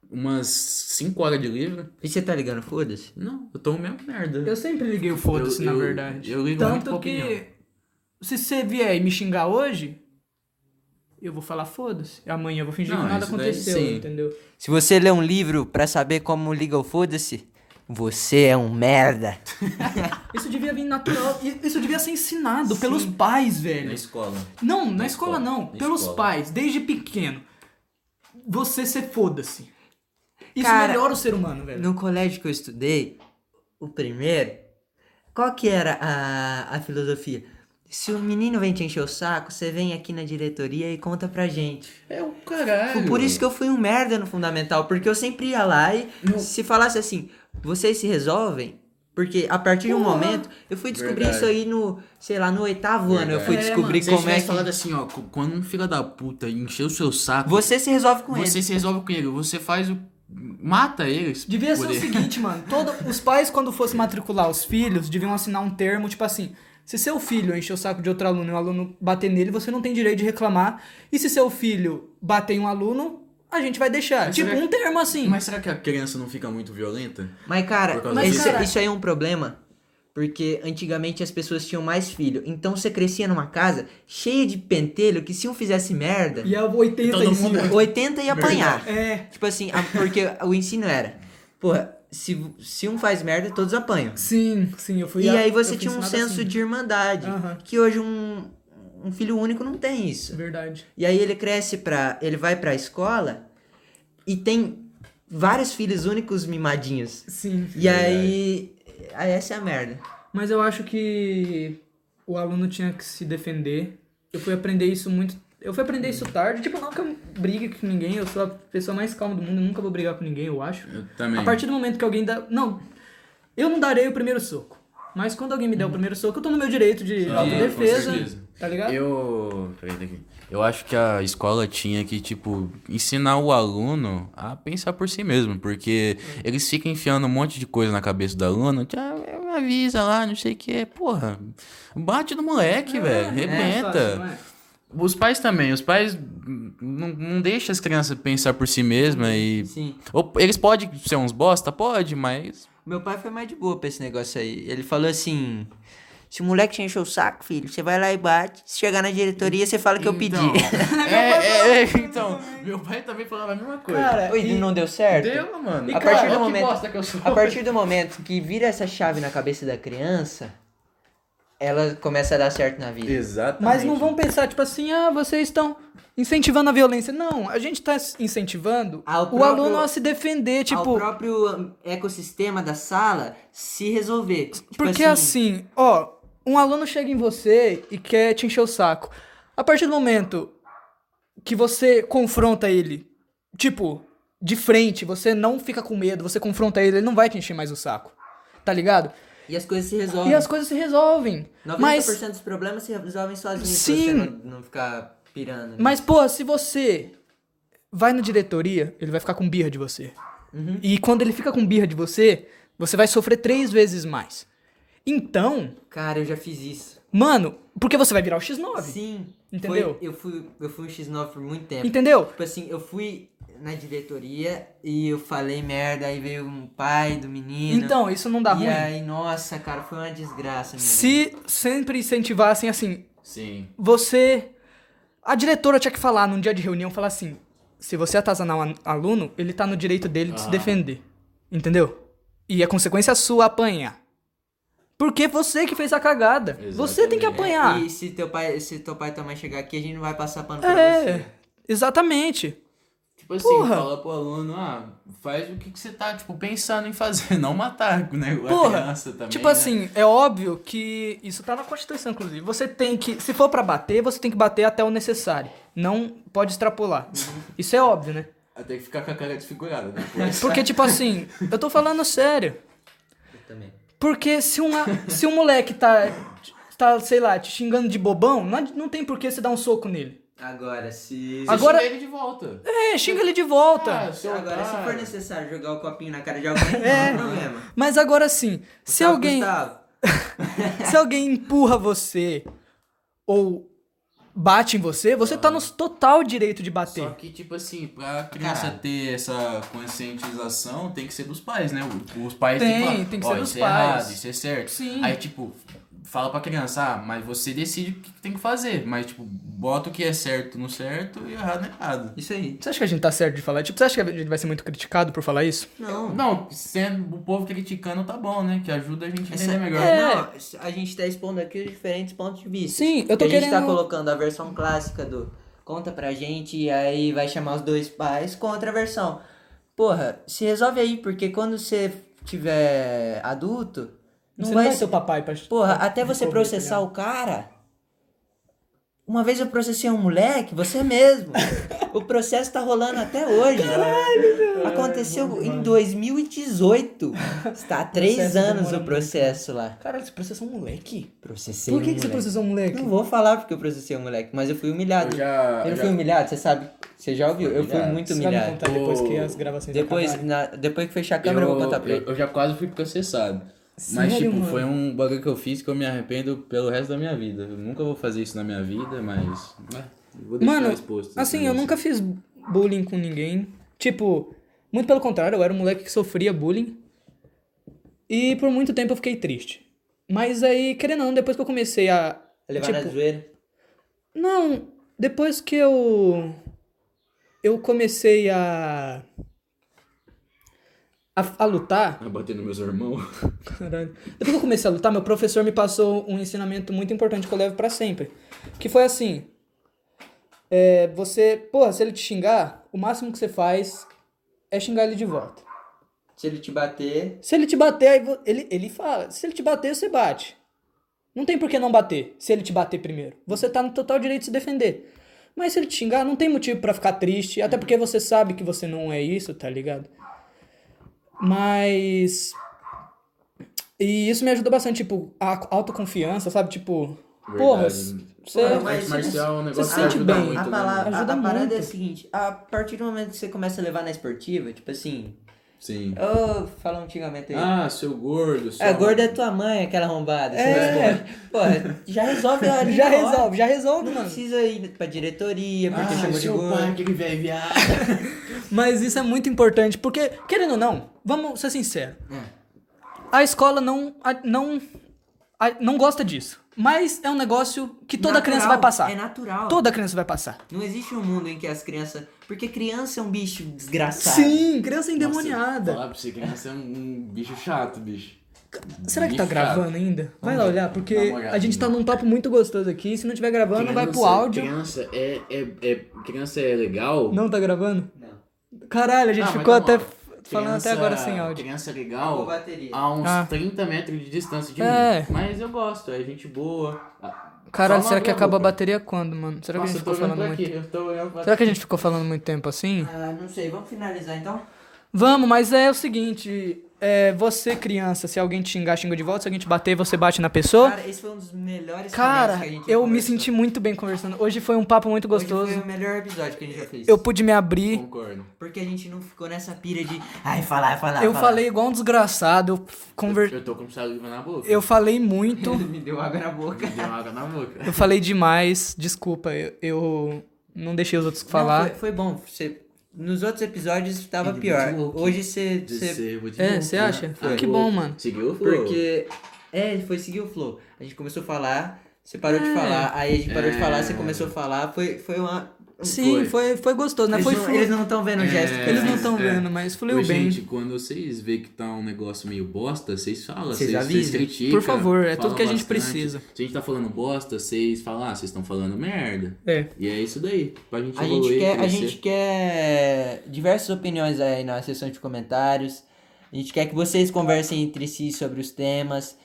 Speaker 5: umas 5 horas de livro.
Speaker 3: E você tá ligando, foda-se?
Speaker 5: Não, eu tô mesmo merda.
Speaker 4: Eu sempre liguei o foda-se,
Speaker 5: Eu-
Speaker 4: na
Speaker 5: eu-
Speaker 4: verdade.
Speaker 5: eu ligo muito pra
Speaker 4: Tanto
Speaker 5: opinião.
Speaker 4: que. Se você vier e me xingar hoje, eu vou falar foda-se. é Amanhã eu vou fingir
Speaker 5: Não,
Speaker 4: que nada
Speaker 5: isso daí
Speaker 4: aconteceu,
Speaker 5: sim.
Speaker 4: entendeu?
Speaker 3: Se você lê um livro pra saber como liga o foda-se, você é um merda.
Speaker 4: Isso devia vir natural. i- Isso devia ser ensinado pelos pais, velho.
Speaker 5: escola.
Speaker 4: Não, na, escola,
Speaker 5: escola,
Speaker 4: não.
Speaker 5: na
Speaker 4: pelos
Speaker 5: escola.
Speaker 4: pais, desde pequeno. Você ser foda-se. Isso
Speaker 3: Cara,
Speaker 4: melhora o ser humano, velho.
Speaker 3: No colégio que eu estudei, o primeiro, qual que era a, a filosofia? Se o menino vem te encher o saco, você vem aqui na diretoria e conta pra gente.
Speaker 5: É o caralho.
Speaker 3: Por isso que eu fui um merda no fundamental, porque eu sempre ia lá e se falasse assim, vocês se resolvem? Porque a partir de um momento, eu fui descobrir
Speaker 5: Verdade.
Speaker 3: isso aí no, sei lá, no oitavo ano. Eu fui
Speaker 4: É,
Speaker 3: descobrir
Speaker 5: Se
Speaker 3: como é
Speaker 5: tivesse
Speaker 3: que.
Speaker 5: falado assim, ó, cu- quando um filho da puta encheu o seu saco,
Speaker 3: Você se resolve com ele.
Speaker 5: você se resolve com ele, você faz o. mata eles.
Speaker 4: Devia ser
Speaker 5: por
Speaker 4: o
Speaker 5: ele.
Speaker 4: seguinte, mano. Todo, os pais, quando fossem matricular os filhos, deviam assinar um termo, tipo assim. Se seu filho encher o saco de outro aluno e o aluno bater nele, você não tem direito de reclamar. E se seu filho bater em um aluno, a gente vai deixar.
Speaker 5: Mas
Speaker 4: tipo,
Speaker 3: é
Speaker 5: será que-
Speaker 4: um termo assim.
Speaker 5: Mas será que a criança não fica muito violenta?
Speaker 3: Mas,
Speaker 5: Por
Speaker 3: cara,
Speaker 5: causa
Speaker 3: esse-
Speaker 5: disso.
Speaker 3: isso aí é um problema. Porque antigamente as pessoas tinham mais filho. Então você crescia numa casa cheia de pentelho que se um fizesse merda,
Speaker 4: E é 80
Speaker 5: Todo
Speaker 4: em
Speaker 5: mundo-
Speaker 4: cima.
Speaker 3: 80 ia apanhar.
Speaker 4: É,
Speaker 3: Tipo assim, a- porque o ensino era, porra, se, se um faz merda, todos apanham.
Speaker 4: sim, sim, eu fui.
Speaker 3: E
Speaker 4: a-
Speaker 3: aí
Speaker 4: eu
Speaker 3: você
Speaker 4: fui
Speaker 3: tinha um
Speaker 4: ensinado
Speaker 3: senso
Speaker 4: assim.
Speaker 3: de irmandade.
Speaker 4: Aham.
Speaker 3: Que hoje um, um filho único não tem isso.
Speaker 4: Verdade.
Speaker 3: E aí ele cresce pra. Ele vai pra escola e tem vários filhos únicos mimadinhos.
Speaker 4: Sim.
Speaker 3: E aí. aí Essa é a merda.
Speaker 4: Mas eu acho que o aluno tinha que se defender. Eu fui aprender isso muito. Eu fui aprender isso tarde. Tipo, não que eu brigue com ninguém. Eu sou a pessoa mais calma do mundo. Eu nunca vou brigar com ninguém, eu acho.
Speaker 5: Eu também.
Speaker 4: A partir do momento que alguém dá. Não, eu não darei o primeiro soco. Mas quando alguém me der o primeiro soco, eu tô no meu direito de
Speaker 5: Ah,
Speaker 4: autodefesa.
Speaker 5: com certeza.
Speaker 4: Tá ligado?
Speaker 5: Eu. peraí, daqui. Eu acho que a escola tinha que, tipo, ensinar o aluno a pensar por si mesmo, porque eles ficam enfiando um monte de coisa na cabeça do aluno, "Tchau, é, avisa lá, não sei o que, porra, bate no
Speaker 4: É,
Speaker 5: moleque,
Speaker 3: É,
Speaker 5: velho, arrebenta. Os pais também, os pais hum, não, não deixam as crianças pensar por si mesmas e...
Speaker 3: Sim.
Speaker 5: Ou- eles podem ser uns bosta? Pode, mas...
Speaker 3: Meu pai foi mais de boa pra esse negócio aí. Ele falou assim: se o moleque te encheu o saco, filho, você vai lá e bate. Se chegar na diretoria, você fala que eu
Speaker 4: Então,
Speaker 3: pedi.
Speaker 5: Então. é, é, então, meu pai também falava a mesma coisa.
Speaker 4: Cara,
Speaker 3: Oi, não deu certo?
Speaker 5: Deu, mano.
Speaker 3: E, A cara, partir do
Speaker 5: olha que
Speaker 3: momento-
Speaker 5: é bosta que eu sou.
Speaker 3: A partir do momento que vira essa chave na cabeça da criança, ela começa a dar certo na vida.
Speaker 5: Exatamente.
Speaker 4: Mas não vão pensar, tipo assim, ah, vocês estão incentivando a violência. Não, a gente tá incentivando
Speaker 3: Ao
Speaker 4: o
Speaker 3: próprio-
Speaker 4: aluno a se defender,
Speaker 3: Ao
Speaker 4: tipo.
Speaker 3: próprio hum, ecossistema da sala se resolver. Tipo
Speaker 4: Porque assim, ó, um aluno chega em você e quer te encher o saco. A partir do momento que você confronta ele, tipo, de frente, você não fica com medo, você confronta ele, ele não vai te encher mais o saco. Tá ligado?
Speaker 3: E as coisas se resolvem.
Speaker 4: E as coisas se resolvem.
Speaker 3: 90%
Speaker 4: Mas,
Speaker 3: dos problemas se resolvem sozinhos. se
Speaker 4: Sim.
Speaker 3: Você não, não ficar pirando. né?
Speaker 4: mas, pô, se você vai na diretoria, ele vai ficar com birra de você.
Speaker 3: Uhum.
Speaker 4: E quando ele fica com birra de você, você vai sofrer três vezes mais. Então,
Speaker 3: Cara, eu já fiz isso.
Speaker 4: mano, porque você vai virar o X9.
Speaker 3: Sim.
Speaker 4: Entendeu? Então-
Speaker 3: Foi- eu, fui, eu fui um X9 por muito tempo.
Speaker 4: Entendeu?
Speaker 3: Tipo assim, eu fui na diretoria e eu falei merda, aí veio um pai do menino.
Speaker 4: Então, isso não dá
Speaker 3: né? e
Speaker 4: ruim.
Speaker 3: aí, nossa, cara, foi uma desgraça, minha vida.
Speaker 4: Se sempre incentivassem assim,
Speaker 5: Sim.
Speaker 4: você. A diretora tinha que falar num dia de reunião, falar assim: se você atazanar um an- aluno, ele tá no direito dele
Speaker 3: Ah.
Speaker 4: de se defender. Entendeu? E a consequência é sua apanhar. Porque você que fez a cagada. Você tem que
Speaker 5: Exatamente.
Speaker 4: apanhar.
Speaker 3: E se teu pai, se teu pai e tua mãe chegar aqui, a gente não vai passar pano pra
Speaker 4: É,
Speaker 3: você.
Speaker 4: exatamente.
Speaker 5: Tipo assim,
Speaker 4: Porra.
Speaker 5: fala pro aluno, ah, faz o que, que você tá, tipo, pensando em fazer, não matar né, a
Speaker 4: Porra,
Speaker 5: criança também.
Speaker 4: tipo
Speaker 5: né?
Speaker 4: assim, é óbvio que isso tá na Constituição, inclusive. Você tem que, se for pra bater, você tem que bater até o necessário. Não pode extrapolar.
Speaker 3: Uhum.
Speaker 4: Isso é óbvio, né?
Speaker 5: Até que ficar com a cara desfigurada né, depois.
Speaker 3: é.
Speaker 4: Porque, tipo assim, eu tô falando sério.
Speaker 3: Eu também.
Speaker 4: Porque se um, se um moleque tá, tá, sei lá, te xingando de bobão, não, ad- não tem por que você dar um soco nele.
Speaker 3: Agora, se.
Speaker 5: Você
Speaker 4: agora-
Speaker 5: chama ele de volta.
Speaker 4: É, xinga ele de volta.
Speaker 3: É.
Speaker 5: Ah, seu
Speaker 3: Agora, se for
Speaker 5: otário.
Speaker 3: necessário jogar o copinho na cara de alguém, não tem problema.
Speaker 4: Mas agora sim, É. se
Speaker 3: Sabe,
Speaker 4: alguém,
Speaker 3: Gustavo?
Speaker 4: se alguém empurra você ou bate em você, você tá no total direito de
Speaker 5: Só
Speaker 4: bater.
Speaker 5: que, tipo assim, pra criança ter essa conscientização, tem que ser dos pais, né? O- Os pais
Speaker 4: Tem,
Speaker 5: que falar,
Speaker 4: tem que
Speaker 5: "Ó,
Speaker 4: ser dos
Speaker 5: isso
Speaker 4: pais."
Speaker 5: É errado, isso é certo.
Speaker 4: Sim.
Speaker 5: Aí, tipo, fala pra criança, ah, mas você decide o que que tem que fazer. Mas, tipo, bota o que é certo no certo e errado no errado.
Speaker 3: Isso aí.
Speaker 4: Você acha que a gente tá certo de falar? Tipo, você acha que a gente vai ser muito criticado por falar isso?
Speaker 3: Não.
Speaker 5: Não, sendo o povo criticando, tá bom, né? Que ajuda a gente a
Speaker 3: Essa-
Speaker 5: entender melhor.
Speaker 4: É.
Speaker 3: Não, a gente tá expondo aqui os diferentes pontos de vista.
Speaker 4: Sim, eu tô
Speaker 3: a gente tá
Speaker 4: querendo-
Speaker 3: colocando a versão clássica do conta pra gente e aí vai chamar os dois pais com outra versão. Porra, se resolve aí, porque quando você tiver adulto, não
Speaker 4: você
Speaker 3: vai,
Speaker 4: não vai um
Speaker 3: ser-
Speaker 4: ser o papai pra...
Speaker 3: Porra, até você
Speaker 4: Descobrir,
Speaker 3: processar o cara. Uma vez eu processei um moleque, você mesmo. o processo tá rolando até hoje. Aconteceu em 2018. Está há três
Speaker 4: Processo
Speaker 3: anos
Speaker 4: demora
Speaker 3: o
Speaker 4: muito.
Speaker 3: processo lá.
Speaker 4: Cara, você processou um moleque?
Speaker 3: Processei
Speaker 4: Por
Speaker 3: um
Speaker 4: que, que você
Speaker 3: moleque.
Speaker 4: processou um moleque?
Speaker 3: Não vou falar porque eu processei um moleque, mas eu fui humilhado.
Speaker 5: Eu já-
Speaker 3: eu
Speaker 5: eu
Speaker 3: não
Speaker 5: já-
Speaker 3: fui humilhado, você sabe. Você já ouviu? Eu fui
Speaker 5: humilhado.
Speaker 3: muito
Speaker 4: Você vai me
Speaker 3: humilhado.
Speaker 4: contar depois que as gravações
Speaker 3: Depois,
Speaker 4: acabarem.
Speaker 3: na- depois que fechar a câmera, eu, vou contar pra ele.
Speaker 5: já quase fui processado.
Speaker 4: Sério,
Speaker 3: tipo,
Speaker 4: mano?
Speaker 5: um bagulho que eu fiz que eu me arrependo pelo resto da minha vida. Eu nunca vou fazer isso na minha vida, mas. né, Vou
Speaker 4: Mano, assim, eu nunca fiz bullying com ninguém. Tipo, muito pelo contrário, eu era um moleque que sofria bullying. E por muito tempo eu fiquei triste. Mas aí, querendo ou não, depois que eu comecei a.
Speaker 3: Levar na
Speaker 4: tipo,
Speaker 3: zoeira.
Speaker 4: Não, depois que eu. Eu comecei a. A, a lutar.
Speaker 5: Eu bati nos meus irmãos.
Speaker 4: Caralho. Depois que eu comecei a lutar, meu professor me passou um ensinamento muito importante que eu levo pra sempre. Que foi assim. É, você, porra, se ele te xingar, o máximo que você faz é xingar ele de volta.
Speaker 3: Se ele te bater,
Speaker 4: Se ele te bater, aí vo- ele, ele fala. Se ele te bater, você bate. Não tem por que não bater, se ele te bater primeiro. Você tá no total direito de se defender. Mas se ele te xingar, não tem motivo pra ficar triste, até porque você sabe que você não é isso, tá ligado? Mas. E isso me ajudou bastante, tipo, a autoconfiança, sabe? Tipo. Porra,
Speaker 5: Verdade.
Speaker 4: você.
Speaker 3: Pô,
Speaker 5: A arte
Speaker 3: Mas
Speaker 5: marcial é um negócio
Speaker 4: se
Speaker 5: que
Speaker 4: sente
Speaker 5: ajuda
Speaker 4: bem.
Speaker 5: muito,
Speaker 3: A,
Speaker 5: né,
Speaker 3: palavra,
Speaker 5: mano?
Speaker 3: a-
Speaker 4: Ajuda
Speaker 3: a parada
Speaker 4: muito.
Speaker 3: é a seguinte, a partir do momento que você começa a levar na esportiva, tipo assim,
Speaker 5: Sim.
Speaker 3: ô, fala um xingamento aí.
Speaker 5: Ah, seu gordo. Seu...
Speaker 3: é, gorda é tua mãe, aquela arrombada.
Speaker 4: É.
Speaker 3: sabe? Porra, já resolve ali
Speaker 4: Já
Speaker 3: na hora.
Speaker 4: resolve, já resolve,
Speaker 3: Não
Speaker 4: mano.
Speaker 3: precisa ir pra diretoria, porque
Speaker 5: Ah,
Speaker 3: chamou de
Speaker 5: seu
Speaker 3: gordo.
Speaker 5: pai, aquele velho viado.
Speaker 4: Mas isso é muito importante, porque, querendo ou não, vamos ser sinceros. A escola não, a- não, a- não gosta disso. Mas é um negócio que toda
Speaker 3: Natural,
Speaker 4: criança vai passar.
Speaker 3: É natural.
Speaker 4: Toda criança vai passar.
Speaker 3: Não existe um mundo em que as crianças. Porque criança é um bicho desgraçado.
Speaker 4: Sim, criança
Speaker 5: Nossa,
Speaker 4: endemoniada.
Speaker 5: falar pra você, criança é um, um bicho chato, bicho.
Speaker 4: Será que tá
Speaker 5: bicho
Speaker 4: gravando
Speaker 5: chato.
Speaker 4: ainda? Vai lá olhar, porque
Speaker 5: Dá uma olhada, é
Speaker 4: a gente tá num papo muito gostoso aqui. Se não tiver gravando, vai pro
Speaker 5: Criança-
Speaker 4: áudio.
Speaker 5: Criança é, é, é, criança é legal.
Speaker 4: Não tá gravando?
Speaker 3: Não.
Speaker 4: Caralho, a
Speaker 5: Ah,
Speaker 4: gente
Speaker 5: mas
Speaker 4: ficou
Speaker 5: vamos
Speaker 4: até
Speaker 5: lá.
Speaker 4: f- falando até
Speaker 5: Criança-
Speaker 4: agora sem áudio.
Speaker 5: Criança é
Speaker 3: Ou
Speaker 5: legal.
Speaker 3: bateria.
Speaker 5: a uns
Speaker 4: Ah.
Speaker 5: 30 metros de distância de
Speaker 4: É.
Speaker 5: mim. Mas eu gosto, é gente boa. Ah,
Speaker 4: Caralho,
Speaker 5: só
Speaker 4: será
Speaker 5: não
Speaker 4: que
Speaker 5: abre
Speaker 4: acaba a
Speaker 5: boca.
Speaker 4: bateria quando, mano? Será que a
Speaker 5: Nossa,
Speaker 4: gente
Speaker 5: eu tô
Speaker 4: ficou
Speaker 5: olhando
Speaker 4: falando
Speaker 5: pra aqui,
Speaker 4: muito?
Speaker 5: eu tô olhando pra
Speaker 4: Será que a gente ficou falando muito tempo assim?
Speaker 3: Ah, não sei, vamos finalizar então?
Speaker 4: Vamos, mas é o seguinte, é, você, criança, se alguém te xingar, xinga de volta. Se alguém te bater, você bate na pessoa.
Speaker 3: Cara, esse foi um dos melhores
Speaker 4: Cara,
Speaker 3: momentos que a gente
Speaker 4: eu me
Speaker 3: conversou.
Speaker 4: senti muito bem conversando. Hoje foi um papo muito
Speaker 3: Hoje
Speaker 4: gostoso.
Speaker 3: Foi um o melhor episódio que a gente já fez.
Speaker 4: Eu pude me abrir.
Speaker 5: Concordo.
Speaker 3: Porque a gente não ficou nessa pira de. Ai, falar, falar.
Speaker 4: eu
Speaker 3: falar."
Speaker 4: falei igual um desgraçado. Eu, conver...
Speaker 5: Eu tô com um saliva na boca.
Speaker 4: eu falei muito.
Speaker 3: Me deu água na boca.
Speaker 5: Me deu água na boca.
Speaker 4: Eu falei demais. Desculpa, eu, eu não deixei os outros
Speaker 3: Não,
Speaker 4: falar.
Speaker 3: foi, foi bom. Você, nos outros episódios tava
Speaker 5: Ele
Speaker 3: pior.
Speaker 5: muito louco.
Speaker 3: Hoje você. você
Speaker 5: Desceu de
Speaker 4: É,
Speaker 5: novo,
Speaker 4: você
Speaker 5: né?
Speaker 4: acha?
Speaker 5: Foi.
Speaker 4: Que bom, mano.
Speaker 5: Seguiu o flow.
Speaker 3: porque. É, foi seguir o flow. A gente começou a falar, você parou de
Speaker 4: É.
Speaker 3: falar, aí a gente parou de
Speaker 5: É.
Speaker 3: falar, você começou a falar. Foi, foi uma.
Speaker 4: Sim, foi, foi gostoso, né?
Speaker 3: eles,
Speaker 4: Foi
Speaker 3: não,
Speaker 4: fluido.
Speaker 3: eles não estão vendo o gesto.
Speaker 5: É.
Speaker 4: Eles não estão
Speaker 5: É.
Speaker 4: vendo, mas fluiu
Speaker 5: Ô,
Speaker 4: bem.
Speaker 5: Gente, quando vocês veem que tá um negócio meio bosta, vocês falam,
Speaker 3: Vocês
Speaker 5: vocês, vocês,
Speaker 3: avisem.
Speaker 5: criticam.
Speaker 4: Por favor, é
Speaker 5: falam
Speaker 4: tudo que a gente
Speaker 5: bastante.
Speaker 4: precisa.
Speaker 5: Se a gente tá falando bosta, vocês falam, ah, vocês estão falando merda.
Speaker 4: É.
Speaker 5: E é isso daí, pra gente
Speaker 3: A
Speaker 5: evoluir,
Speaker 3: gente, quer, a
Speaker 5: crescer.
Speaker 3: gente quer diversas opiniões aí na seção de comentários. A gente quer que vocês conversem entre si sobre os temas.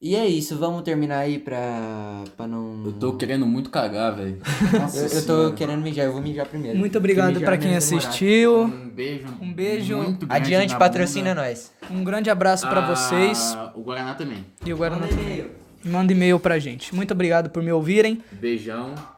Speaker 3: E é isso, vamos terminar aí pra, pra não.
Speaker 5: Eu tô querendo muito cagar, velho. Nossa
Speaker 3: Eu, eu
Speaker 5: senhora.
Speaker 3: tô querendo mijar, eu vou mijar primeiro.
Speaker 4: Muito
Speaker 3: Porque
Speaker 4: obrigado
Speaker 3: mijar
Speaker 4: pra
Speaker 3: é
Speaker 4: quem
Speaker 3: menos demorado.
Speaker 4: assistiu.
Speaker 5: Um beijo.
Speaker 4: Um beijo.
Speaker 5: muito grande
Speaker 3: Adiante,
Speaker 5: na
Speaker 3: patrocina
Speaker 5: bunda.
Speaker 3: nós.
Speaker 4: Um grande abraço pra
Speaker 5: Ah,
Speaker 4: vocês.
Speaker 5: O Guaraná também.
Speaker 4: E o Guaraná também. Manda e-mail pra gente. Muito obrigado por me ouvirem.
Speaker 5: Beijão.